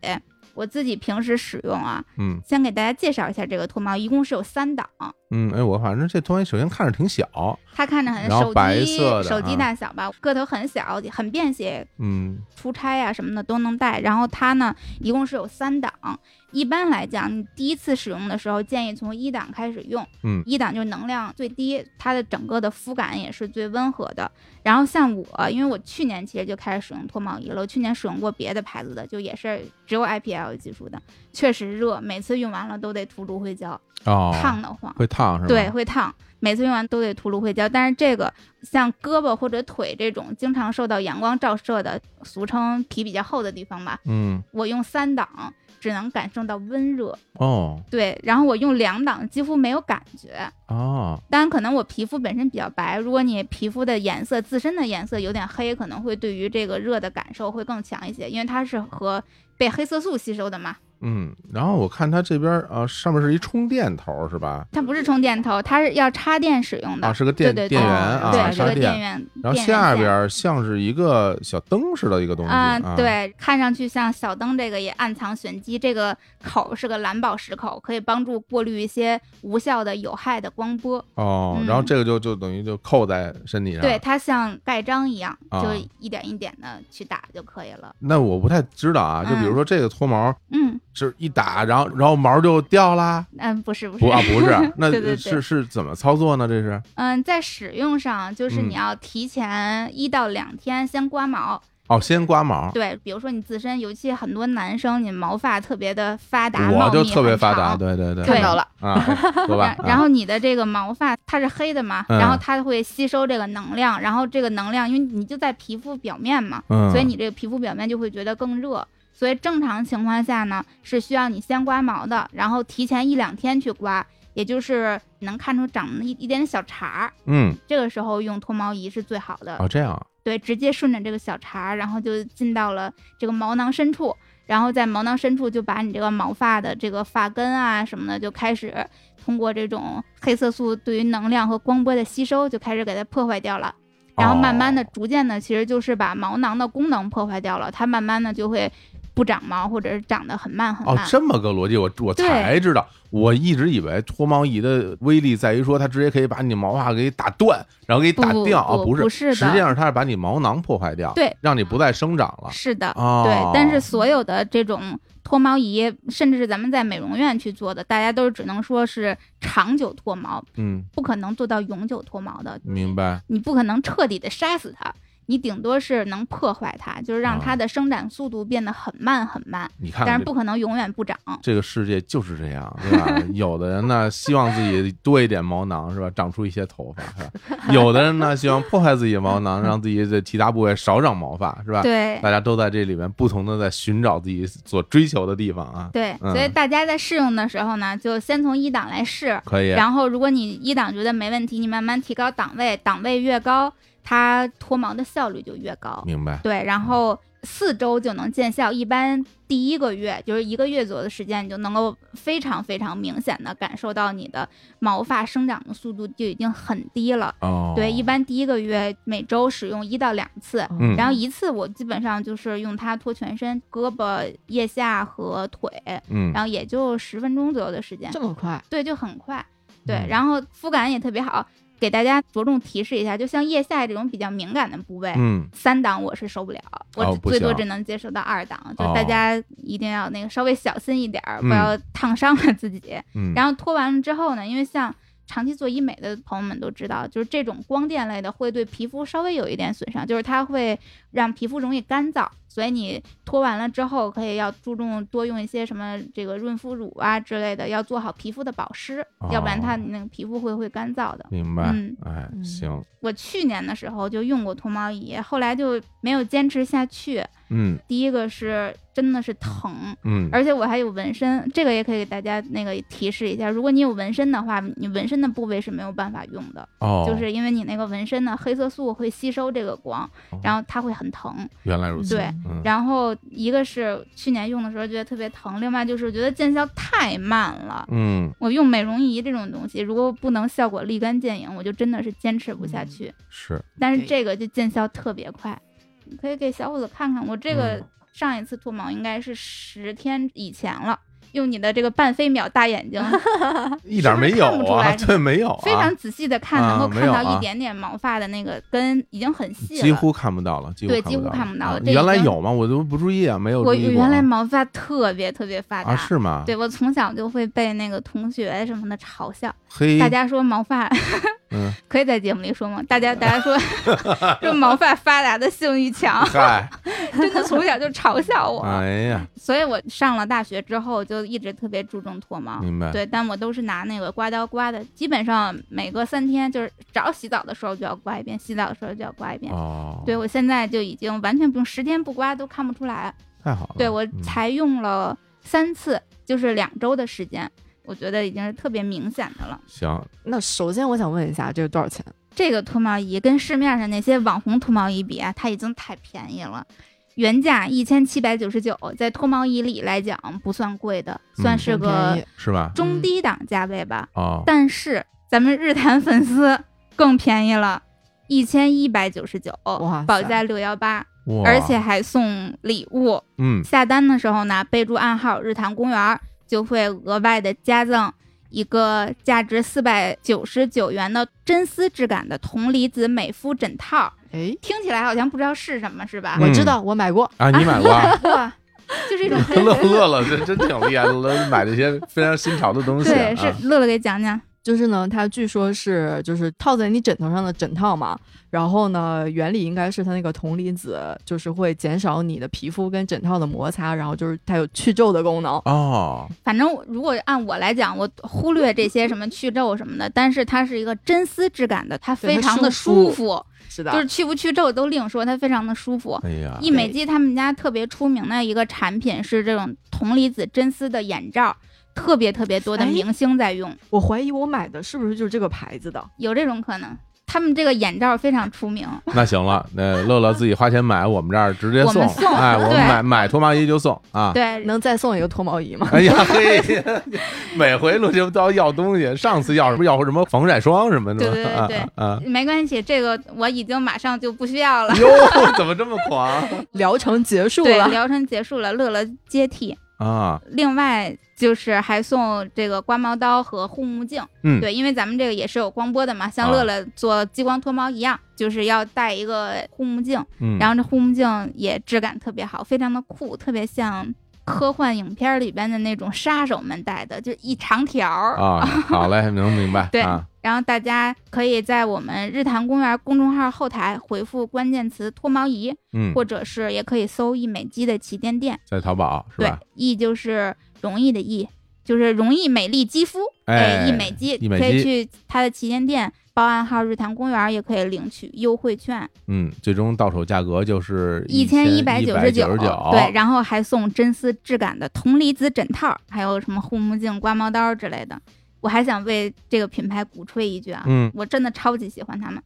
S2: 我自己平时使用啊，
S1: 嗯
S2: 先给大家介绍一下这个脱毛，一共是有三档，
S1: 嗯，哎，我反正这东西首先看着挺小，
S2: 它看着很
S1: 然后
S2: 手
S1: 白
S2: 机
S1: 色的
S2: 手机
S1: 啊
S2: 大小吧，个头很小，很便携，
S1: 嗯
S2: 出差啊什么的都能带。然后它呢，一共是有三档。一般来讲，你第一次使用的时候，建议从一档开始用。
S1: 嗯
S2: 一档就是能量最低，它的整个的肤感也是最温和的。然后像我，因为我去年其实就开始使用脱毛仪了，我去年使用过别的牌子的，就也是只有 IPL 技术的，确实热，每次用完了都得涂芦荟胶，
S1: 哦，
S2: 烫得慌。
S1: 会烫是吧？
S2: 对，，会烫。每次用完都得涂芦荟胶。但是这个像胳膊或者腿这种经常受到阳光照射的，俗称皮比较厚的地方吧，
S1: 嗯，
S2: 我用三档只能感受到温热，
S1: 哦
S2: 对，然后我用两档几乎没有感觉。
S1: 哦，
S2: 当然，可能我皮肤本身比较白，如果你皮肤的颜色自身的颜色有点黑，可能会对于这个热的感受会更强一些，因为它是和被黑色素吸收的嘛。
S1: 嗯，然后我看它这边啊，上面是一充电头是吧？
S2: 它不是充电头，它是要插电使用的。
S1: 啊，是个电
S2: 嗯对对
S1: 电源
S3: 哦
S1: 啊，
S2: 对，
S3: 是
S2: 是
S1: 插
S2: 个
S1: 电。
S2: 源。
S1: 然后
S2: 电源
S1: 下
S2: 线
S1: 边儿像是一个小灯似的一个东西
S2: 嗯啊、
S1: 啊，，
S2: 对，看上去像小灯，这个也暗藏玄机。这个口是个蓝宝石口，可以帮助过滤一些无效的有害的光波。
S1: 哦，
S2: 嗯
S1: 然后这个就就等于就扣在身体上。
S2: 对，，它像盖章一样，
S1: 啊
S2: 就一点一点的去打就可以了。
S1: 那我不太知道啊，就比如
S2: 嗯
S1: 说这个脱毛
S2: 嗯
S1: 是一打，然后然后毛就掉
S2: <laughs>
S1: 啦，
S2: 嗯，不是不是，
S1: 不啊不是
S2: <laughs>
S1: 那
S2: 对对对
S1: 是是怎么操作呢？这是
S2: 嗯，在使用上就是
S1: 嗯
S2: 你要提前一到两天先刮毛。
S1: 哦，先刮毛，
S2: 对，比如说你自身，尤其很多男生，你毛发特别的发达，
S1: 我
S2: 茂
S1: 就
S2: 密
S1: 特别
S2: 很
S1: 发达，
S2: 长
S1: 对对对，
S2: 看到
S3: 了
S1: 啊，
S2: <laughs>
S1: 说吧
S2: 然，然后你的这个毛发它是黑的嘛，然后
S1: 嗯
S2: 它会吸收这个能量，然后这个能量因为你就在皮肤表面嘛，
S1: 嗯
S2: 所以你这个皮肤表面就会觉得更热。所以正常情况下呢，是需要你先刮毛的，然后提前一两天去刮，也就是能看出长了一一点点小茬儿。
S1: 嗯
S2: 这个时候用脱毛仪是最好的，
S1: 哦这样，
S2: 对，直接顺着这个小茬儿，然后就进到了这个毛囊深处，然后在毛囊深处就把你这个毛发的这个发根啊什么的，就开始通过这种黑色素对于能量和光波的吸收，就开始给它破坏掉了。然后慢慢的、
S1: 哦
S2: 逐渐的，其实就是把毛囊的功能破坏掉了，它慢慢的就会不长毛，或者是长得很慢很
S1: 哦
S2: 慢。
S1: 这么个逻辑，我我才知道，我一直以为脱毛仪的威力在于说它直接可以把你毛发给打断，然后给你打
S2: 不
S1: 掉啊，
S2: 不
S1: 是，
S2: 不是的
S1: 实际上它是把你毛囊破坏掉，
S2: 对
S1: 让你不再生长了。
S2: 是的，
S1: 哦，
S2: 对，但是所有的这种脱毛仪，甚至是咱们在美容院去做的，大家都是只能说是长久脱毛，
S1: 嗯，
S2: 不可能做到永久脱毛的，
S1: 明白，
S2: 你不可能彻底的杀死它，你顶多是能破坏它，就是让
S1: 哦
S2: 它的生长速度变得很慢很慢，
S1: 你看
S2: 但
S1: 看
S2: 是
S1: 这
S2: 不可能永远不长。
S1: 这个世界就是这样，对吧？
S2: <laughs>
S1: 有的人呢，希望自己多一点毛囊，是吧？长出一些头发，是
S2: <laughs>
S1: 吧？有的人呢，希望破坏自己的毛囊，让自己的其他部位少长毛发，是吧？
S2: 对
S1: 大家都在这里面不同的在寻找自己所追求的地方啊。
S2: 对，
S1: 嗯
S2: 所以大家在试用的时候呢，就先从一档来试，
S1: 可以，
S2: 然后，如果你一档觉得没问题，你慢慢提高档位，档位越高，它脱毛的效率就越高。
S1: 明白。
S2: 对，然后四周就能见效，一般第一个月就是一个月左右的时间，你就能够非常非常明显的感受到你的毛发生长的速度就已经很低了。
S1: 哦，
S2: 对，一般第一个月每周使用一到两次，
S1: 嗯
S2: 然后一次我基本上就是用它脱全身，胳膊、腋下和腿，
S1: 嗯
S2: 然后也就十分钟左右的时间
S3: 这。么快，
S2: 对，就很快。对
S1: 嗯，
S2: 然后肤感也特别好，给大家着重提示一下，就像腋下这种比较敏感的部位，
S1: 嗯，
S2: 三档我是受不了，我
S1: 哦
S2: 只
S1: 不
S2: 最多
S1: 行
S2: 只能接受到二档，就
S1: 哦
S2: 大家一定要那个稍微小心一点儿，
S1: 嗯
S2: 不要烫伤了自己。
S1: 嗯，
S2: 然后脱完了之后呢，因为像。长期做医美的朋友们都知道，就是这种光电类的会对皮肤稍微有一点损伤，就是它会让皮肤容易干燥，所以你脱完了之后可以要注重多用一些什么这个润肤乳啊之类的，要做好皮肤的保湿，要不然它
S1: 哦
S2: 那个皮肤会会干燥的。
S1: 明白
S2: 嗯。
S1: 哎，
S3: 嗯
S1: 行，
S2: 我去年的时候就用过脱毛仪，后来就没有坚持下去。
S1: 嗯
S2: 第一个是真的是疼，
S1: 嗯，
S2: 而且我还有纹身，这个也可以给大家那个提示一下，如果你有纹身的话，你纹身的部位是没有办法用的，
S1: 哦，
S2: 就是因为你那个纹身呢，黑色素会吸收这个光
S1: 哦，
S2: 然后它会很疼。
S1: 原来如此。
S2: 对
S1: 嗯，
S2: 然后一个是去年用的时候觉得特别疼，另外就是觉得见效太慢了。
S1: 嗯，
S2: 我用美容仪这种东西，如果不能效果立竿见影，我就真的是坚持不
S1: 嗯
S2: 下去。
S1: 是
S2: 但是
S3: 对
S2: 这个就见效特别快，你可以给小伙子看看，我这个
S1: 嗯
S2: 上一次脱毛应该是十天以前了。用你的这个半飞秒大
S1: <laughs>
S2: 眼睛，
S1: 一点没有
S2: 看不出
S1: 啊，
S2: 来
S1: 对，没有啊，
S2: 非常仔细的看，
S1: 啊
S2: 能够
S1: 没
S2: 看
S1: 有
S2: 到
S1: 啊
S2: 一点点毛发的那个根，已经很细了。
S1: 几乎看不到了，几乎
S2: 对
S1: 看
S2: 几
S1: 不
S2: 乎
S1: 到
S2: 看不到
S1: 啊
S2: 了这已
S1: 原来
S2: 经
S1: 有吗？我都不注意啊，没有注
S2: 我
S1: 意过
S2: 原来
S1: 啊
S2: 毛发特别特别发达，
S1: 啊是吗？哎
S2: 对我从小就会被那个同学什么的嘲笑，
S1: 嘿，
S2: 大家说毛发
S1: 嗯，
S2: 可以在节目里说吗？大家大
S1: <laughs>
S2: 家说说毛发发达的性欲强， <laughs>
S1: 嗨，
S2: 真的从小就嘲笑啊我，
S1: 哎呀，
S2: 所以我上了大学之后就一直特别注重脱毛。
S1: 明白，
S2: 嗯对，但我都是拿那个刮刀刮的，基本上每隔三天，就是只要洗澡的时候就要刮一遍，洗澡的时候就要刮一遍。
S1: 哦，
S2: 对，我现在就已经完全不用，十天不刮都看不出来。
S1: 太好了，
S2: 对我
S1: 哦嗯
S2: 才用了三次，就是两周的时间，我觉得已经是特别明显的了。
S1: 行，
S3: 那首先我想问一下，这个多少钱？
S2: 这个脱毛仪跟市面上那些网红脱毛仪比啊，它已经太便宜了。原价一千七百九十九，在脱毛仪里来讲不算贵的，算
S1: 嗯
S2: 是
S3: 很
S2: 个
S3: 便宜
S1: 是吧？
S2: 中低档价位吧。
S1: 哦，
S2: 但是咱们日坛粉丝更便宜了，一千一百九十九，
S3: 哇
S2: 保
S3: 塞
S2: 价六幺八，
S1: 哇
S2: 而且，还送礼物。
S1: 嗯，
S2: 下单的时候呢，备注暗号“日坛公园”，就会额外的加赠一个价值四百九十九元的真丝质感的铜离子美肤枕套。
S3: 哎，
S2: 听起来好像不知道是什么，是吧？
S1: 嗯
S3: 我知道，我买过。
S1: 啊，你买
S2: <laughs>
S1: 过啊？
S2: 哇，就是一种很
S1: <laughs> 乐乐了，这真挺厉害的，买这些非常新潮的东西啊。
S2: 对，是乐乐给讲讲。
S3: 就是呢，它据说是就是套在你枕头上的枕套嘛，然后呢，原理应该是它那个铜离子就是会减少你的皮肤跟枕套的摩擦，然后就是它有去皱的功能。
S1: 哦，
S2: 反正我如果按我来讲，我忽略这些什么去皱什么的，但是它是一个真丝质感的，它
S3: 对
S2: 非
S3: 它
S2: 常的
S3: 舒
S2: 舒
S3: 服
S2: 服，
S3: 是的，啊
S2: 就是去不去皱都另说，它非常的舒服。
S1: 哎呀，
S2: 一美肌他们家特别出名的一个产品是这种铜离子真丝的眼罩，特别特别多的
S3: 哎
S2: 明星在用，
S3: 我怀疑我买的是不是就是这个牌子的？
S2: 有这种可能。他们这个眼罩非常出名，
S3: 啊
S1: 那行了，那乐乐自己花钱买，我们这儿直接
S2: 我
S1: 送
S2: 们，送
S1: 哎，我们
S2: 对
S1: 买买脱毛仪就送啊。
S2: 对，
S3: 能再送一个脱
S2: <laughs>
S3: 毛仪吗？
S1: 哎呀嘿，每回录节目都要要东西，上次要什么要什么防晒霜什么的，
S2: 对对对对
S1: 啊啊啊！
S2: 没关系，这个我已经马上就不需要了。
S1: 哟，怎么这么
S2: <laughs>
S1: 狂
S3: 疗程结束
S2: 对，
S3: 了，
S2: 疗程结束了，乐乐接替。
S1: 啊？
S2: 另外就是还送这个刮毛刀和护目镜，
S1: 嗯
S2: 对，因为咱们这个也是有光波的嘛，像
S1: 啊
S2: 乐乐做激光脱毛一样，就是要戴一个护目镜，
S1: 嗯，
S2: 然后这护目镜也质感特别好，非常的酷，特别像科幻影片里边的那种杀手们戴的，就一长条儿。
S1: 啊，好嘞，能明白。
S2: 对
S1: 啊，
S2: 然后大家可以在我们日坛公园公众号后台回复关键词“脱毛仪”，
S1: 嗯，
S2: 或者是也可以搜“一美肌”的旗舰店。
S1: 在淘宝是
S2: 对
S1: 吧？，
S2: 易就是容易的易，就是容易美丽肌肤。
S1: 哎
S2: 易美肌
S1: 易美
S2: 可以
S1: 肌
S2: 去它的旗舰店报暗号“日坛公园”，也可以领取优惠券，
S1: 嗯，最终到手价格就是
S2: 一
S1: 千
S2: 一
S1: 一
S2: 九
S1: 十
S2: 九。
S1: 九。
S2: 对，然后还送真丝质感的铜离子枕套，还有什么护目镜、刮毛刀之类的。我还想为这个品牌鼓吹一句啊，
S1: 嗯
S2: 我真的超级喜欢他们，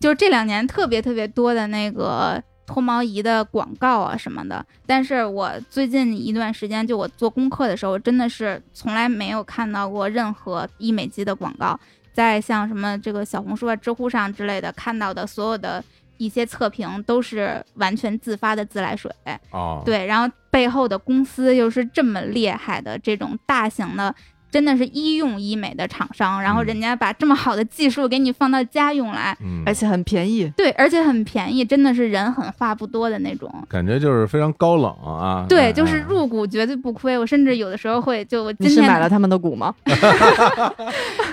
S2: 就是这两年特别特别多的那个脱毛仪的广告啊什么的。但是我最近一段时间，就我做功课的时候，真的是从来没有看到过任何医美机的广告。在像什么这个小红书啊、知乎上之类的看到的所有的一些测评，都是完全自发的自来水。
S1: 哦，，
S2: 对，然后背后的公司又是这么厉害的这种大型的，真的是医用医美的厂商，然后
S1: 嗯
S2: 人家把这么好的技术给你放到家用来，
S1: 嗯，
S3: 而且很便宜。
S2: 对，而且很便宜，真的是人狠话不多的那种。
S1: 感觉就是非常高冷啊。
S2: 对，就是
S1: 嗯
S2: 入股绝对不亏。我甚至有的时候会，就我今
S3: 你是
S2: 天
S3: 买了他们的股吗？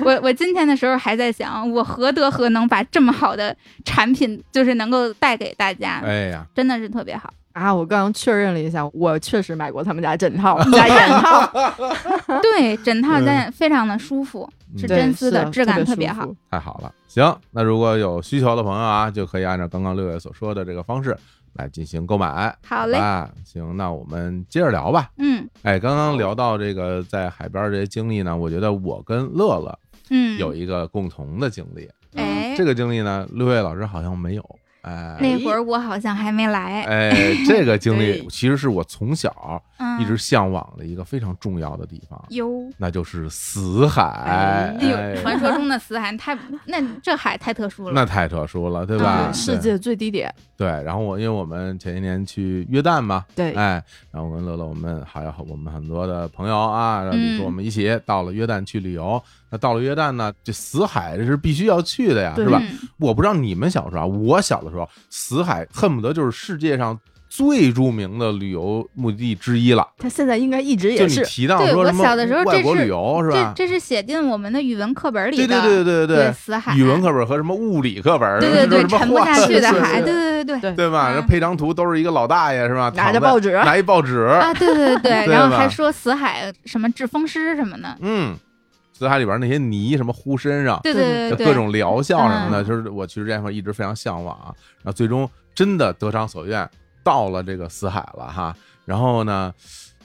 S2: 我我今天的时候还在想，我何德何能把这么好的产品，就是能够带给大家，
S1: 哎呀，
S2: 真的是特别
S1: <laughs>
S2: 好。
S3: 啊，我刚刚确认了一下，我确实买过他们家枕套，加眼套，
S2: 对，枕套在非常的舒服，
S1: 嗯
S2: 是
S1: 对
S2: 真丝
S3: 是
S2: 的，质感
S3: 特
S2: 特别好
S3: 舒。服。
S1: 太好了。行，那如果有需求的朋友啊，就可以按照刚刚六月所说的这个方式来进行购买。
S2: 好嘞
S1: 吧，行，那我们接着聊吧。
S2: 嗯
S1: 哎，刚刚聊到这个在海边儿这些经历呢，我觉得我跟乐乐
S2: 嗯，
S1: 有一个共同的经历。
S2: 哎，
S1: 这个经历呢，六月老师好像没有。哎，
S2: 那会儿我好像还没来，
S1: 哎，这个经
S2: <laughs>
S1: 历
S3: 对
S1: 其实是我从小
S2: 嗯，
S1: 一直向往的一个非常重要的地方，
S2: 哟。
S1: 那就是死海。
S3: 哎
S2: 哎
S1: 哎
S2: 呦，传说中的死海太那这海太特殊了，
S1: 那太特殊了，对
S3: 对
S1: 吧？
S2: 嗯
S3: 世
S1: 对
S3: 界最低点，
S1: 对，然后我因为我们前些年去约旦嘛，
S3: 对
S1: 哎，然后我跟乐乐我们还有我们很多的朋友啊，然后
S2: 嗯
S1: 比如说我们一起到了约旦去旅游，那到了约旦呢，这死海这是必须要去的呀，
S3: 对
S1: 是吧？
S2: 嗯
S1: 我不知道你们小时候啊，我小的时候，死海恨不得就是世界上。最著名的旅游目的地之一了。
S3: 它现在应该一直
S1: 就
S3: 也
S1: 你
S3: 是，
S1: 提到
S2: 对
S1: 说
S2: 我
S1: 什么
S2: 小的时候
S1: 外
S2: 这
S1: 国
S2: 是
S1: 旅游是
S2: 这
S1: 吧？
S2: 这是写进我们的语文课本里
S1: 对
S2: 的，
S1: 对对对对对
S2: 死海，
S1: 语文课本和什么物理课本，
S2: 对对
S1: 都是
S2: 对，
S1: 什么
S2: 沉不
S1: 画
S2: 下
S1: <laughs>
S2: 去的
S3: 是是
S2: 海，
S3: 是
S2: 对对对
S3: 对
S1: 对吧？
S2: 嗯
S1: 这配张图都是一个老大爷是吧？
S3: 拿着
S1: 躺在
S3: 报纸
S1: 拿一报纸，
S2: 啊，对对对，
S1: <laughs> 对
S2: 然后
S1: 吧
S2: 还说死海什么治风湿什么的，
S1: 嗯，死海里边那些泥什么糊身上，
S2: 对
S3: 对
S2: 对
S1: 就
S2: 对
S1: 各种疗效什么的，
S2: 嗯
S1: 就是我其实这块一直非常向往啊。然后最终真的得偿所愿，到了这个死海了哈。然后呢，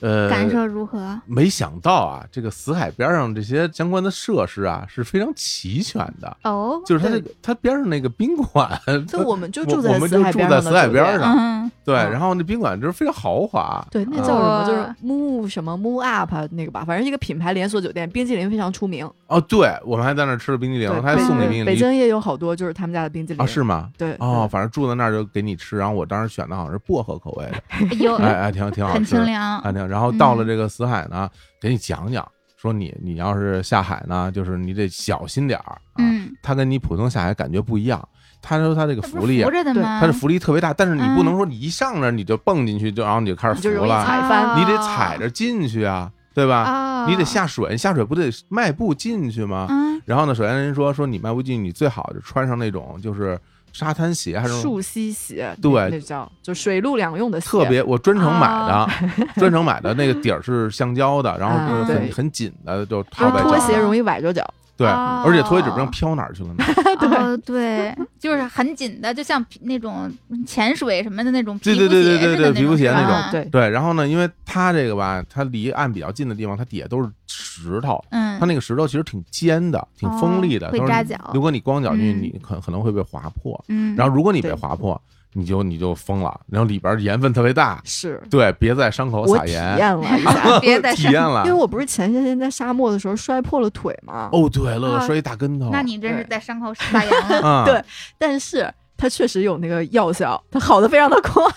S1: 呃，
S2: 感受如何？
S1: 没想到啊，这个死海边上这些相关的设施啊是非常齐全的，
S2: 哦，
S1: 就是它
S3: 对
S1: 这个它边上那个宾馆，
S3: 对，我们就
S1: 我
S3: 住
S1: 我
S3: 在
S1: 们
S3: 死
S1: 就
S3: 海
S1: 住
S3: 边
S1: 在
S3: 上的
S1: 死海
S3: 酒
S1: 边
S3: 店
S1: 上
S2: 嗯，
S1: 对，
S3: 嗯
S1: 然后那宾馆就是非常豪华，
S3: 对，那
S1: 啊
S3: 叫什么？就是
S2: 哇
S3: Move 什么 Move Up 那个吧，反正一个品牌连锁酒店，冰激凌非常出名。
S1: 哦，对，我们还在那儿吃了冰激凌，
S3: 对，
S1: 他还送你
S3: 北
S1: 冰
S3: 北
S1: 激凌
S3: 京也有好多就是他们家的冰激凌
S1: 啊？是吗？
S3: 对
S1: 哦，，反正住在那儿就给你吃，然后我当时选的好像是薄荷口味的，
S2: 哎
S3: 哦
S2: 呦，
S1: <laughs> 哎哎，挺挺好
S2: 很
S1: 吃
S2: 清
S1: 的，
S2: 凉，
S1: 哎挺。然后到了
S2: 嗯
S1: 这个死海呢，给你讲讲，说你你要是下海呢，就是你得小心点儿啊，
S2: 嗯，
S1: 它跟你普通下海感觉不一样。他说他这个
S2: 它不
S1: 浮
S2: 是
S1: 力啊
S2: 浮，着的
S3: 对
S2: 吗？
S1: 它是浮力特别大，但是你不
S2: 嗯
S1: 能说你一上那儿你就蹦进去，就然后你就开
S3: 你
S1: 始
S3: 就容
S1: 浮
S3: 易
S1: 了，
S3: 踩哦翻
S1: 你得踩着进去啊，对吧？
S2: 啊，
S1: 你得下水，下水不得迈步进去吗？
S2: 嗯，
S1: 然后呢，首先人说说你迈不进，你最好就穿上那种就是沙滩鞋，还是那种
S3: 树膝鞋，
S1: 对
S3: 那那叫就水陆两用的鞋，
S1: 特别我专程买
S2: 啊
S1: 的，专程买的那个底儿是橡胶的，然后就是
S2: 啊
S1: 很
S3: 对
S1: 很紧的，就
S3: 就
S1: 套
S3: 是
S1: 在
S3: 拖
S1: 脚
S3: 鞋
S1: 上。
S3: 容易崴着脚。
S1: 对，
S2: 哦
S1: 而且拖鞋指不定飘哪儿去了呢。
S2: 哦， <laughs> 对，就是很紧的，就像皮那种潜水什么的那种
S1: 对
S2: 皮肤
S1: 对对
S2: 鞋
S1: 对
S2: 似
S1: 对
S2: 的
S1: 皮肤鞋那种
S2: 那
S3: 啊对，
S1: 对，然后呢，因为它这个吧，它离岸比较近的地方，它底下都是石头。
S2: 嗯，
S1: 它那个石头其实挺尖的，挺锋利的，
S2: 哦会
S1: 它是
S2: 扎脚
S1: 如果你光脚进去，
S2: 嗯
S1: 你可可能会被划破。
S2: 嗯，，
S1: 然后如果你被
S3: 对
S1: 划破，你就你就疯了。然后里边盐分特别大，
S3: 是
S1: 对，别在伤口
S3: 我
S1: 撒
S3: 体
S1: 盐。
S3: 验了一
S1: <laughs>
S3: 下
S2: 别再
S1: 体验了
S3: 因为。我不是前些天在沙漠的时候摔破了腿嘛，
S1: 哦，对，乐乐
S2: 啊
S1: 摔一大跟头。
S2: 那你真
S1: 哦
S2: 是在
S1: <laughs>
S2: 伤口撒盐了，
S1: 啊，
S3: <laughs> 对但是它确实有那个药效，它好的非常的快。
S1: <laughs>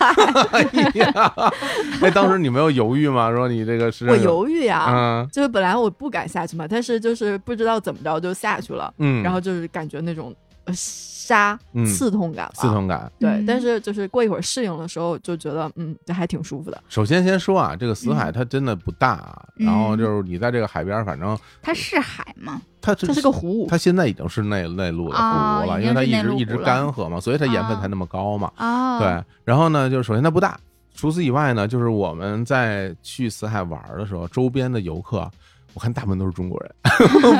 S1: 哎呀，哎，当时你没有犹豫吗？说你这个是
S3: 我犹豫呀、
S1: 啊，
S3: 就是本来我不敢下去嘛，但是就是不知道怎么着就下去了，
S1: 嗯，
S3: 然后就是感觉那种呃沙
S1: 嗯
S3: 刺痛感吧，
S1: 刺痛感。
S3: 对
S2: 嗯，
S3: 但是就是过一会儿适应的时候，就觉得嗯，这还挺舒服的。
S1: 首先先说啊，这个死
S3: 嗯
S1: 海它真的不大啊，
S2: 嗯
S1: 然后就是你在这个海边儿，反正
S2: 它是海吗？
S1: 它
S3: 这是个湖，
S1: 它现在已经是内内陆的
S2: 哦
S1: 湖了，
S2: 已
S1: 因为
S2: 经
S1: 它
S2: 是
S1: 一
S2: 内
S1: 直
S2: 陆
S1: 一
S2: 湖
S1: 直
S2: 了
S1: 干涸嘛，所以它盐
S3: 啊
S1: 分
S2: 哦
S1: 才那么高嘛。
S2: <laughs> 哦，
S1: 对，然后呢，就是首先它不大，除此以外呢，就是我们在去死海玩儿的时候，周边的游客，我看大部分都是中国
S2: <laughs>
S1: 人，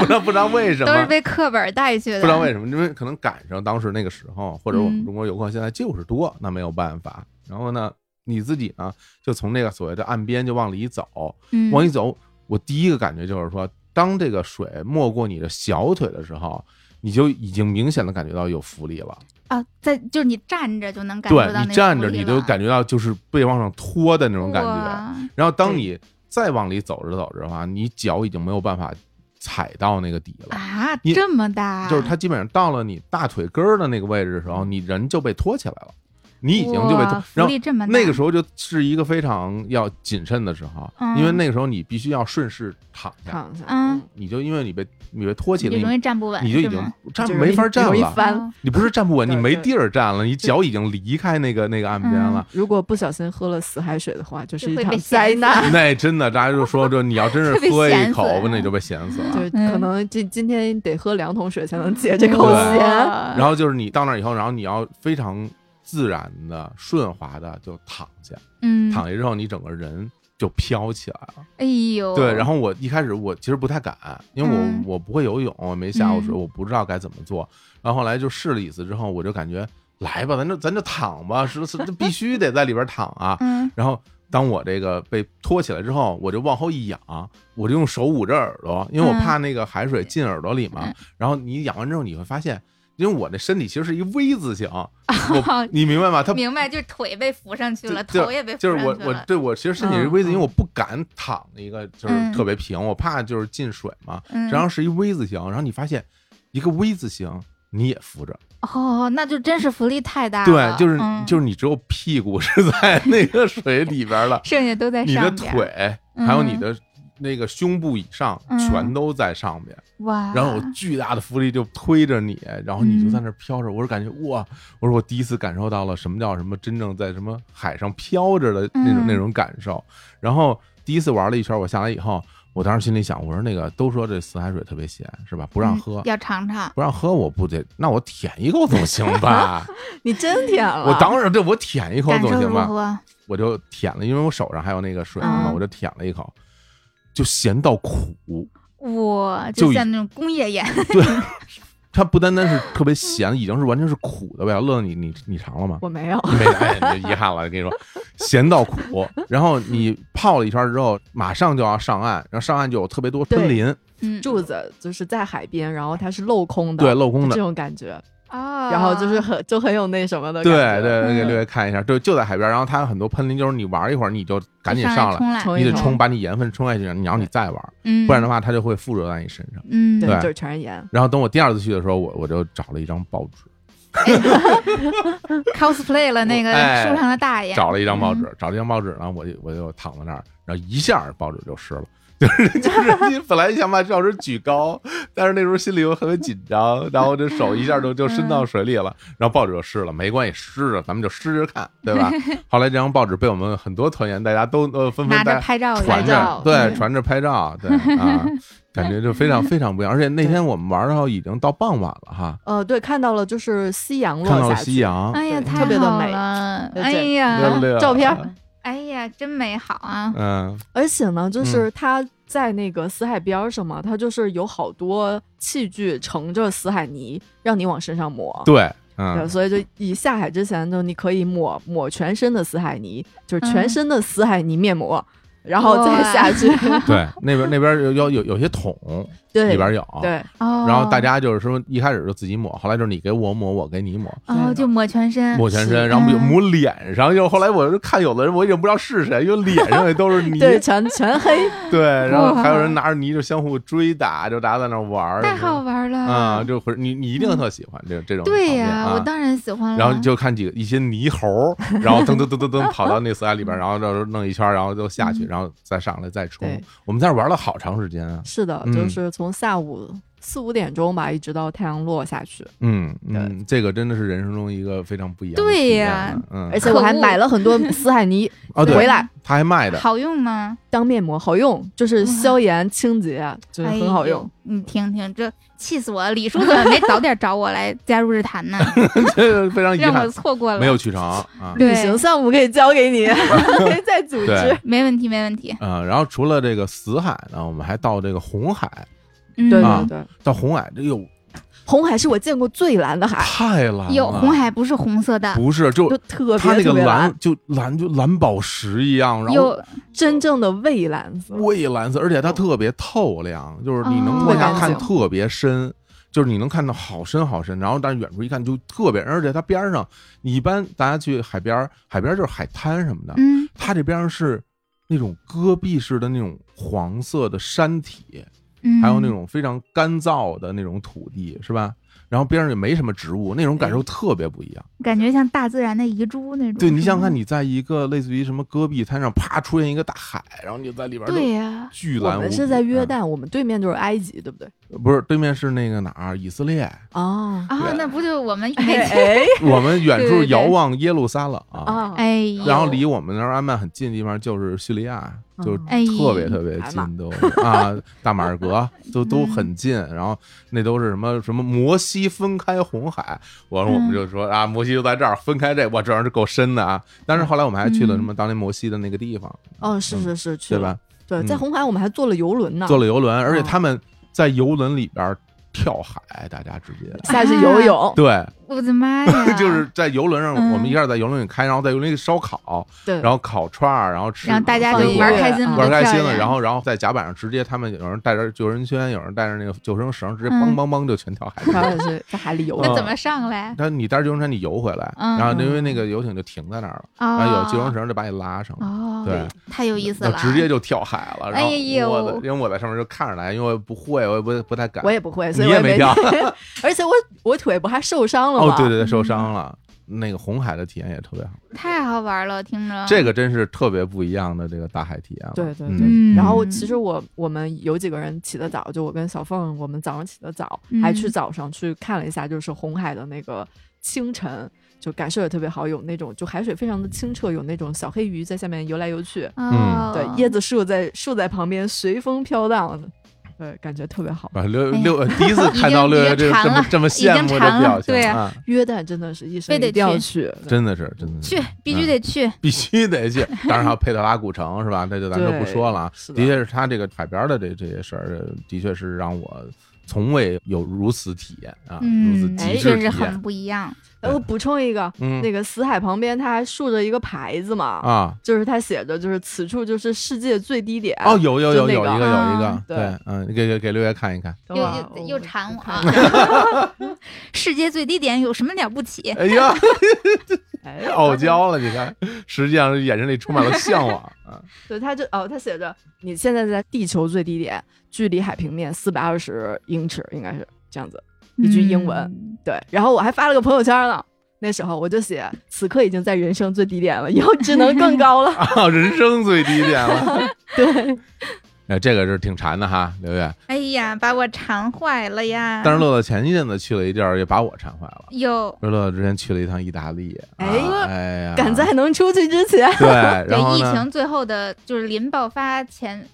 S1: 不知道不知道为什么
S2: 都是被课本带去的，
S1: 不知道为什么，因为可能赶上当时那个时候，或者我们
S2: 嗯
S1: 中国游客现在就是多，那没有办法。然后呢，你自己呢，就从这个所谓的岸边就往里走，
S2: 嗯
S1: 往里走，我第一个感觉就是说，当这个水没过你的小腿的时候，你就已经明显的感觉到有浮力了。
S2: 啊，在就是你站着就能感受到
S1: 对
S2: 那
S1: 你
S2: 个
S1: 站
S2: 浮
S1: 着，
S2: 力
S1: 你就
S2: 了
S1: 感觉到就是被往上拖的那种感觉。
S2: 哇
S1: 然后当
S3: 对
S1: 你再往里走着走着的话，你脚已经没有办法踩到那个底了。
S2: 啊，
S1: 你
S2: 这么大，
S1: 就是它基本上到了你大腿根儿的那个位置的时候，你人就被拖起来了，你已经就被
S2: 哇
S1: 拖。
S2: 浮
S1: 然后
S2: 力这么大，
S1: 那个时候就是一个非常要谨慎的时候，啊
S2: 嗯
S1: 因为那个时候你必须要顺势躺下，
S3: 躺下，
S2: 嗯
S1: 你就因为你被你被拖起
S2: 你
S1: 来，
S2: 就容易
S1: 你
S2: 站不稳，
S1: 你就是已经
S2: 吗
S1: 站
S3: 就容易
S1: 没法站
S3: 容易
S1: 了。
S3: 翻
S2: 哦
S1: 你不是站不稳，
S2: <laughs>
S3: 对
S1: 你没
S3: 对
S1: 地儿站了，你脚已经离开那个那个岸边
S2: 嗯
S1: 了。
S3: 如果不小心喝了死海水的话，就是
S2: 就
S3: 一
S2: 会
S3: 场
S2: 被
S3: 灾
S2: 咸死
S1: <laughs>
S3: 难。 <laughs>
S1: 那真的，大家就
S2: <laughs>
S1: 说，就你要真是
S2: 特别
S1: 喝一
S2: 咸
S1: 口
S2: 死，
S1: 那你就被咸死了。
S3: 就是
S2: 嗯
S3: 可能今今天得喝两桶水才能解这口
S2: 哦
S1: 对
S3: 咸。
S2: 然
S1: 然后就是你到那儿以后，然后你要非常自然的、顺滑的就躺下，
S2: 嗯，
S1: 躺下之后，你整个人就飘起来了。
S2: 哎呦，
S1: 对，然
S2: 后
S1: 后我一开始我其实不太敢，因为我、
S2: 嗯
S1: 我不会游泳，我没下过水，
S2: 嗯
S1: 我不知道该怎么做。然后后来就试了一次之后，我就感觉来吧，咱就咱就躺吧，是是，这必须得在里边躺啊。
S2: 嗯，
S1: 然后当我这个被拖起来之后，我就往后一仰，我就用手捂着耳朵，因为我
S2: 嗯
S1: 怕那个海水进耳朵里嘛。
S2: 嗯
S1: 然后你仰完之后，你会发现，因为我这身体其实是一 V 字形，我你明白吗？它
S2: 明白，就是腿被扶上去了，
S1: 就
S2: 头也被扶
S1: 就
S2: 上
S1: 是
S2: 去
S1: 我
S2: 了，
S1: 我对我其实身体是
S3: 嗯
S1: V 字，
S3: 嗯
S1: 因为我不敢躺一个就是
S2: 嗯
S1: 特别平，我怕就是进水嘛。
S2: 嗯，
S1: 然后是一 V 字形，然后你发现一个 V 字形。你也扶着，
S2: 哦，那就真是浮力太大
S1: 对，
S2: 了，
S1: 就是
S2: 嗯
S1: 就是你只有屁股是在那个水里边了，
S2: 剩下都在
S1: 你的
S2: 哎上边，
S1: 腿还有你的那个胸部以上
S2: 嗯啊
S1: 全都在上面，
S2: 哇，嗯
S1: 然后有巨大的浮力就推着你，然后你就在那儿飘着。我是感觉哇，我说我第一次感受到了什么叫什么真正在什么海上飘着的那种、
S2: 嗯
S1: 那种感受。然后第一次玩了一圈，我下来以后，我当时心里想，我说那个都说这死海水特别咸，是吧？不让
S2: 嗯
S1: 喝。
S2: 要尝尝，
S1: 不让喝，我不得，那我舔一口总行
S2: <laughs>
S1: 吧？
S3: 你真舔了，
S1: 我当时对我舔一口
S2: 感
S1: 总
S2: 受
S1: 行
S2: 如
S1: 吧？
S2: 何？
S1: 我就舔了，因为我手上还有那个水嘛，
S2: 嗯
S1: 我就舔了一口，就咸到苦。
S2: 我
S1: 就
S2: 就
S1: 已
S2: 像那种工业盐，
S1: 对，它不单单是特别咸，已经是完全是苦的味道。乐乐，你你你尝了吗？
S3: 我没有，
S1: <laughs> 没来，你就遗憾了。跟你说，咸到苦。然后你泡了一圈之后，马上就要上岸，然后上岸就有特别多森
S3: 对
S1: 林，
S2: <laughs> 嗯，
S3: 柱子就是在海边，然后它是镂空的，
S1: 对，镂空
S3: 就
S1: 的
S3: 这。种感觉，
S2: 啊，
S3: 然后就是很就很有那什么的
S1: 对
S3: 感觉，
S1: 对对，给
S2: 嗯
S1: 略看一下，就就在海边。然后它有很多喷林，就是你玩一会儿，你就赶紧上
S2: 上
S1: 来，
S2: 来冲
S3: 冲
S2: 来，
S1: 你得
S3: 一冲
S1: 冲，把你盐分冲下去，然后你再玩，
S2: 嗯，
S1: 不然的话它就会附着在你身上。
S2: 嗯，
S1: 对
S3: 就是全是盐。
S1: 然后等我第二次去的时候，我我就找了一张报纸，
S2: cosplay 了那个
S1: 哎
S2: 树上的大爷，嗯
S1: 找了一张报纸，找了一张报纸呢，我就我就躺在那儿，然后一下报纸就湿了。 <laughs> 就是就是你本来想把报纸举高，但是那时候心里又特别紧张，然后这手一下就就伸到水里了，然后报纸就湿了，没关系，湿着咱们就湿着看，对吧？ <laughs> 后来这张报纸被我们很多团员大家都呃纷纷
S2: 拿着
S1: 带
S2: 拍照
S1: 传
S2: 拍
S3: 团
S1: 着
S3: 照，
S1: 对，
S3: 对
S1: 传着拍照，对啊，感觉就非常非常不一样。而且那天我们玩到已经到傍晚了哈，
S3: 呃，对，看到了就是夕阳落
S1: 看到
S3: 下
S1: 了
S3: 去，
S1: 夕阳，
S2: 哎呀，
S3: 对
S2: 太
S3: 特别的
S2: 好
S3: 美
S2: 了，
S3: 对
S2: 哎
S1: 溜
S2: 呀，
S1: 溜
S3: 照片儿
S2: 哎呀，真美好啊，
S1: 嗯，
S3: 而且呢，就是它在那个死海边儿上嘛，它就是有好多器具盛着死海泥，让你往身上抹。
S1: 对，
S3: 对，
S1: 嗯，
S3: 所以就以下海之前，就你可以抹抹全身的死海泥，就是
S2: 嗯
S3: 全身的死海泥面膜，然后
S2: 哇
S3: 再
S1: <laughs>
S3: 下去。
S1: 对，那边那边有有有有些桶
S2: <laughs>
S3: 对，
S1: 里边有，，啊
S3: 对，
S2: 哦，
S1: 然后大家就是说一开始就自己抹，后来就是你给我抹，我给你抹。
S2: 哦就抹全身，
S1: 抹全身，
S2: 是
S1: 然后有
S2: 嗯
S1: 抹脸上，又后来我就看有的人，我已经不知道是谁，因为脸上也都是
S2: <laughs>
S1: 泥，
S3: 对，全全黑。
S1: 对然后还有人
S2: 哇
S1: 拿着泥就相互追打，就大家在那玩儿，
S2: 太好玩了嗯
S1: 啊、就会你你一定特喜欢这这种
S2: 对
S1: 场面
S2: 呀、
S1: 啊
S2: 我当然喜欢了。
S1: 然后就看几个一些泥猴儿，然后噔噔噔噔噔跑到那死海里边
S2: <laughs>
S1: 儿，然后就是弄一圈儿，然后就下去，
S2: 嗯
S1: 然后再上来再冲
S3: <laughs> 对。
S1: 我们在那玩了好长时间啊，
S3: 是的，
S1: 嗯
S3: 就是从下午四五点钟吧，一直到太阳落下去。
S1: 嗯嗯，这个真的是人生中一个非常不一样的
S2: 对
S1: 体验
S2: 呀
S1: 啊，嗯，
S3: 而且我还
S2: 可恶
S3: 买了很多死海泥
S1: 哦对，
S3: 回来
S1: 他还卖的，
S2: 好用吗？
S3: 当面膜，好用，就是消炎清洁，就是很好用。
S2: 哎呦你听听，这气死我了！李叔怎么没早点找我来加入日
S1: <laughs>
S2: 坛呢？
S1: <laughs> 非常遗
S2: 让
S1: 憾
S2: 我错过了。
S1: 没有去成啊。
S3: <laughs>
S2: 对
S3: 旅行项目可以交给
S1: <laughs>
S3: 你，可以再组
S1: 对
S3: 织。
S2: 没问题，没问题。
S1: 嗯，然后除了这个死海呢，我们还到这个红海，
S2: 嗯，
S3: 对
S1: 啊
S3: 对对，
S1: 到红海，这哟
S3: 红海是我见过最蓝的海，
S1: 太蓝了，
S2: 有红海不是红色的，
S1: 啊不是就
S3: 就特
S1: 它
S3: 别
S1: 那
S3: 特
S1: 个
S3: 别蓝，
S1: 蓝就蓝就蓝宝石一样，然后
S2: 有
S3: 真正的蔚蓝色。
S1: 蔚蓝色，而且它特别透亮，就是你能
S2: 哦
S1: 往下看
S3: 特干净
S1: 特别深，就是你能看到好深好深，然后但是远处一看就特别，而且它边上，你一般大家去海边儿，海边儿就是海滩什么的，
S2: 嗯，
S1: 它这边儿是那种戈壁式的那种黄色的山体，
S2: 嗯
S1: 还有那种非常干燥的那种土地，是吧？然后边上也没什么植物，那种感受特别不一样。
S2: 感觉像大自然的遗珠那种。
S1: 对你想想看，
S2: 你
S1: 你在一个类似于什么戈壁滩上，啪出现一个大海，然后你就在里边儿就
S2: 对呀、
S1: 巨
S3: 我
S1: 蓝无
S3: 们是
S1: 比
S3: 在约
S1: 嗯
S3: 旦，我们对面就是埃及，对不对？
S1: 不是对面是那个哪儿，以色列。
S3: 哦，
S2: 啊，
S1: 对
S2: 那不就我们
S3: 哎
S2: 那
S3: 哎，
S1: 我们远处
S2: 对对对
S1: 遥望耶路撒冷啊，
S2: <laughs>
S3: 啊，
S2: 哎呦，
S1: <laughs> 然后离我们那儿安曼很近的地方就是叙利亚，就
S3: 嗯
S2: 哎
S1: 特别特别近都啊，大马士革都
S2: 嗯
S1: 都很近。然后那都是什么什么摩西分开红海，我说我们
S2: 嗯嗯
S1: 就说啊，摩西就在这儿分开这，哇，这玩意儿是够深的啊。但是后来我们还去了什么当年摩西的那个地方，嗯
S3: 哦，是是是，去
S1: 对
S3: 了
S1: 吧？？
S3: 对，
S1: 嗯
S3: 在红海我们还坐了游轮呢，
S1: 坐了游轮，而且
S2: 哦
S1: 他们在游轮里边跳海，大家直接
S3: <laughs>
S2: 哦
S3: 下去游
S2: 啊
S3: 泳，
S1: 对。
S2: 我的妈呀！
S1: <laughs> 就是在游轮上，
S2: 嗯
S1: 我们一下在游轮里开，然后在游轮里烧烤，
S3: 对，
S1: 然后烤串儿，然后吃，
S2: 让大家就
S1: 水果
S2: 玩
S3: 儿
S2: 开心了，
S1: 玩开心了，
S2: 漂亮
S1: 然后然后在甲板上直接他们有人带着救生圈，有人带着那个救生绳，直接梆
S2: 嗯
S1: 梆梆就全跳海里。
S3: <laughs> 然后是在海里游
S1: 嗯
S2: 那
S3: 泳
S2: 怎。么上来
S1: 但你带着救生圈你游回来，
S2: 嗯
S1: 然后因为那个游艇就停在那儿了，
S2: 啊？
S1: 然后有救生绳就把你拉上了，
S2: 哦，
S1: 对，
S2: 太有意思
S1: 那
S2: 了，
S1: 直接就跳海了。然
S2: 哎呦
S1: 后我的，因为我在上面就看着来，因为我也不会，我也不不太敢
S3: 我。也不会，所
S1: 你
S3: 以我 <laughs>
S1: 也
S3: 没
S1: 跳，哦
S3: 而且我我腿不还受伤了
S2: 嗯
S3: 吗？
S1: 哦，对对对，受伤了。那个红海的体验也特别好，
S2: 太好玩了，听着
S1: 这个真是特别不一样的这个大海体验了。
S3: 对对
S1: 嗯
S3: 对
S2: 嗯
S3: 然后其实我我们有几个人起得早，就我跟小凤，我们早上起得早，还去
S2: 嗯
S3: 早上去看了一下，就是红海的那个清晨，就感受也特别好，有那种就海水非常的清澈，有那种小黑鱼在下面游来游去，
S1: 嗯
S2: 哦
S3: 对，椰子树在树在旁边随风飘荡，对，感觉特别好。
S1: 啊，六
S2: 哎呀
S1: 六呃第一次看到
S2: 已经
S1: 六
S2: 已
S1: 月
S2: 经
S1: 这个
S2: 馋
S1: 这么
S2: 了
S1: 这么
S2: 经
S1: 羡慕的
S2: 馋了
S1: 表情，
S2: 对
S1: 啊，
S3: 约旦真的是一生
S2: 非得
S3: 一定要
S2: 去
S3: 去，
S1: 真的是真的是嗯
S2: 去必须得去，
S1: 必须得去，当然还有佩特拉古城是吧？这就咱就不
S3: 对
S1: 说了啊。
S3: 是
S1: 的
S3: 的
S1: 确是他这个海边的这这些事儿，的确是让我从未有如此体验啊，如此
S2: 嗯，
S1: 极
S2: 的
S1: 致体
S2: 确是很
S1: 验。
S2: 不一样，
S3: 哎，我补充一个，
S1: 嗯
S3: 那个死海旁边它还竖着一个牌子嘛，
S1: 啊，
S3: 就是它写着就是此处就是世界最低点。
S1: 哦，有有有
S3: 就那
S1: 有
S3: 个
S1: 一个有一个
S2: 啊，
S1: 对
S3: 对，
S1: 嗯，给给给六月看一
S2: <laughs>
S1: 看。
S3: 等
S2: 又
S3: 会儿我，
S2: 又又馋我啊
S3: 看一！ <laughs>
S2: 世界最低点有什么了不起？
S1: 哎呀，
S3: 哎，
S1: 傲娇了，你看，实际上是眼神里充满了向往啊。
S3: 对，它就哦，它写着你现在在地球最低点，距离海平面四百二十英尺，应该是这样子一句英文。
S2: 嗯
S3: 对，然后我还发了个朋友圈呢。那时候我就写，此刻已经在人生最低点了，以后只能更
S1: <laughs>
S3: 高了。
S1: 啊，人生最低点了。 <laughs>
S3: 对，
S1: 哎，这个是挺馋的哈，刘月。
S2: 哎呀，把我馋坏了呀！
S1: <laughs> 但是乐乐前一阵子去了一地儿，也把我馋坏了。
S2: 有
S1: 乐乐之前去了一趟意大利，啊
S3: 哎
S1: 哎呀，
S3: 赶在能出去之前， <laughs>
S1: 对，然后
S2: 对疫
S1: 呢？
S2: 情最后的就是临爆发前，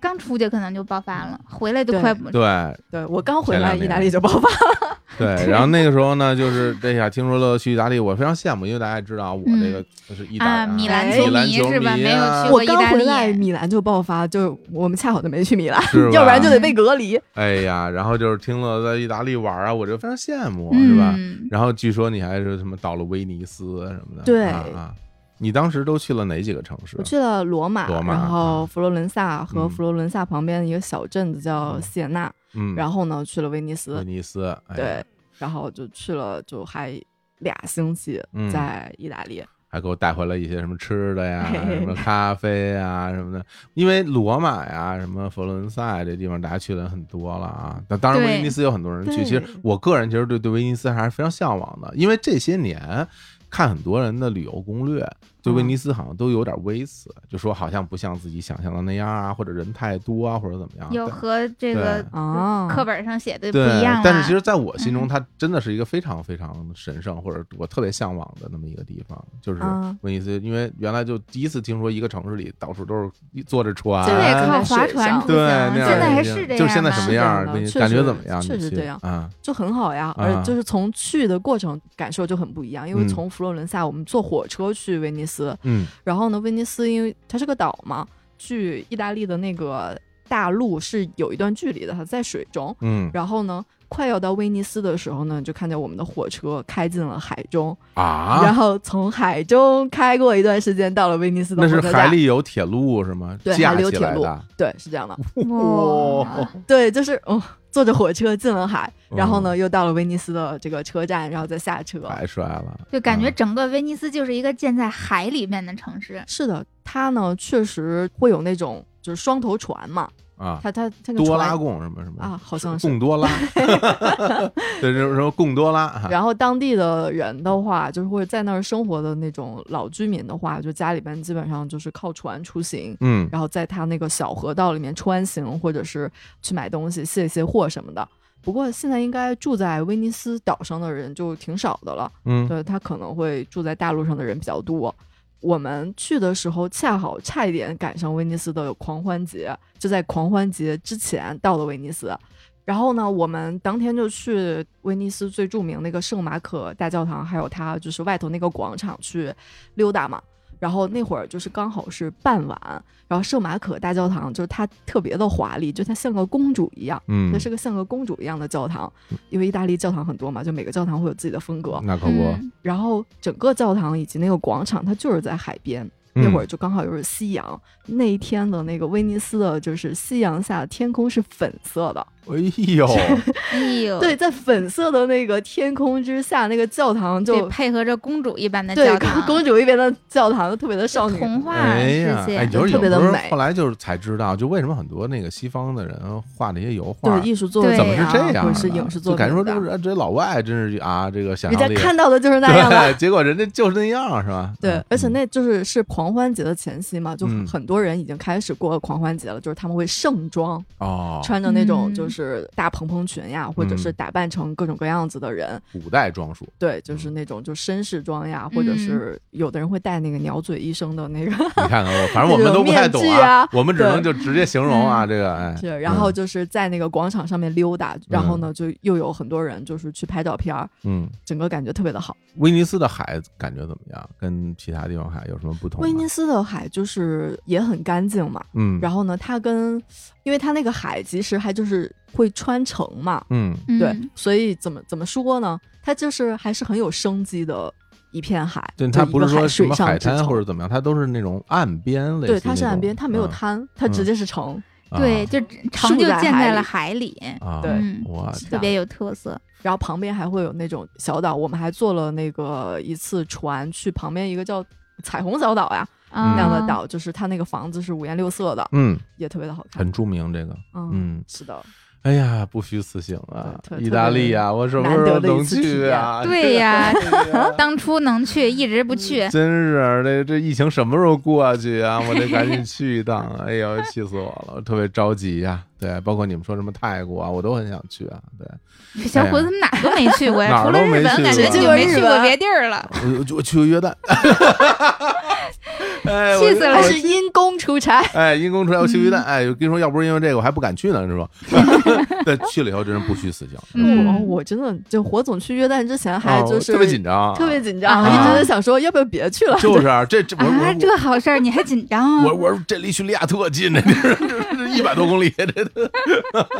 S2: 刚出去可能就爆发了，回来都
S3: 对
S2: 快不
S1: 对
S3: 对我刚回
S1: 前
S3: 来，
S1: 两
S3: 意
S1: 年
S3: 大利就爆发了。 <laughs>
S1: 对，然后那个时候呢，就是哎呀，听说乐乐去意大利，我非常羡慕，因为大家也知道我这个就是意大
S2: 啊
S1: 利
S2: 米
S3: 嗯兰
S1: 哎
S3: 球
S1: 米兰
S2: 迷
S1: 球
S2: 是吧
S1: 迷
S2: 没有
S1: 啊
S2: 去
S3: 我
S2: 过意
S3: 刚
S2: 大
S3: 回
S2: 利
S3: 来，米兰就爆发，就是我们恰好就没去米兰，
S1: 是吧
S3: <laughs> 要不然就得被隔离。
S1: 哎呀，然后就是听乐乐在意大利玩啊，我就非常羡慕，是吧？
S2: 嗯，
S1: 然后据说你还是什么到了威尼斯什么的，
S3: 对
S1: 啊啊，你当时都去了哪几个城市
S3: 我？去了罗马，
S1: 罗马
S3: 然
S1: 嗯
S3: 后佛罗伦萨和
S1: 嗯
S3: 佛罗伦萨旁边的一个小镇子叫
S1: 嗯
S3: 锡耶纳，
S1: 嗯，
S3: 然后呢去了威尼斯，
S1: 威尼斯，哎呀
S3: 对，，然后就去了，就还俩星期
S1: 嗯
S3: 在意大利，
S1: 还给我带回来一些什么吃的呀，
S3: 嘿嘿嘿
S1: 什么咖啡呀什么的。因为罗马呀、什么佛罗伦萨呀这地方，大家去的人很多了啊。那当然，
S2: 对
S1: 威尼斯有很多人去。
S3: 对
S1: 其实我个人其实对对威尼斯还是非常向往的，因为这些年看很多人的旅游攻略，对
S2: 嗯
S1: 威尼斯好像都有点微词，就说好像不像自己想象的那样啊，或者人太多啊，或者怎么样。
S2: 有
S1: 但
S2: 和这个
S1: 对
S3: 啊
S2: 课本上写的不
S1: 对
S2: 一样，了。啊
S1: 但是其实，在我心中，
S2: 嗯
S1: 它真的是一个非常非常神圣，或者我特别向往的那么一个地方，就是
S2: 啊
S3: 嗯
S1: 威尼斯。因为原来就第一次听说一个城市里到处都是坐着船，
S3: 就
S2: 现在也
S3: 看
S2: 靠
S3: 看
S2: 划
S3: 水
S2: 船
S3: 上
S1: 啊
S2: 出
S1: 对，
S2: 行
S1: 那
S2: 了，
S1: 样
S2: 现在还
S1: 已经
S2: 是这样
S1: 就
S2: 吧？
S1: 是现在什么样儿，
S3: 是这样的
S1: 你
S3: 确
S1: 感觉
S3: 实
S1: 怎么样？
S3: 确
S1: 你
S3: 实
S1: 去
S3: 这样
S1: 啊，
S3: 就很好呀。
S1: 啊
S3: 而且就是从去的过程感受就很不一样，因为
S1: 嗯
S3: 从佛罗伦萨我们坐火车去威尼斯，
S1: 嗯
S3: 然后呢，威尼斯因为它是个岛嘛，距意大利的那个大陆是有一段距离的，它在水中。
S1: 嗯
S3: 然后呢，快要到威尼斯的时候呢，就看见我们的火车开进了海中，然
S1: 啊，
S3: 后从海中开过一段时间，到了威尼斯的
S1: 那
S3: 火
S1: 是
S3: 车
S1: 海
S3: 站。
S1: 里有铁路是吗？
S3: 对，
S1: 架
S3: 海里有
S1: 起
S3: 铁
S1: 来
S3: 路
S1: 的，哦
S3: 对，是这样的。
S1: 哇
S2: 哇，
S3: 对，就是嗯，坐着火车进了海，
S1: 嗯
S3: 然后呢，又到了威尼斯的这个车站，然后再下车。
S1: 太帅了，
S2: 就感觉
S1: 嗯
S2: 整个威尼斯就是一个建在海里面的城市。
S3: 是的，它呢确实会有那种就是双头船嘛，
S1: 啊，
S3: 它它它那个
S1: 多拉
S3: 船
S1: 贡什么什么
S3: 啊，好像是。
S1: 贡多
S3: <laughs>
S1: 拉，对，什么什么贡多拉啊
S3: 然后当地的人的话，就是会在那儿生活的那种老居民的话，就家里边基本上就是靠船出行，
S1: 嗯
S3: 然后在他那个小河道里面穿行，或者是去买东西、卸一卸货什么的。不过现在应该住在威尼斯岛上的人就挺少的了，
S1: 嗯，
S3: 对他可能会住在大陆上的人比较多。我们去的时候恰好差一点赶上威尼斯的狂欢节，就在狂欢节之前到了威尼斯。然后呢，我们当天就去威尼斯最著名那个圣马可大教堂，还有它就是外头那个广场去溜达嘛。然后那会儿就是刚好是傍晚，然后圣马可大教堂就是它特别的华丽，就它像个公主一样，
S1: 嗯
S3: 它是个像个公主一样的教堂。因为意大利教堂很多嘛，就每个教堂会有自己的风格。
S1: 那可不，
S2: 嗯
S3: 然后整个教堂以及那个广场，它就是在海边，
S1: 嗯
S3: 那会儿就刚好又是夕阳，那一天的那个威尼斯的就是夕阳下天空是粉色的，
S1: 哎
S3: <laughs>
S1: 呦，
S2: 哎呦，
S3: 对，，在粉色的那个天空之下，那个教堂
S2: 得
S3: 就
S2: 配合着公主一般的
S3: 对
S2: 教堂，
S3: 公主一边的教堂就特别的少女，
S2: 童话
S1: 哎
S2: 世
S1: 呀，
S2: 界，
S1: 哎，就是有
S3: 特别
S1: 时
S3: 地
S1: 候
S3: 美
S1: 后来就是才知道，就为什么很多那个西方的人画那些油画
S3: 对，艺术作品、
S2: 对
S3: 啊、
S1: 怎么是这样
S3: 或
S1: 的？
S3: 者是影视作
S1: 就
S3: 品，
S1: 感觉说这个人这老外真是啊，这个想
S3: 人家
S1: 象力， <laughs>
S3: 看到的就是那样的。
S1: 对，结果人家就是那样，是吧？
S3: 对
S1: 嗯，
S3: 而且那就是是狂欢节的前夕嘛，就
S1: 嗯
S3: 很多人已经开始过狂欢节了，就是他们会盛装，
S1: 哦，
S3: 穿着那种
S2: 嗯
S3: 就是大蓬蓬裙呀，或者是
S1: 嗯
S3: 打扮成各种各样子的人，
S1: 古代装束，
S3: 对，就是那种就绅士装呀，或者是有的人会戴那个鸟嘴医生的那个，
S1: 你看看我，反正我们都不太懂
S3: 这种面具啊嗯
S1: 我们只能就直接形容啊，这个
S3: <laughs>
S1: 哎，
S3: 是，然后就是在那个广场上面溜达，然后呢，就又有很多人就是去拍照片儿，
S1: 嗯，
S3: 整个感觉特别的好。
S1: 威尼斯的海感觉怎么样？跟其他地方海有什么不同吗？
S3: 威尼斯的海就是也很干净嘛，
S1: 嗯，
S3: 然
S1: 后
S3: 后呢，它跟，因为它那个海其实还就是会穿城嘛，
S1: 嗯
S3: 对
S2: 嗯，
S3: 所以怎么怎么说呢？它就是还是很有生机的一片海，
S1: 对，
S3: 就
S1: 它
S3: 一
S1: 不
S3: 个
S1: 是说什
S3: 水
S1: 么
S3: 上
S1: 海
S3: 之
S1: 滩
S3: 城
S1: 或者怎么样，它都是那种岸边类似那种。
S3: 对，它是岸边，它没有滩，它直接是城。
S1: 嗯，
S2: 对，就城
S3: 树
S2: 就
S3: 在
S2: 建
S3: 海
S2: 在
S3: 里
S2: 了海里，
S1: 啊，
S3: 对
S2: 嗯，
S1: 我去
S2: 特别有特色。
S3: 然后旁边还会有那种小岛，我们还坐了那个一次船去旁边一个叫彩虹小岛呀
S1: 嗯
S3: 那样的
S2: 啊，
S3: 岛，就是它那个房子是五颜六色的，
S1: 嗯，
S3: 也特别的好看。
S1: 很著名这个，
S3: 嗯，
S1: 嗯，
S3: 是的，
S1: 哎呀，不虚此行啊
S3: 对，特
S1: 意大利啊，我什么
S3: 难
S1: 时候
S3: 得的一
S1: 能
S3: 次体
S1: 去啊？
S2: <laughs> 对呀
S1: <laughs> 对呀
S2: 当初能去，一直不去，
S1: 真是啊这这疫情什么时候过去啊？我得赶紧去一趟，哎呦，气死我了，我特别着急呀、对，包括你们说什么泰国啊，我都很想去啊。对，
S2: 小伙子们哪儿都没去过
S1: 哎哪
S2: 呀，
S1: 儿
S2: 除了
S1: 都
S2: 日
S1: 没
S2: 本，
S1: 去
S2: 感觉
S1: 过
S2: 就没去
S3: 只去过日
S2: 过
S3: 本
S2: 别地儿了。
S1: 我我我去过约旦， <laughs> 哎、
S2: 气死了
S3: 还
S1: 我
S3: 是因公出差。
S1: 哎，因公出来我去约旦，
S3: 嗯
S1: 哎，我跟你说，要不是因为这个，我还不敢去呢，是吧？ <laughs> 对，去了以后真是不虚此行，
S2: 嗯
S3: 我我真的就火总去约旦之前还
S1: 啊
S3: 就是
S1: 特别紧张啊，
S3: 特别紧张，
S2: 啊
S3: 一直在想说要不要别去了。
S1: 就是啊，这这我我
S2: 啊，这好事儿你还紧张啊？
S1: 我我这离叙利亚特近，这地儿 <laughs> 这这一百多公里，这这， <laughs>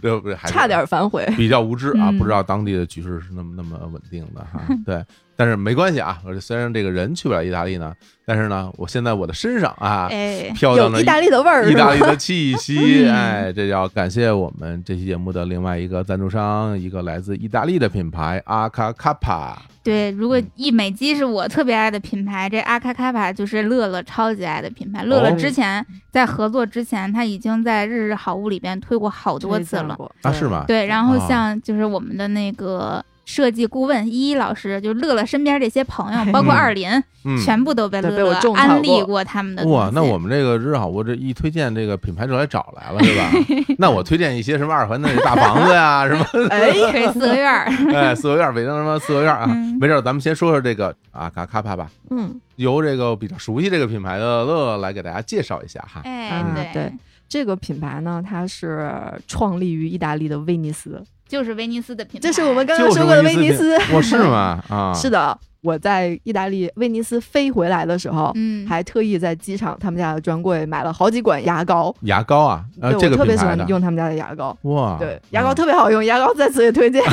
S1: 对不对？还是
S3: 差点反悔。
S1: 比较无知啊，
S2: 嗯
S1: 不知道当地的局势是那么那么稳定的
S3: <laughs>
S1: 哈。对，但是没关系啊，我虽然这个人去不了意大利呢，但是呢，我现在我的身上啊，
S2: 哎，
S1: 飘荡
S3: 有
S1: 着
S3: 意大利的味儿，
S1: 意
S3: 是
S1: 大
S3: 吧？
S1: 利的气息，
S3: <laughs>
S2: 嗯
S1: 哎，这要感谢我们这期节目的另外一个赞助商，一个来自意大利的品牌阿卡卡帕。
S2: 对，如
S3: 嗯
S2: 果一美肌是我特别爱的品牌，这阿卡卡帕就是乐乐超级爱的品牌。乐乐
S3: 哦
S2: 之前在合作之前，他已经在日日好物里边推过好多次了。
S1: 啊，是？吗？
S3: 嗯
S2: 对，然后
S1: 啊
S2: 像就是我们的那个设计顾问依依老师，就乐乐身边这些朋友，包括
S1: 嗯
S2: 二林，
S1: 嗯，
S2: 全部都被
S3: 哎对
S2: 乐
S3: 被我
S2: 乐
S3: 种草
S2: 安利
S3: 过
S2: 过他们的东西。
S1: 哇，那我们这个日好，我这一推荐，这个品牌就来找来了，是吧？
S3: <laughs>
S1: 那我推荐一些什么二环的大房子呀，什么
S3: 哎，
S2: 这四合院
S3: <laughs>
S2: 儿，
S1: 哎四合院，北京什么四合院啊？
S2: 嗯
S1: 没事儿，咱们先说说这个阿卡卡帕吧。
S3: 嗯，
S1: 由这个比较熟悉这个品牌的乐乐来给大家介绍一下哈。
S2: 哎
S3: 啊，
S2: 对
S3: 对这个品牌呢，它是创立于意大利的威尼斯，
S2: 就是威尼斯的品牌，
S3: 这是我们刚
S1: 就
S3: 刚
S1: 是
S3: 说过的威尼
S1: 斯
S3: <laughs> 斯。
S1: 品，我是吗？啊，
S3: 是的，我在意大利威尼斯飞回来的时候，
S2: 嗯，
S3: 还特意在机场他们家的专柜买了好几管牙膏。
S1: 牙膏啊，呃，
S3: 对
S1: 这
S3: 我
S1: 个
S3: 特别
S1: 品
S3: 喜
S1: 牌
S3: 欢
S1: 的
S3: 用他们家的牙膏，
S1: 哇，
S3: 对，牙膏
S1: 嗯
S3: 特别好用，牙膏在此
S1: <laughs>
S3: 也推荐。 <laughs>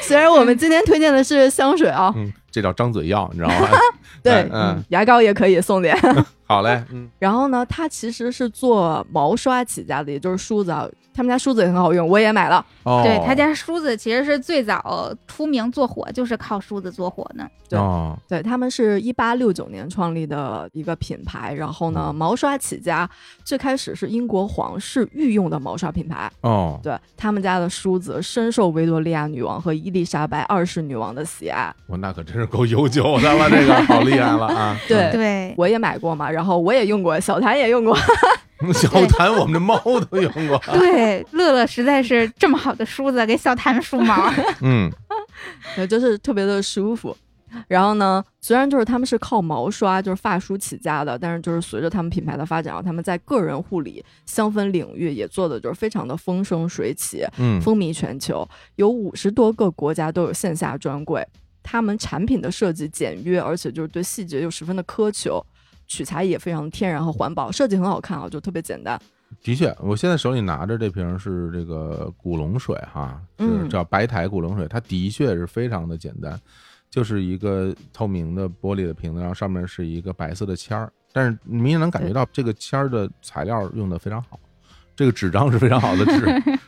S3: 虽然我们今天推荐的是香水啊，
S1: 嗯，这叫张嘴药，你知道
S3: <laughs>
S1: 吗？
S3: 对，
S1: 嗯
S3: 嗯，牙膏也可以送点。
S1: 好嘞，嗯，
S3: 然后呢，它其实是做毛刷起家的，也就是梳子啊。他们家梳子也很好用，我也买了。
S1: <laughs> 哦，
S2: 对他家梳子其实是最早出名做火，就是靠梳子做火的。
S3: 对
S1: 哦，
S3: 对他们是一八六九年创立的一个品牌，然后呢，毛刷起家，最开始是英国皇室御用的毛刷品牌。
S1: 哦，
S3: 对他们家的梳子深受维多利亚女王和伊丽莎白二世女王的喜爱，
S1: 我那可真是够悠久的了，这个好厉害了啊！
S3: <laughs> 对
S2: 对，
S3: 我也买过嘛，然后我也用过，小谭也用过。
S1: 嗯小谭，我们这猫都用过，
S2: 对，乐乐实在是这么好的梳子给小谭
S1: <laughs>
S2: 梳毛，
S1: 嗯，
S3: 对，就是特别的舒服。然后呢，虽然就是他们是靠毛刷，就是发梳起家的，但是就是随着他们品牌的发展，然后他们在个人护理、香氛领域也做的就是非常的风生水起，
S1: 嗯，
S3: <laughs> 风靡全球，有五十多个国家都有线下专柜。他们产品的设计简约，而且就是对细节又十分的苛求，取材也非常天然和环保，设计很好看啊，就特别简单。
S1: 的确，我现在手里拿着这瓶是这个古龙水哈，是
S3: 嗯
S1: 叫白苔古龙水，它的确是非常的简单。就是一个透明的玻璃的瓶子，然后上面是一个白色的签儿，但是你明显能感觉到这个签儿的材料用的非常好，这个纸张是非常好的纸，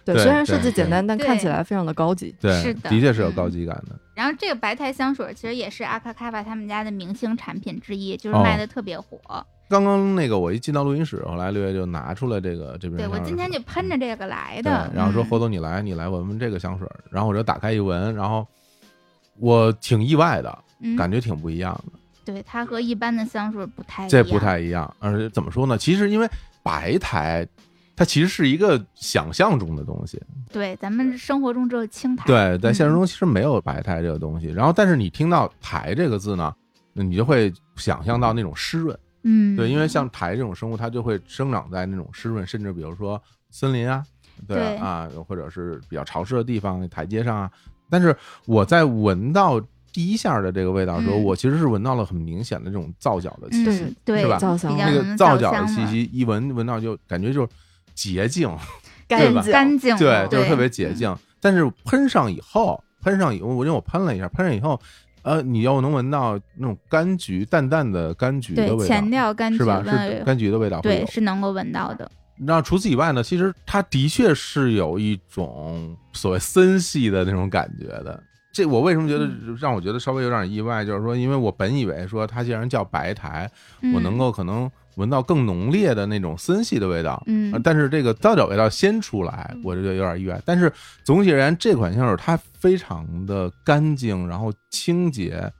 S3: 对，
S1: 对
S3: 虽然
S1: 对
S3: 设计简
S1: 对
S3: 单，但看起
S2: 对
S3: 来非常的高级。
S1: 对，
S2: 是的
S1: 的确是有
S2: 嗯
S1: 高级感的。
S2: 然后这个白苔香水其实也是阿卡卡巴他们家的明星产品之一，就是
S1: 哦
S2: 卖的特别火。
S1: 刚刚那个我一进到录音室，后来六月就拿出来这个这瓶
S2: 对
S1: 香
S2: 我
S1: 水儿，
S2: 今天就喷着这个来
S1: 对
S2: 的，，
S1: 然后说
S2: 嗯
S1: 侯总你来，你来闻闻这个香水儿，然后我就打开一闻，然后我挺意外的，
S2: 嗯
S1: 感觉挺不一样的，
S2: 对它和一般的香水不太一
S1: 这不
S2: 样
S1: 太一样，而且怎么说呢？其实因为白苔。它其实是一个想象中的东西，
S2: 对，咱们生活中只有青苔，
S1: 对，在现实
S2: 嗯
S1: 中其实没有白苔这个东西。然后，但是你听到“苔”这个字呢，你就会想象到那种湿润，
S2: 嗯，
S1: 对，因为像苔这种生物，它就会生长在那种湿润，甚至比如说森林啊，对
S2: 对
S1: 啊，或者是比较潮湿的地方、台阶上啊。但是我在闻到第一下的这个味道的时候，
S2: 嗯
S1: 我其实是闻到了很明显的这种皂角的气息，
S2: 嗯对
S1: 是吧
S3: 皂香
S2: 比较
S1: 那
S2: 能
S1: 个
S2: 皂
S1: 皂角的
S2: 香
S1: 气
S2: 味儿
S1: 息一闻闻到就感觉就是洁净，
S3: 干
S1: 吧
S3: 净，
S2: 干净，
S1: 对，就是
S2: 嗯对
S1: 特别洁净。但是喷上以后，喷上以后，我因为我喷了一下，喷上以后，呃，你又能闻到那种柑橘淡淡的柑橘的
S2: 对
S1: 味道
S2: 前，调柑橘
S1: 是吧？是
S2: 味，
S1: 柑橘的味道会有
S2: 对，是能够闻到的，
S1: 那除此以外呢，其实它的确是有一种所谓森系的那种感觉的。这我为什么觉得
S2: 嗯
S1: 让我觉得稍微有点意外，就是说，因为我本以为说它既然叫白苔，我能
S2: 嗯
S1: 够可能闻到更浓烈的那种森系的味道。
S2: 嗯
S1: 呃但是这个皂角味道先出来，我就觉得有点意外。但是总体而言，这款香水它非常的干净，然后清洁。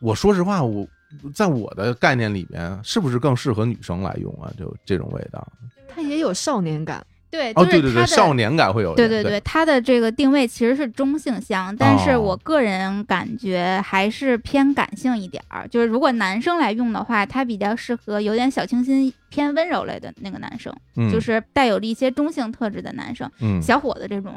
S1: 我说实话，我在我的概念里面，是不是更适合女生来用啊？就这种味道。
S3: 它也有少年感。
S2: 哎对，就
S1: 哦，
S2: 是
S1: 对对对，
S2: 它的
S1: 少年感会有一
S2: 对
S1: 点。
S2: 对
S1: 对
S2: 对，它的这个定位其实是中性香，但是
S1: 哦
S2: 我个人感觉还是偏感性一点儿。就是如果男生来用的话，它比较适合有点小清新、偏温柔类的那个男生，
S1: 嗯
S2: 就是带有了一些中性特质的男生，
S1: 嗯，
S2: 小伙子这种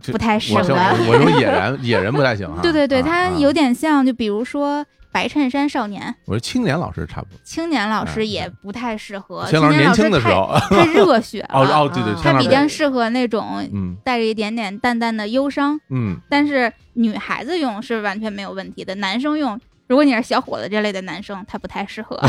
S1: 这
S2: 不太适
S1: 我
S2: 合
S1: 说。我我说野人野人不太行啊。
S2: <laughs> 对对对，
S1: 啊
S2: 他
S1: 啊
S2: 有点像，就比如说白衬衫少年，
S1: 我说青年老师差不多，
S2: 青年老
S1: 啊
S2: 师也不太适合。
S1: 青年老师年轻的时候，哦
S2: 太，太热血了，
S1: <laughs> 哦对对，
S3: 啊
S1: 青
S2: 他
S1: 年老
S2: 比
S1: 师
S2: 较适合那种
S1: 嗯
S2: 带着一点点淡淡的忧伤。
S1: 嗯
S2: 但是女孩子用是完全没有问题的，男生用，如果你是小伙子这类的男生，他不太
S1: <laughs>
S2: 适合。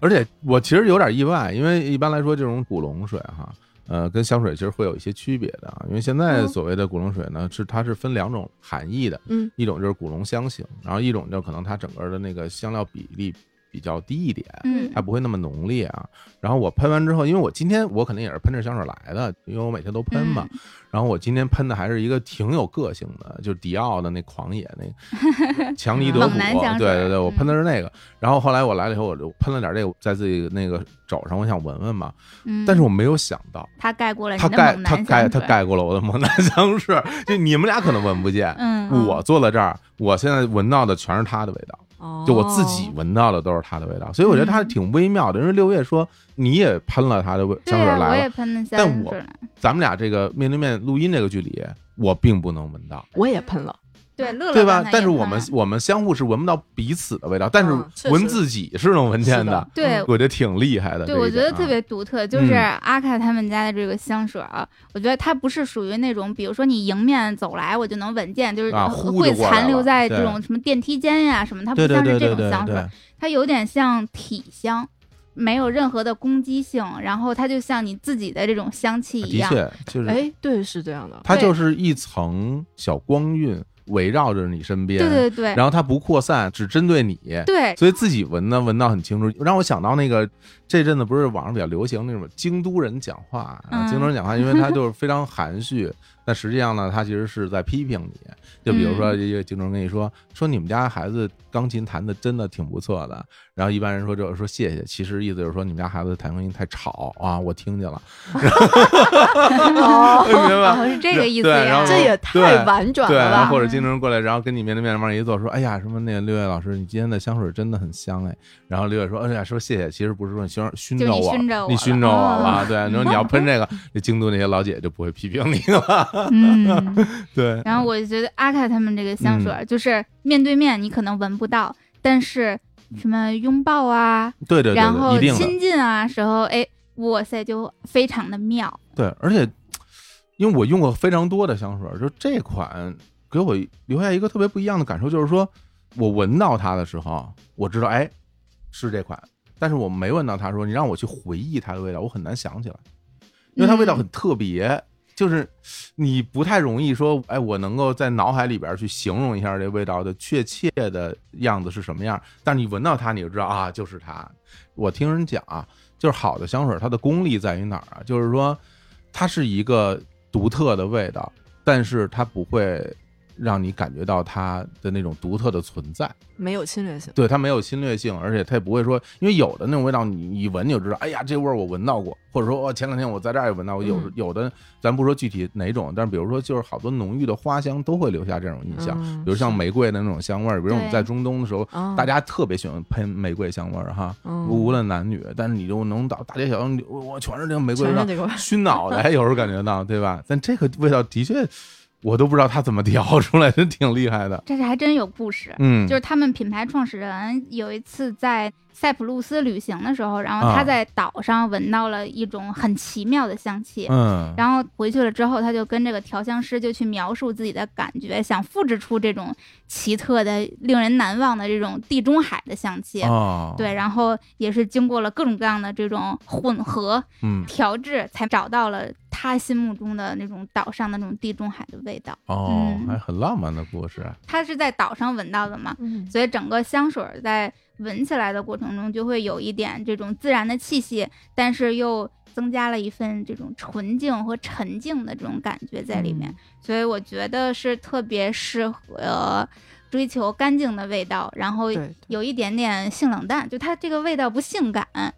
S1: 而且我其实有点意外，因为一般来说这种古龙水哈，呃，跟香水其实会有一些区别的啊。因为现在
S3: 嗯
S1: 所谓的古龙水呢，是它是分两种含义的，
S3: 嗯，
S1: 一种就是古龙香型，然后一种就可能它整个的那个香料比例比较低一点，
S2: 嗯
S1: 它不会那么浓烈啊。然后我喷完之后，因为我今天我肯定也是喷着香水来的，因为我每天都喷嘛。
S2: 嗯
S1: 然后我今天喷的还是一个挺有个性的，就是迪奥的那狂野那
S2: <laughs>
S1: 个强尼德普，啊
S2: 猛男香水
S1: 对对对，我
S2: 嗯
S1: 喷的是那个。然后后来我来了以后，我就喷了点这个在自己那个肘上，我想闻闻嘛。
S2: 嗯，
S1: 但是我没有想到，
S2: 他盖过了你
S1: 它
S2: 的
S1: 盖
S2: 猛
S1: 它
S2: 男
S1: 盖
S2: 香
S1: 它
S2: 水，
S1: 盖过了我的猛男香水，就你们俩可能闻不见。
S2: 嗯，
S1: 我坐在这儿，我现在闻到的全是它的味道。
S3: 哦
S1: 就我自己闻到的都是它的味道，所以我觉得它
S2: 嗯
S1: 挺微妙的。因为六月说你也喷了它的味
S2: 对
S1: 香水
S2: 啊，我
S1: 来
S2: 也
S1: 了，
S2: 喷的香
S1: 但我
S2: 水了，
S1: 咱们俩这个面对面录音这个距离，我并不能闻到，
S3: 我也喷了，
S2: 对乐乐
S1: 对
S2: 刚
S1: 吧
S2: 才？
S1: 但是
S2: 也
S1: 我
S2: 喷
S1: 们
S2: 了
S1: 我们相互是闻不到彼此的味道，但
S3: 嗯
S1: 是
S3: 确
S1: 闻
S3: 实
S1: 自己是能闻见
S3: 是
S1: 的 <laughs>
S3: 的，
S2: 对
S1: 我觉得挺厉害的。这
S2: 对，
S1: 一
S2: 我觉
S1: 点
S2: 得
S1: 啊
S2: 特别独特，就是
S1: 嗯
S2: 阿卡他们家的这个香水啊，我觉得它不是属于那种，比如说你迎面走来，我就能闻见，就是呃
S1: 啊呼
S2: 会
S1: 就过来
S2: 残留
S1: 了
S2: 在
S1: 对
S2: 这种什么电梯间呀、什么，它不
S1: 对对
S2: 像是
S1: 对
S2: 这
S1: 对
S2: 种
S1: 对
S2: 香水
S1: 对，，
S2: 它有点像体香，没有任何的攻击性，然后它就像你自己的这种香气一
S1: 啊的
S2: 样。
S1: 确就是
S3: 哎，对，是这
S1: <laughs>
S3: 样的。
S1: 它
S2: 对
S1: 就是一层小光晕围绕着你身边，
S2: 对对对
S1: 然后它不扩散，只针对你，
S2: 对，
S1: 所以自己闻呢，闻到很清楚，让我想到那个这阵子不是网上比较流行那种京都人讲话，啊
S2: 嗯
S1: 京都人讲话，因为他就是非常含蓄，但实际上呢，他其实是在批评你。就比如说，一个京都人跟你说说你们家孩子钢琴弹的真的挺不错的，然后一般人说就是说谢谢，其实意思就是说你们家孩子弹钢琴太吵啊，我听见了，
S3: 哦，
S1: 明白吧？
S2: 哦是这个意思
S1: 对然
S2: 呀
S1: 后。
S3: 这
S1: <laughs>
S3: 也
S1: 对
S3: 太婉转
S1: 对，
S3: 了
S1: 然
S3: 吧
S1: 后？或者经常人过来，然后跟你面对面往那一坐，说：“哎呀，什么那个六月老师，你今天的香水真的很香哎。”然后六月说：“哎呀，说谢谢，其实不是说你熏熏
S2: 就
S1: 着
S2: 你
S1: 我
S2: 熏着
S1: 了，
S2: 我
S1: 你
S2: 了
S1: 熏着我了。
S2: 啊
S1: 对，你说你要喷这个， <laughs> 那京都那些老姐就不会批评你了。
S2: 嗯，
S1: 对，
S2: 然后我就觉得阿卡他们这个香
S1: 嗯
S2: 水，就是面对面你可能闻不到，但是什么拥抱啊，
S1: 对对对
S2: 然
S1: 对，
S2: 后
S1: 一定的
S2: 亲近啊时候，哎，哇塞，就非常的妙。
S1: 对，而且因为我用过非常多的香水，就这款给我留下一个特别不一样的感受，就是说我闻到它的时候，我知道哎是这款，但是我没闻到它说你让我去回忆它的味道，我很难想起来，因为它味道很特别，就是你不太容易说哎我能够在脑海里边去形容一下这味道的确切的样子是什么样，但你闻到它你就知道啊就是它。我听人讲啊，就是好的香水它的功力在于哪儿啊？就是说它是一个独特的味道，但是它不会让你感觉到它的那种独特的存在。
S3: 没有侵略性。
S1: 对，它没有侵略性，而且它也不会说，因为有的那种味道你，你一闻就知道，哎呀，这味儿我闻到过，或者说，哦，前两天我在这儿也闻到过。有
S3: 嗯
S1: 有的，咱不说具体哪种，但是比如说，就是好多浓郁的花香都会留下这种印象，
S3: 嗯
S1: 比如像
S3: 是
S1: 玫瑰的那种香味儿，比如我们
S2: 对
S1: 在中东的时候，
S3: 啊
S1: 大家特别喜欢喷玫瑰香味儿哈，
S3: 嗯
S1: 无论男女，但是你就能到大街小巷，你我我全是那个玫瑰
S3: 全
S1: 味
S3: 是
S1: 儿，
S3: 这个味儿
S1: <laughs> 熏脑袋，有时候感觉到，对吧？但这个味道的确，我都不知道它怎么调出来的，挺厉害
S2: <laughs>
S1: 的。
S2: 这是还真有故事。
S1: 嗯，
S2: 就是他们品牌创始人有一次在塞浦路斯旅行的时候，然后
S1: 啊
S2: 他在岛上闻到了一种很奇妙的香气，
S1: 嗯，
S2: 然后回去了之后，他就跟这个调香师就去描述自己的感觉，想复制出这种奇特的、令人难忘的这种地中海的香气。
S1: 哦，
S2: 对，，然后也是经过了各种各样的这种混合
S1: 嗯，
S2: 调制，才找到了他心目中的那种岛上的那种地中海的味道。
S1: 哦，
S2: 嗯
S1: 还很浪漫的故事，啊
S2: 他是在岛上闻到的嘛，
S3: 嗯
S2: 所以整个香水儿在闻起来的过程中，就会有一点这种自然的气息，但是又增加了一份这种纯净和沉静的这种感觉在里
S3: 嗯
S2: 面。所以我觉得是特别适合呃追求干净的味道，然后
S3: 对对
S2: 有一点点性冷淡，就它这个味道不性感，
S1: 嗯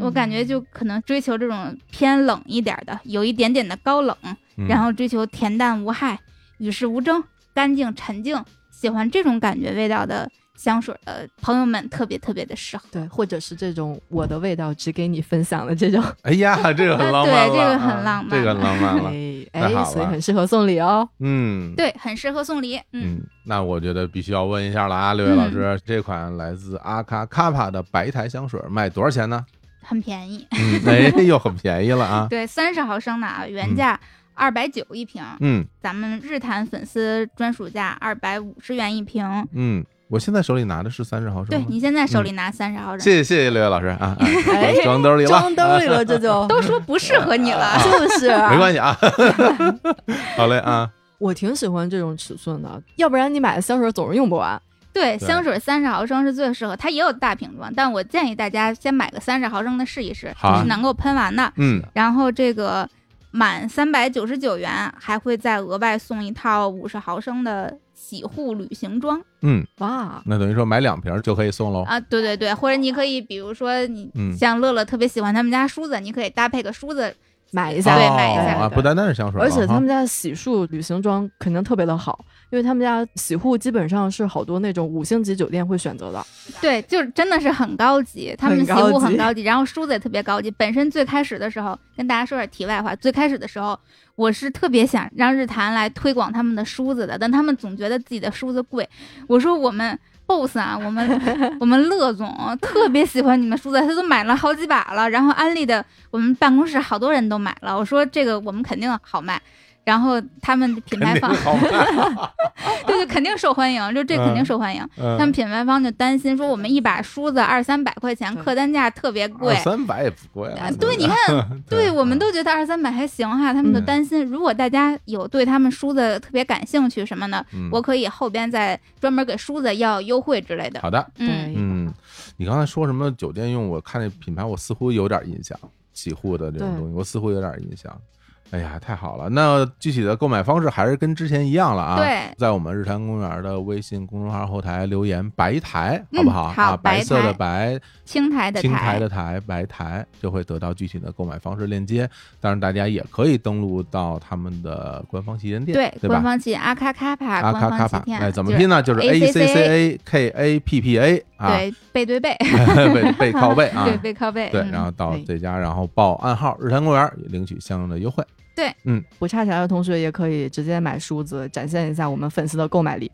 S2: 我感
S3: 嗯
S2: 觉就可能追求这种偏冷一点的，有一点点的高冷，
S1: 嗯
S2: 然后追求恬淡无害、与世无争、干净沉静，喜欢这种感觉味道的香水的朋友们特别特别的适
S1: 嗯
S2: 合。
S3: 对，或者是这种我的味道只给你分享的这种，
S1: 哎呀，这个很浪漫了，
S2: 对这个很浪漫
S1: 啊这个很浪漫
S2: <laughs>
S1: 了，
S3: 哎
S1: 太好
S3: 哎，
S1: 了
S3: 所以很适合送礼哦。
S1: 嗯，。
S2: 对，很适合送礼。嗯，
S1: 嗯，那我觉得必须要问一下了啊，六月老师，这款来自阿卡卡帕的白苔香水卖多少钱
S2: <laughs>
S1: 呢？
S2: 很便宜。
S1: 嗯，哎，又很便宜了啊。
S2: 对，三十毫升的啊，原价二百九一瓶，
S1: 嗯
S2: 咱们日坛粉丝专属价二百五十元一瓶。
S1: 嗯，我现在手里拿的是三十毫升
S2: 对
S1: 吗。
S2: 你现在手里拿三十毫升，
S1: 嗯谢谢谢谢六月老师
S2: <laughs>
S1: 啊，啊
S3: 哎
S1: 装装兜里了，
S3: 装兜里了，这
S1: <laughs>
S3: 就
S2: 都说不适合你了。
S3: 就是啊
S1: 没关系啊。好嘞啊，
S3: 我挺喜欢这种尺寸的，要不然你买的香水总是用不完。
S2: 对，
S1: 对
S2: 香水三十毫升是最适合，它也有大瓶装，但我建议大家先买个三十毫升的试一试，
S1: 好啊
S2: 是能够喷完的。
S1: 嗯，
S2: 然后这个满三百九十九元还会再额外送一套五十毫升的洗护旅行装
S1: 嗯，
S3: 哇，
S1: 那等于说买两瓶就可以送喽。
S2: 啊，对对对，或者你可以比如说你
S1: 哦嗯
S2: 像乐乐特别喜欢他们家梳子，你可以搭配个梳子，
S3: 买一
S2: 对
S3: 下，
S1: 哦
S2: 买一下
S1: 啊，不单单是香水了
S3: 而
S1: 哈，
S3: 且他们家的洗漱旅行装肯定特别的好，因为他们家洗护基本上是好多那种五星级酒店会选择的。
S2: 对，就是真的是很高级，他们洗护很
S3: 很高级
S2: 高级，然后梳子也特别高级。本身最开始的时候，跟大家说点题外话，最开始的时候，我是特别想让日坛来推广他们的梳子的，但他们总觉得自己的梳子贵。我说我们 boss 啊，我们我们乐总特别喜欢你们梳子，他都买了好几把了，然后安利的我们办公室好多人都买了。我说这个我们肯定好卖。然后他们品牌
S1: 肯定 <laughs>
S2: 方，
S1: 好看。
S2: 对对，肯定受欢迎，就这肯定受欢迎。
S1: 嗯
S2: 他们品牌方就担心说，我们一把梳子二三百块钱，
S3: 对
S2: 客单价特别贵
S1: 二。三百也不贵了
S2: 啊，对，你看，对我们
S1: 都
S2: 都觉得二三百还行哈，他们就
S1: 嗯
S2: 担心，如果大家有对他们梳子特别感兴趣什么的，
S1: 嗯
S2: 我可以后边再专门给梳子要优惠之类的。
S1: 好的，
S2: 嗯，
S1: 嗯，你刚才说什么酒店用？我看那品牌，我似乎有点印象，洗护的这种
S3: 对
S1: 东西，我似乎有点印象。哎呀，太好了！那具体的购买方式还是跟之前一样了啊。
S2: 对
S1: 在我们日坛公园的微信公众号后台留言“白台”，好不好？
S2: 嗯好
S1: 啊，白色的
S2: 白
S1: 白，
S2: 青苔的
S1: 青苔
S2: 苔，
S1: 的苔，白苔就会得到具体的购买方式链接。当然，大家也可以登录到他们的官方旗舰店，对吧
S2: 官？方旗阿卡卡帕，
S1: 阿
S2: 官
S1: 卡
S2: 方
S1: 卡
S2: 旗
S1: 帕，
S2: 舰，
S1: 哎，怎么
S2: 就是
S1: 拼呢？就是 A C C A K A P P A 啊，
S2: 对，背对背， <laughs>
S1: 背背靠背啊，
S2: 对，背靠背。
S1: 对，
S2: 嗯
S1: 然后到
S3: 对
S1: 这家，然后报暗号“日坛公园”领取相应的优惠。
S2: 对，
S1: 嗯，
S3: 不差钱的同学也可以直接买梳子，展现一下我们粉丝的购买力。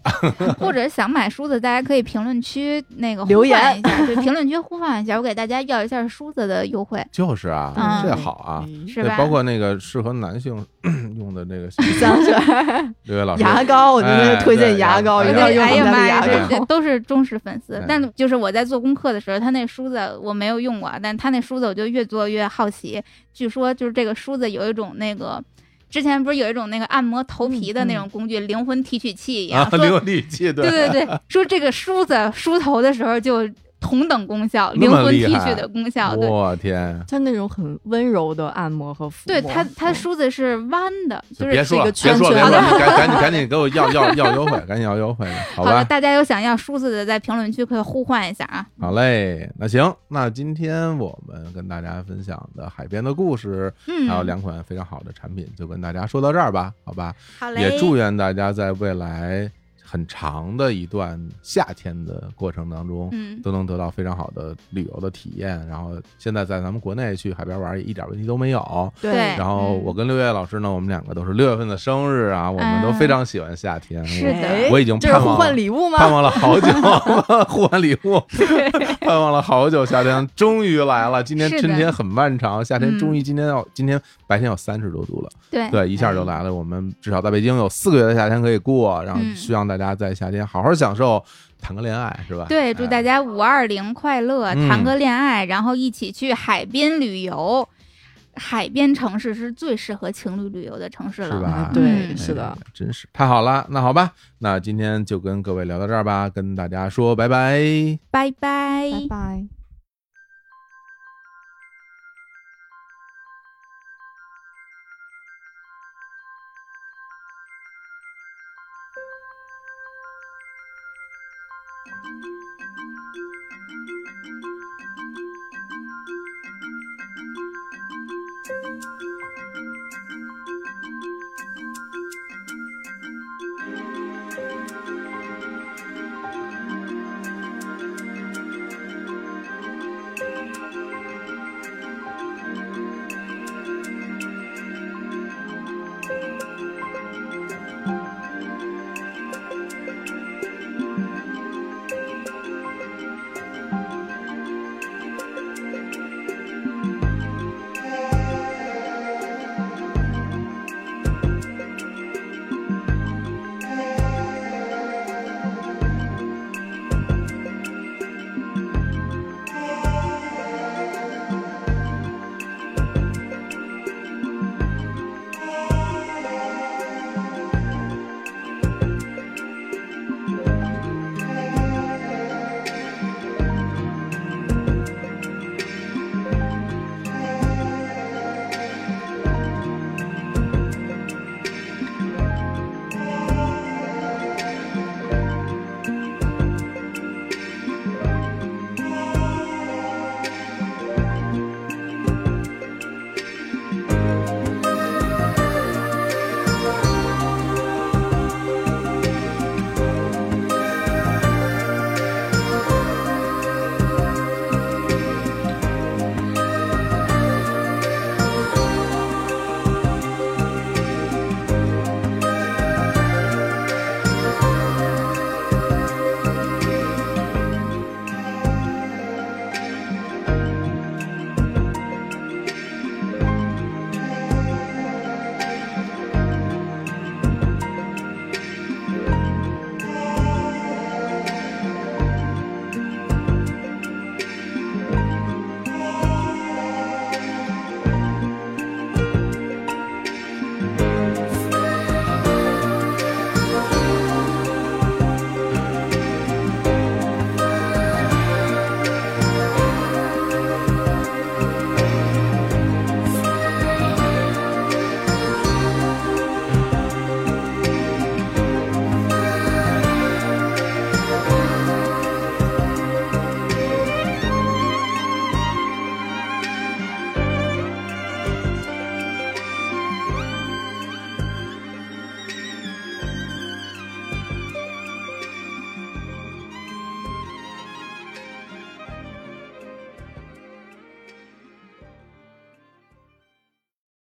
S2: 或者想买梳子，大家可以评论区那个
S3: 留
S2: 呼唤
S3: 言
S2: 一下，对，评论区呼唤一下，我给大家要一下梳子的优惠，
S1: 就是啊，
S2: 嗯
S1: 这好
S3: <laughs>
S1: 啊，
S2: 是
S1: 对，
S2: 吧？
S1: 包括那个适合男性 <coughs> 用的
S2: <laughs>
S1: 那个小
S3: 想起来
S1: 刘烨老师，
S3: 牙膏，我真的
S1: 哎
S3: 是推
S1: 对
S3: 荐牙膏，
S1: 牙
S2: 哎
S3: 一定要
S1: 膏
S2: 对
S3: 用
S2: 哎
S3: 我
S2: 呀
S3: 们
S2: 妈
S3: 家
S2: 呀，
S3: 的牙哦
S2: 这
S3: 膏
S2: 这。都是忠实粉丝
S1: 嗯。
S2: 但就是我在做功课的时候，他那梳子我没有用过，但他那梳子我就越做越好奇。据说就是这个梳子有一种那个，之前不是有一种那个按摩头皮的那
S3: 嗯
S2: 种工具，灵魂提取器一
S1: <laughs>
S2: 样，
S1: 啊，
S2: 说
S1: 灵魂提取器，
S2: 对对对，说这个梳子梳头的时候就同等功效，
S1: 那
S2: 灵
S1: 么
S2: 魂
S1: 厉
S2: 提
S1: 害
S2: 取的功效，对。
S1: 我天，
S3: 它那种很温柔的按摩和抚摸，
S2: 对它，它
S3: 嗯
S2: 梳子是弯的，就是
S1: 哦别说了，
S3: 一
S1: 别
S3: 个圈
S1: 说了，别
S3: 圈
S1: 说了，
S3: 好
S1: 你赶赶
S2: <laughs>
S1: 紧赶紧给我要要要优惠，赶紧要优惠，好
S2: 好了，
S1: 吧？
S2: 大家有想要梳子的，在评论区可以呼唤一下啊。
S1: 好嘞，那行，那今天我们跟大家分享的海边的故事，
S2: 嗯，
S1: 还有两款非常好的产品，就跟大家说到这儿吧，好吧？
S2: 好嘞，
S1: 也祝愿大家在未来很长的一段夏天的过程当中，
S2: 嗯，
S1: 都能得到非常好的旅游的体验。然后现在在咱们国内去海边玩儿一点问题都没有。
S2: 对嗯
S1: 然后我跟六月老师呢，我们两个都是六月份的生日啊，我
S2: 嗯
S1: 们都非常喜欢夏天。
S2: 是的
S3: 哎
S1: 我已经
S3: 这是
S1: 盼
S3: 互
S1: 望
S3: 换礼物
S1: 盼
S3: 吗？
S1: 望了好久，互换礼物，盼望了好久，夏天终于来了。今天
S2: 是的
S1: 春天很漫长，夏天
S2: 嗯哎
S1: 终于今天要、今天白天有三十多度了，
S2: 对，
S1: 对，一下就来了。我们至少在北京有四个月的夏天可以过，然后
S2: 嗯
S1: 希望大家在夏天好好享受，谈个恋爱是吧？
S2: 对，祝大
S1: 哎
S2: 家五二零快乐，
S1: 嗯
S2: 谈个恋爱，然后一起去海边旅游。海边城市是最适合情侣旅游的城市
S1: 是
S2: 了。
S1: 吧？
S3: 对，
S2: 嗯
S3: 是的，
S1: 哎，真是太好了。那好吧，那今天就跟各位聊到这儿吧，跟大家说拜拜。
S2: 拜拜。
S3: 拜拜。
S4: Thank